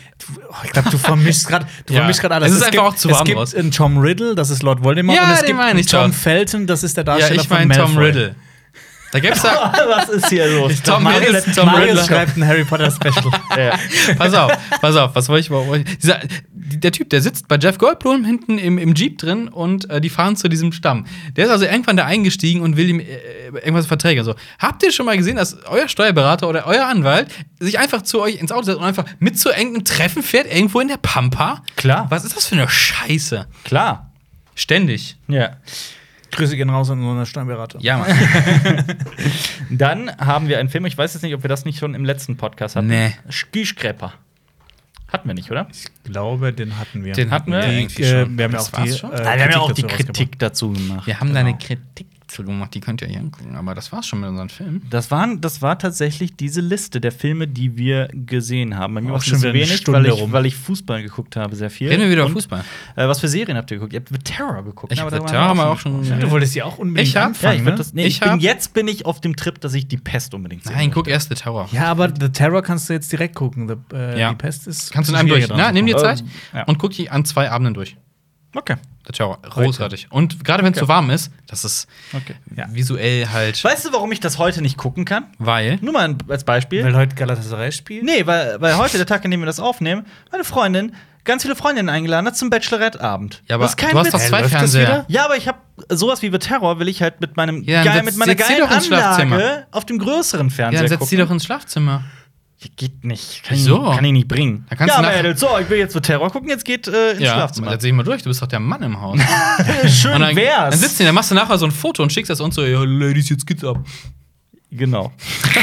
S3: oh, ich glaube, du vermischst gerade, du
S2: Ja.
S3: vermischst gerade alles.
S2: Es ist einfach
S3: gibt,
S2: auch zu warm
S3: Es gibt
S2: raus.
S3: einen Tom Riddle, das ist Lord Voldemort,
S2: Ja,
S3: und es
S2: den
S3: gibt
S2: meine ich
S3: Tom
S2: doch.
S3: Felton, das ist der
S2: Ja,
S3: Darsteller
S2: ich
S3: von
S2: meine
S3: Malfoy.
S2: Tom Riddle. Da gibt's da.
S1: was ist hier los?
S2: Tom
S3: Marius,
S2: Riddle. Tom
S3: Marius
S2: Riddle.
S3: schreibt ein Harry Potter Special.
S1: ja.
S2: pass auf, pass auf, was wollte ich über euch? Dieser, der Typ, der sitzt bei Jeff Goldblum hinten im, im Jeep drin und äh, die fahren zu diesem Stamm. Der ist also irgendwann da eingestiegen und will ihm äh, irgendwas Verträge. So, habt ihr schon mal gesehen, dass euer Steuerberater oder euer Anwalt sich einfach zu euch ins Auto setzt und einfach mit zu irgendeinem Treffen fährt, irgendwo in der Pampa?
S1: Klar.
S2: Was ist das für eine Scheiße?
S1: Klar.
S2: Ständig.
S1: Ja.
S3: Grüße gehen raus an unseren Steuerberater.
S2: Ja, Mann.
S1: Dann haben wir einen Film, ich weiß jetzt nicht, ob wir das nicht schon im letzten Podcast hatten.
S2: Nee.
S1: Skyscraper. Hatten wir nicht, oder?
S3: Ich glaube, den hatten wir.
S2: Den hatten wir
S3: Die,
S2: irgendwie
S3: äh,
S2: schon.
S3: Wir haben ja
S2: Das
S3: auch
S2: war's
S3: die,
S2: schon?
S3: äh, Genau.
S1: wir haben ja auch die
S3: dazu rausgebracht.
S1: Kritik dazu gemacht.
S2: Wir haben da eine Kritik zu gemacht, die könnt ihr euch angucken, aber das war's schon mit unseren Filmen.
S1: Das, waren, das war tatsächlich diese Liste der Filme, die wir gesehen haben. Bei mir
S3: Auch
S1: war es
S3: schon wieder eine
S1: wenig,
S3: Stunde
S1: weil ich,
S3: rum.
S1: weil ich Fußball geguckt habe, sehr viel.
S2: Reden wir wieder über
S1: Und,
S2: Fußball.
S1: Äh, was für Serien habt ihr geguckt? Ihr habt The Terror geguckt.
S2: Ich
S1: ne?
S2: hab
S1: Aber
S2: The
S1: da waren
S2: Terror
S1: wir
S2: auch schon-
S1: gesprochen.
S3: Du wolltest ja auch unbedingt
S2: Ich hab-
S1: Ja, ich
S3: anfangen,
S1: würd
S3: ne?
S1: das, nee,
S2: Ich
S1: ich bin
S2: hab-
S1: jetzt bin ich auf dem Trip, dass ich die Pest unbedingt sehen
S2: Nein, guck
S1: wollte.
S2: erst The Terror.
S3: Ja, aber The Terror kannst du jetzt direkt gucken. The, äh,
S2: Ja.
S3: Die Pest ist.
S2: Kannst du in einem durch.
S3: schwieriger dran
S2: Na,
S3: zu
S2: nimm dir
S1: Ähm,
S2: Zeit
S1: ja.
S2: und guck die an zwei Abenden durch.
S1: Okay.
S2: Der Terror. Großartig. Und gerade wenn es zu warm ist, das ist
S1: okay.
S3: Ja.
S2: visuell halt.
S1: Weißt du, warum ich das heute nicht gucken kann?
S2: Weil.
S1: Nur mal ein- als Beispiel.
S3: Weil heute Galatasaray spielt?
S1: Nee, weil, weil heute, der Tag, an dem wir das aufnehmen, meine Freundin ganz viele Freundinnen eingeladen hat zum Bachelorette-Abend.
S2: Ja, aber
S1: das ist kein
S2: du hast
S1: Witz.
S2: doch
S3: Hä,
S2: zwei
S3: läuft das
S2: Fernseher.
S3: wieder?
S1: Ja, aber ich habe sowas wie The Terror will ich halt mit meinem
S2: Ja, dann
S1: geil,
S2: setz-
S1: mit meiner
S2: setz sie
S1: geilen
S2: doch ins
S1: Anlage
S2: Schlafzimmer.
S1: auf dem größeren
S2: Ja,
S1: Fernseher
S2: dann setz die
S1: gucken.
S2: doch ins Schlafzimmer.
S1: Geht nicht. Kann,
S2: Wieso?
S1: ich, kann ich nicht bringen.
S2: Da kannst
S1: ja,
S2: du nach-
S1: Mädels, so, ich will jetzt The Terror gucken, jetzt geht äh, ins
S2: Ja,
S1: Schlafzimmer. Äh,
S2: setz dich mal durch. Du bist doch der Mann im Haus.
S1: Schön
S2: Und dann,
S1: wär's.
S2: dann sitzt du, dann machst du nachher so ein Foto und schickst das uns so, ja, Ladies, jetzt geht's ab.
S1: genau.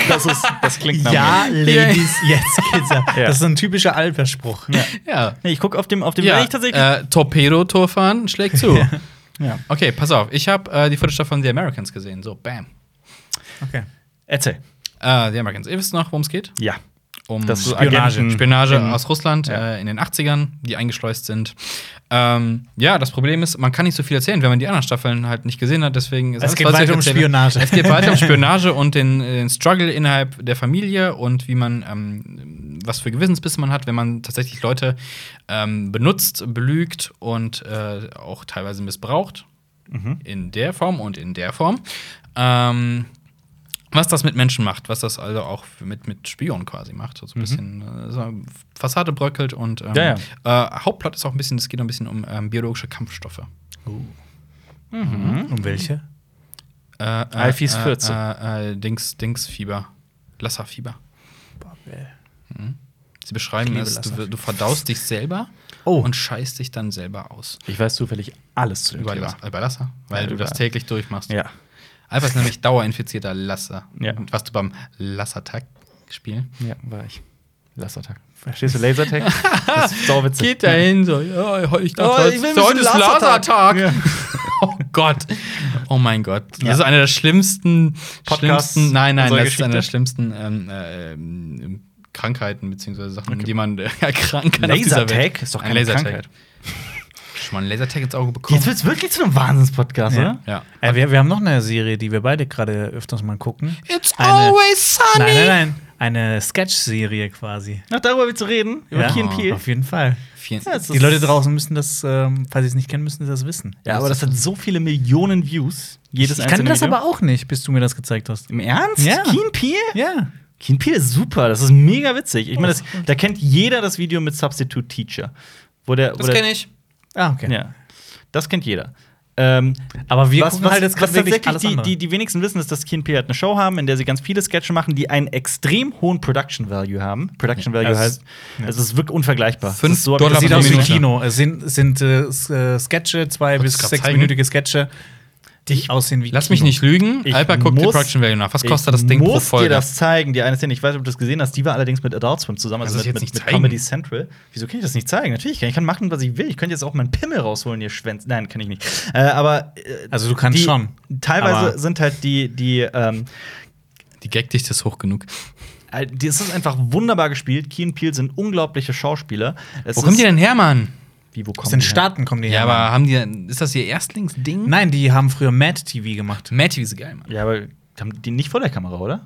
S1: Das, ist, das klingt nach
S3: Ja,
S1: mir.
S3: Ladies, jetzt geht's ab.
S1: Ja.
S3: Das ist so ein typischer Alperspruch. Ja.
S2: Ja.
S1: Nee, ich gucke auf dem, auf dem
S2: ja
S1: ich tatsächlich.
S2: äh, Torpedo-Tor fahren, schlägt zu.
S1: Ja.
S2: Okay, pass auf. Ich habe äh, die Footage von The Americans gesehen. So, bam.
S3: Okay.
S1: Erzähl.
S2: Äh, The Americans. Ihr wisst noch, worum es geht?
S1: Ja.
S2: um
S1: Das ist
S2: Spionage,
S1: Agenten
S2: Spionage
S1: in-
S2: aus Russland
S1: Ja.
S2: äh, in den 80ern, die eingeschleust sind. Ähm, ja, das Problem ist, man kann nicht so viel erzählen, wenn man die anderen Staffeln halt nicht gesehen hat. Deswegen ist
S3: Es
S2: alles,
S3: geht
S2: was ich
S3: weiter um
S2: erzähle-
S3: Spionage.
S2: Es geht weiter um Spionage und den, äh, den Struggle innerhalb der Familie und wie man, ähm, was für Gewissensbisse man hat, wenn man tatsächlich Leute ähm, benutzt, belügt und äh, auch teilweise missbraucht. In der Form und in der Form. Ähm, was das mit Menschen macht, was das also auch mit, mit Spion quasi macht. So ein bisschen äh, so Fassade bröckelt und ähm,
S1: Mhm. Ja,
S2: Äh, Hauptplot ist auch ein bisschen, es geht ein bisschen um ähm, biologische Kampfstoffe.
S3: Um welche?
S2: Äh, äh,
S1: Alfis
S2: äh,
S1: 14.
S2: Äh, äh, Dings, Dingsfieber. Lassa-Fieber. Sie beschreiben
S3: Ich liebe
S2: es, du,
S3: Lassa-Fieber.
S2: du verdaust dich selber
S3: Oh.
S2: und scheißt dich dann selber aus.
S1: Ich weiß zufällig alles zu dem
S2: Über,
S1: Thema.
S2: Lassa, über Lassa, weil
S1: Ja,
S2: du
S1: über-
S2: das täglich durchmachst.
S1: Ja.
S2: Alpha ist nämlich dauerinfizierter Lassa.
S1: Ja.
S2: Und Was du beim Lassa-Tag-Spiel
S1: Ja, war ich. Lasertag. Verstehst du Lasertag? Das ist sauwitzig.
S2: Geht dahin so, ja, heute, ich dachte,
S1: Oh, ich will ein
S2: heute, heute ist
S1: bisschen Lasertag.
S2: Lasertag. Oh Gott. Oh mein Gott.
S1: Ja.
S2: Das ist einer der schlimmsten,
S1: Podcasts
S2: schlimmsten nein, nein, das
S1: unserer
S2: ist einer der
S1: Geschichte.
S2: schlimmsten ähm, äh, ähm, Krankheiten beziehungsweise Sachen, die man äh, erkranken kann. auf dieser
S1: Lasertag?
S2: Welt.
S1: Ist doch
S2: Ein
S1: keine
S2: Lasertag.
S1: Krankheit.
S2: Schon mal einen Lasertag ins Auge bekommen.
S1: Jetzt wird's wirklich zu einem Wahnsinnspodcast,
S3: Ja.
S1: oder?
S2: ja.
S3: Äh, wir, wir haben noch eine Serie, die wir beide gerade öfters mal gucken.
S2: It's
S3: Eine-
S2: always sunny.
S3: Nein, nein, nein. Eine Sketch-Serie quasi.
S1: Noch darüber willst du reden? Über
S3: Ja.
S1: Key and Peele?
S3: Oh, Auf jeden Fall.
S2: Vielen-
S1: Ja, es ist-
S3: Die Leute draußen müssen das, ähm, falls sie es nicht kennen, müssen sie das wissen.
S1: Ja, aber das hat so viele Millionen Views. Jedes
S3: ich
S1: einzelne
S3: kannte das
S1: Video.
S3: aber auch nicht, bis du mir das gezeigt hast.
S1: Im Ernst?
S3: Ja.
S1: Keen Peel?
S3: Ja.
S1: Keen Peel ist super. Das ist mega witzig. Ich meine, das- da kennt jeder das Video mit Substitute Teacher. Wo der, wo
S2: Das
S1: der-
S2: kenne ich.
S3: Ah, okay.
S1: Ja. Das kennt jeder. Ähm,
S3: Aber wir
S1: was,
S3: gucken
S1: was,
S3: halt jetzt
S1: was
S3: gerade wirklich
S1: tatsächlich
S3: alles
S1: die,
S3: andere.
S1: die, die wenigsten wissen, ist, dass Keen Peel halt eine Show haben, in der sie ganz viele Sketche machen, die einen extrem hohen Production Value haben. Production Value
S3: es-
S1: heißt, es ist wirklich unvergleichbar.
S2: Fünf
S1: das ist so
S2: Dollar
S3: Das
S1: abgefahren.
S3: sieht
S2: pro
S3: aus wie
S2: Minute.
S3: Kino. Es sind, sind äh, S- äh, Sketche, zwei bis
S2: Wolltest du grad
S3: sechsminütige Sketche, die
S1: Ich-
S3: aussehen wie
S2: Lass mich nicht lügen.
S1: Ich
S2: Alper guckt die
S1: muss-
S2: Production Value nach. Was kostet
S1: ich
S2: das Ding pro
S1: muss dir
S2: Folge?
S1: das zeigen, die eine Szene. Ich weiß nicht, ob du das gesehen hast. Die war allerdings mit Adult Swim zusammen, also
S2: Kannst du
S1: mit,
S2: das
S1: mit,
S2: jetzt nicht
S1: mit
S2: zeigen?
S1: Comedy Central. Wieso kann ich das nicht zeigen? Natürlich kann ich. Ich kann machen, was ich will. Ich könnte jetzt auch meinen Pimmel rausholen, ihr Schwänz. Nein, kann ich nicht. Äh, aber äh,
S3: Also du kannst
S1: die,
S3: schon.
S1: Teilweise
S3: aber-
S1: sind halt die, die ähm,
S2: Die Gagdichte ist hoch genug.
S1: das ist einfach wunderbar gespielt. Key und Peele sind unglaubliche Schauspieler. Es
S2: Wo kommt
S1: ist-
S2: die denn her, Mann?
S1: Wie, wo kommen
S3: Aus den
S1: die her?
S3: Staaten kommen die
S2: Ja,
S3: her. hm?
S2: aber haben die, ist das ihr Erstlingsding?
S3: Nein, die haben früher Mad TV gemacht.
S2: Matty ist geil, Mann.
S1: Ja, aber haben die nicht vor der Kamera, oder?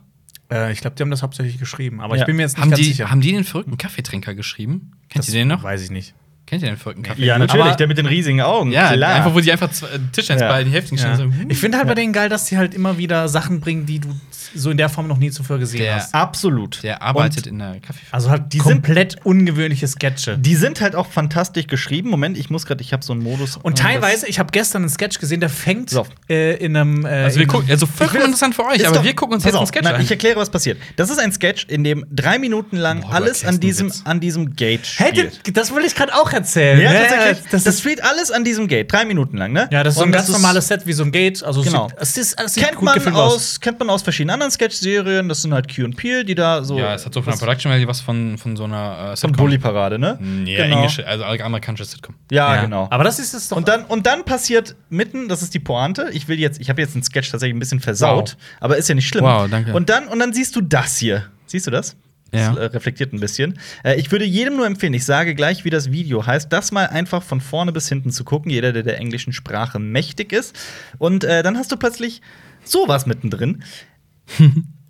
S3: Äh, ich glaube, die haben das hauptsächlich geschrieben, aber
S1: Ja.
S3: ich bin mir jetzt nicht
S2: Haben
S3: ganz
S2: die,
S3: sicher.
S2: haben die den verrückten Kaffeetrinker geschrieben? Kennt
S3: Das
S2: ihr den noch?
S3: Weiß ich nicht.
S2: Kennt ihr den verrückten Kaffeetrinker?
S1: Ja, natürlich,
S3: Aber-
S1: der mit den riesigen Augen.
S2: Ja,
S1: klar.
S2: einfach, wo die einfach zwei, äh, Tischtennis
S1: Ja.
S2: bei den Hälften
S3: Ja.
S2: gestanden
S3: Ich finde
S1: hm,
S3: halt bei denen geil, dass die halt immer wieder Sachen bringen, die du so in der Form noch nie zuvor gesehen
S2: Der-
S3: hast.
S1: Absolut.
S2: Der arbeitet in der Kaffee.
S3: Also halt die
S1: sind-
S3: komplett ungewöhnliche Sketche.
S1: Und die sind halt auch fantastisch geschrieben. Moment, ich muss gerade, ich habe so einen Modus.
S3: Und teilweise, ich habe gestern einen Sketch gesehen, der fängt
S1: So.
S3: äh, in einem. Äh,
S2: Also, wir
S3: in einem-
S2: gucken, also vollkommen
S1: das-
S2: interessant für euch,
S1: Ist
S2: aber
S1: doch-
S2: wir gucken uns
S1: Pass
S2: jetzt einen
S1: auf,
S2: Sketch
S1: nein,
S2: an.
S1: Ich erkläre, was passiert. Das ist ein Sketch, in dem drei Minuten lang
S2: Boah,
S1: alles
S2: Robert
S1: an diesem,
S2: Kirstenwitz.
S1: an diesem Gate
S3: Hey,
S1: spielt.
S3: das, das wollte ich gerade auch erzählen.
S1: ja,
S3: ne?
S1: tatsächlich. Das,
S3: Das, ist,
S1: spielt alles an diesem Gate, drei Minuten lang, ne?
S3: ja, das ist so
S1: Und
S3: ein ganz
S1: ist-
S3: normales Set wie so ein Gate. Also es
S1: Genau.
S3: sieht- es ist, es sieht
S1: Kennt
S3: gut
S1: man,
S3: gefilmt
S1: aus, kennt man aus verschiedenen anderen Sketch-Serien. Das sind halt Q und Peel, die da so.
S2: Ja, es hat so von
S1: was-
S2: einer Production Value was von, von so einer äh,
S1: Von Bully-Parade, ne?
S2: Ja, englische, also amerikanische Sitcom.
S1: Ja,
S3: Ja.
S1: genau.
S3: Aber das ist es doch.
S1: Und dann, und dann passiert mitten, das ist die Pointe, ich will jetzt, ich habe jetzt einen Sketch tatsächlich ein bisschen versaut, aber ist ja nicht schlimm.
S2: Wow, danke.
S1: Und dann, und dann siehst du das hier. Siehst du das?
S2: Ja.
S1: Das äh, reflektiert ein bisschen. Äh, ich würde jedem nur empfehlen, ich sage gleich, wie das Video heißt, das mal einfach von vorne bis hinten zu gucken, jeder, der der englischen Sprache mächtig ist. Und äh, dann hast du plötzlich sowas mittendrin.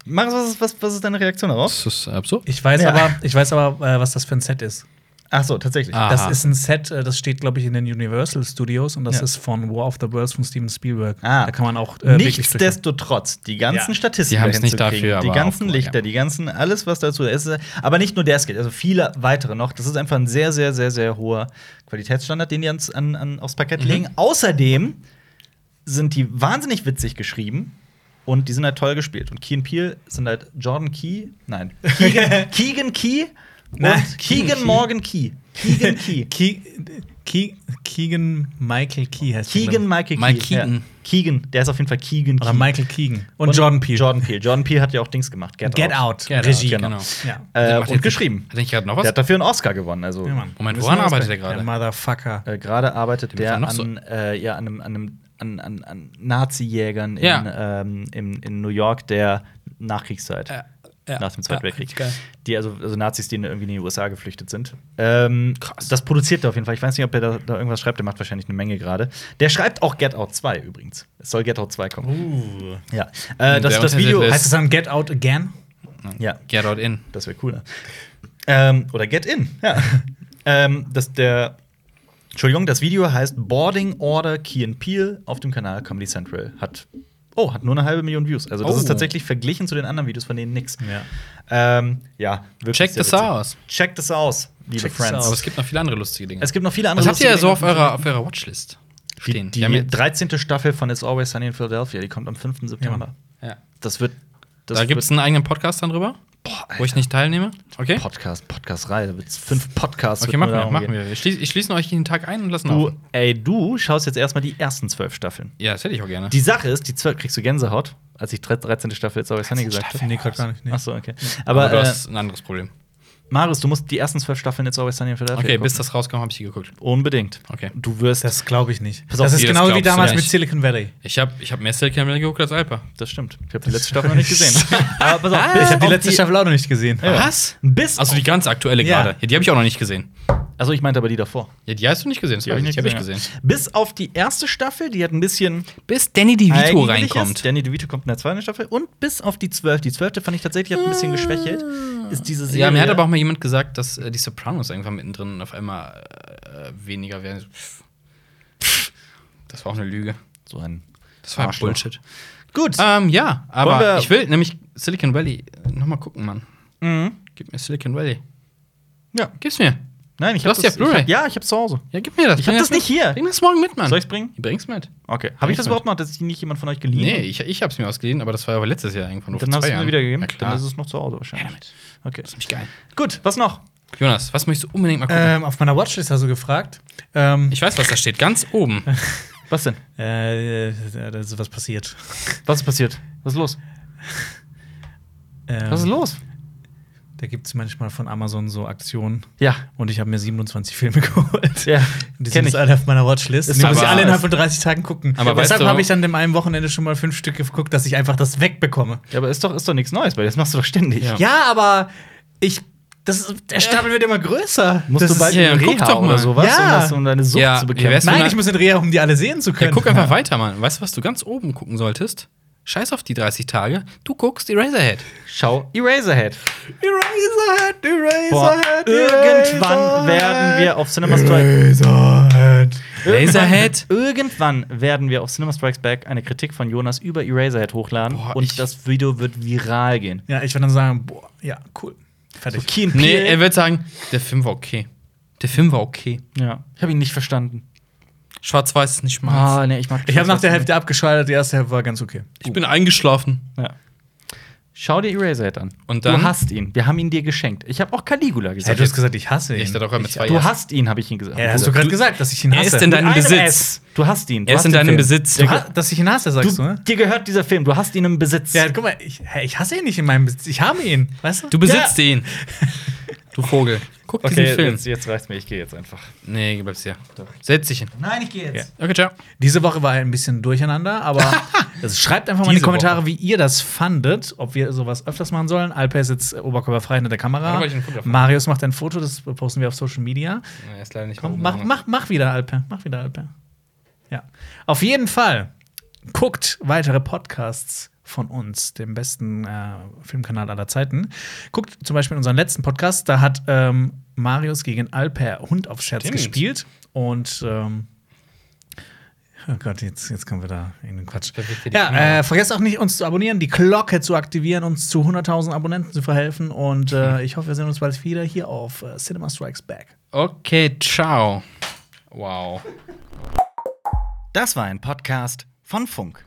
S1: Marius, was ist, was, was ist äh, deine Reaktion darauf?
S2: Das ist absurd.
S3: ich weiß
S1: Ja.
S3: aber, ich weiß aber, äh, was das für ein Set ist.
S1: Ach so, tatsächlich.
S2: Ah.
S3: Das
S2: Aha.
S3: ist ein Set, äh, das steht, glaube ich, in den Universal Studios und das
S1: Ja.
S3: ist von War of the Worlds von Steven Spielberg.
S1: Ah.
S3: Da kann man auch äh, wirklich durch-
S1: Nichtsdestotrotz, die ganzen
S3: Ja.
S1: Statistiken,
S2: Die haben's nicht
S1: dahinzukriegen,
S2: dafür,
S1: die
S2: aber
S1: ganzen
S2: auch-
S1: Lichter,
S2: ja.
S1: die ganzen, alles, was dazu ist. Aber nicht nur der Skate, also viele weitere noch. Das ist einfach ein sehr, sehr, sehr, sehr hoher Qualitätsstandard, den die ans, an, an, aufs Parkett
S2: Mhm.
S1: legen. Außerdem sind die wahnsinnig witzig geschrieben. Und die sind halt toll gespielt. Und Key and Peele sind halt Jordan Key, nein, Keegan, Keegan Key und
S3: Nein,
S1: Keegan Morgan Key. Keegan Key.
S3: Ke Ke Keegan Michael Key heißt er,
S1: Keegan
S3: glaub
S1: Michael
S2: Mike
S1: Key. Ja.
S2: Keaton.
S1: Keegan, der ist auf jeden Fall Keegan
S3: ich. Oder
S1: Key.
S3: Michael Keegan. Und, Jordan Peele.
S1: Jordan Peele. Jordan Peele hat ja auch Dings gemacht. Get,
S3: Get
S1: Out.
S3: Out.
S2: Get Out,
S3: Regie.
S2: genau.
S3: Ja.
S1: Äh,
S2: Macht
S1: und
S2: jetzt-
S1: geschrieben.
S2: Hat er nicht gerade noch
S1: Der
S2: was?
S1: hat dafür einen Oscar gewonnen. Also
S3: Ja, Mann.
S2: Moment,
S3: Wissen
S2: woran
S3: wir das
S2: arbeitet
S3: gleich?
S2: er gerade?
S3: Der Motherfucker.
S1: äh, gerade arbeitet der
S2: war noch
S1: an,
S2: so-
S1: äh, ja, an einem, an einem an, an, an Nazi-Jägern in,
S2: Ja.
S1: ähm, in, in New York der Nachkriegszeit.
S2: ja.
S1: Nach dem Zweiten Weltkrieg.
S2: Geil.
S1: Die, also, also Nazis, die in- irgendwie in die USA geflüchtet sind. Ähm,
S2: Krass.
S1: Das produziert er auf jeden Fall. Ich weiß nicht, ob er da, da irgendwas schreibt. Der macht wahrscheinlich eine Menge gerade. Der schreibt auch Get Out 2 übrigens. Es soll Get Out 2 kommen.
S3: Uh.
S1: Ja. Äh, das,
S2: Hm, Der
S1: das Video.
S2: Untertitel
S3: Heißt es dann Get Out Again?
S1: Ja.
S2: Get out in.
S1: Das wäre cool. Ne? Ähm, oder Get In, ja. ähm, das, der, Entschuldigung, das Video heißt Boarding Order Key and Peel auf dem Kanal Comedy Central. Hat, oh, hat nur eine halbe Million Views. Also, das
S2: Oh.
S1: ist tatsächlich verglichen zu den anderen Videos von denen nix.
S3: Ja.
S1: Ähm, ja, wirklich
S2: Check
S1: sehr
S2: this
S1: witzig.
S2: out.
S1: Check this aus, liebe
S3: Check this
S1: Friends.
S2: Aber es gibt noch viele andere lustige Dinge.
S1: Es gibt noch viele andere.
S2: was habt ihr ja
S1: lustige
S2: so auf
S1: Dinge.
S2: eurer, auf eurer Watchlist stehen?
S1: Die,
S2: Wir haben
S1: die
S2: jetzt-
S1: 13. Staffel von It's Always Sunny in Philadelphia, die kommt am 5. September.
S2: ja.
S1: Das wird. Das
S2: Da gibt es
S1: wird-
S2: einen eigenen Podcast dann drüber,
S1: Boah,
S2: wo ich nicht teilnehme. Okay?
S1: Podcast, Podcast-Reihe. Da wird es fünf Podcasts.
S2: Okay,
S1: wird
S2: machen
S1: nur
S2: wir,
S1: darum
S2: machen
S1: gehen.
S2: wir. Ich schließe, ich schließe euch jeden Tag ein und lassen
S1: Du,
S2: auf.
S1: ey, du schaust jetzt erstmal die ersten zwölf Staffeln.
S2: Ja, das hätte ich auch gerne.
S1: Die Sache ist, die zwölf kriegst du Gänsehaut, als ich 13. Staffel jetzt Always Sunny gesagt habe.
S2: Staffeln.
S3: Nee, gerade gar nicht. Nee.
S1: Achso, okay. Aber
S2: du
S1: äh,
S2: hast ein anderes Problem.
S1: Marius, du musst die ersten zwölf Staffeln jetzt Always Sunny in Philadelphia
S2: Okay,
S1: gucken.
S2: bis das rauskam, habe ich die geguckt.
S1: Unbedingt.
S2: Okay.
S1: Du wirst. Das,
S3: Das glaube ich nicht.
S1: Pass auf,
S3: das ist
S2: nee, das
S3: genau wie
S2: glaubst du
S3: damals
S2: nicht.
S3: mit Silicon Valley.
S2: Ich habe ich hab mehr Silicon Valley geguckt als Alper.
S1: stimmt. Ich habe die letzte Staffel noch nicht gesehen. Aber pass auf, bis
S3: ich habe die
S1: auf
S3: letzte Staffel auch noch nicht gesehen.
S2: Was?
S1: Bis
S2: Also die ganz aktuelle
S3: Ja.
S2: gerade. Ja, die habe ich auch noch nicht gesehen.
S1: also ich meinte aber die davor.
S2: Ja, die hast du nicht gesehen. Das weiß ich nicht. Also Die habe ich gesehen.
S1: ja. Bis auf die erste Staffel, die hat ein bisschen
S2: Bis Danny DeVito
S1: eigentlich
S2: reinkommt.
S1: Ist. Danny DeVito kommt in der zweiten Staffel und bis auf die zwölfte. Die zwölfte fand ich tatsächlich hat ein bisschen geschwächelt. Ist diese Serie.
S2: Ah. Ja, mir hat aber auch mal jemand gesagt, dass äh, die Sopranos irgendwann mittendrin auf einmal äh, weniger werden. So, pff. Das war auch eine Lüge.
S1: so ein. Ah,
S2: Das war
S1: Arschloch.
S2: Bullshit.
S1: Gut.
S2: Ähm, ja,
S1: Wollen wir-
S2: aber ich will nämlich Silicon Valley äh, noch mal gucken, Mann.
S1: Mhm.
S2: Gib mir Silicon Valley.
S1: Ja.
S2: Gib's mir.
S1: Nein, ich
S2: Du
S1: hab
S2: hast ja
S1: das, ich
S2: Blu-ray.
S1: hab, Ja, ich hab's zu Hause.
S2: Ja, gib mir das.
S1: Ich hab
S2: Bring
S1: das nicht
S2: mit.
S1: hier.
S2: Bring das morgen mit, Mann.
S1: Soll ich's bringen?
S2: Bring's mit.
S1: Okay. Habe ich das
S2: Echt?
S1: überhaupt noch, dass ich nicht jemand von euch geliehen
S2: Nee, ich, ich hab's mir ausgeliehen, aber das war ja letztes Jahr irgendwann.
S1: Dann hast du es mir wiedergegeben.
S2: Ja,
S1: Dann
S2: klar.
S1: ist es noch zu Hause wahrscheinlich.
S2: Damit.
S1: Okay.
S2: Das ist nämlich geil.
S1: Gut, was noch?
S2: Jonas, was möchtest du unbedingt mal
S1: Äh.
S2: gucken?
S3: Ähm, auf meiner Watchlist hast du gefragt. Ähm,
S2: ich weiß, was da steht. Ganz oben.
S1: Was denn?
S3: äh, da ist was passiert.
S1: Was ist passiert? Was ist los?
S3: Ähm,
S1: Was ist los?
S3: Da gibt es manchmal von Amazon so Aktionen.
S1: Ja.
S3: Und ich habe mir 27 Filme geholt.
S1: Ja,
S3: Die
S1: kenn
S3: sind jetzt
S1: ich.
S3: alle auf meiner Watchlist.
S1: Ist
S3: Die muss ich
S1: aber-
S3: alle innerhalb von 30 Tagen gucken.
S2: Aber
S3: Deshalb
S2: weißt du-
S3: habe ich dann dem einen Wochenende schon mal fünf Stück geguckt, dass ich einfach das wegbekomme.
S1: Ja, aber ist doch, ist doch nichts Neues, weil das machst du doch ständig.
S2: Ja.
S3: Ja, aber ich. Das,
S1: Äh,
S3: der Stapel wird immer größer.
S1: Musst
S3: das
S1: du bald
S3: ist,
S1: in
S2: ja,
S1: eine
S2: guck
S1: Reha
S2: doch mal.
S1: oder sowas,
S3: Ja.
S1: um, das, um deine Sucht
S2: Ja,
S1: zu
S2: wie
S1: bekämpfen?
S2: wär's
S3: Nein, ich muss in Reha, um die alle sehen zu
S2: Ja,
S3: können.
S2: guck einfach weiter, Mann. Weißt du, was du ganz oben gucken solltest? Scheiß auf die 30 Tage. Du guckst Eraserhead.
S1: Schau Eraserhead.
S3: Eraserhead,
S1: Boah,
S3: Eraserhead,
S1: irgendwann werden wir auf Cinema Strike.
S3: Eraserhead.
S2: Eraserhead?
S1: Irgendwann werden wir auf Cinema Strikes Back eine Kritik von Jonas über Eraserhead hochladen
S2: Boah, ich-
S1: und das Video wird viral gehen.
S3: Ja, ich würde dann sagen, boah, ja, cool. Fertig.
S1: Keen
S2: Nee,
S1: Peele-
S2: er wird sagen, der Film war okay. Der Film war okay.
S1: ja, ich habe ihn nicht verstanden.
S2: Schwarz-Weiß ist nicht meins.
S1: Ah, nee, ich mag
S3: Ich habe nach der Hälfte abgeschaltet, die erste Hälfte war ganz okay.
S2: Ich bin eingeschlafen.
S1: Ja. Schau dir Eraserhead an.
S2: Und
S1: Du
S2: dann?
S1: hast ihn. Wir haben ihn dir geschenkt. Ich habe auch Caligula
S3: Hey,
S1: gesagt.
S3: du hast gesagt, ich hasse ihn.
S2: Ich dachte doch mit zwei
S1: du
S2: Jahren.
S1: hast ihn, habe ich ihn gesagt.
S3: ja, hast du gerade gesagt, dass ich ihn
S2: Er
S3: hasse.
S2: ist in
S3: du,
S2: deinem
S1: Mit einem
S2: Besitz.
S1: S. Du hast ihn. Du
S2: Er ist
S1: hast
S2: in
S1: den
S2: deinem
S1: Film.
S2: Besitz.
S3: ha- dass ich ihn hasse,
S1: Du,
S3: sagst du, ne?
S1: dir gehört dieser Film. Du hast ihn im Besitz.
S3: Ja, guck mal, ich, hä, ich hasse ihn nicht in meinem Besitz. Ich habe ihn, weißt du?
S2: Du besitzt ihn. Du Vogel. Guck diesen Film.
S1: reicht's mir. Ich gehe jetzt einfach.
S2: Nee, bleibst hier. Setz dich hin.
S1: Nein, ich gehe jetzt.
S2: Okay, ciao.
S3: Diese Woche war ein bisschen durcheinander, aber also schreibt einfach mal in die
S2: Diese
S3: Kommentare, wie ihr das fandet, ob wir sowas öfters machen sollen. Alper ist jetzt äh, oberkörperfrei hinter der Kamera.
S2: Warte mal, ich ein Foto davon.
S3: Marius macht ein Foto, das posten wir auf Social Media.
S2: Er ist leider nicht
S3: Komm,
S2: oben.
S3: mach, mach, mach wieder, Alper. Mach wieder, Alper. Ja. Auf jeden Fall, guckt weitere Podcasts von uns, dem besten äh, Filmkanal aller Zeiten. Guckt zum Beispiel unseren letzten Podcast, da hat ähm, Marius gegen Alper Hund auf Scherz
S2: Stimmt.
S3: gespielt. Und ähm, Oh Gott, jetzt, jetzt kommen wir da in den Quatsch.
S2: Verwirrt ihr die
S3: Ja,
S2: Kamera?
S3: äh, vergesst auch nicht, uns zu abonnieren, die Glocke zu aktivieren, uns zu 100.000 Abonnenten zu verhelfen. Und äh, ich hoffe, wir sehen uns bald wieder hier auf äh, Cinema Strikes Back.
S2: Okay, ciao. Wow.
S1: Das war ein Podcast von Funk.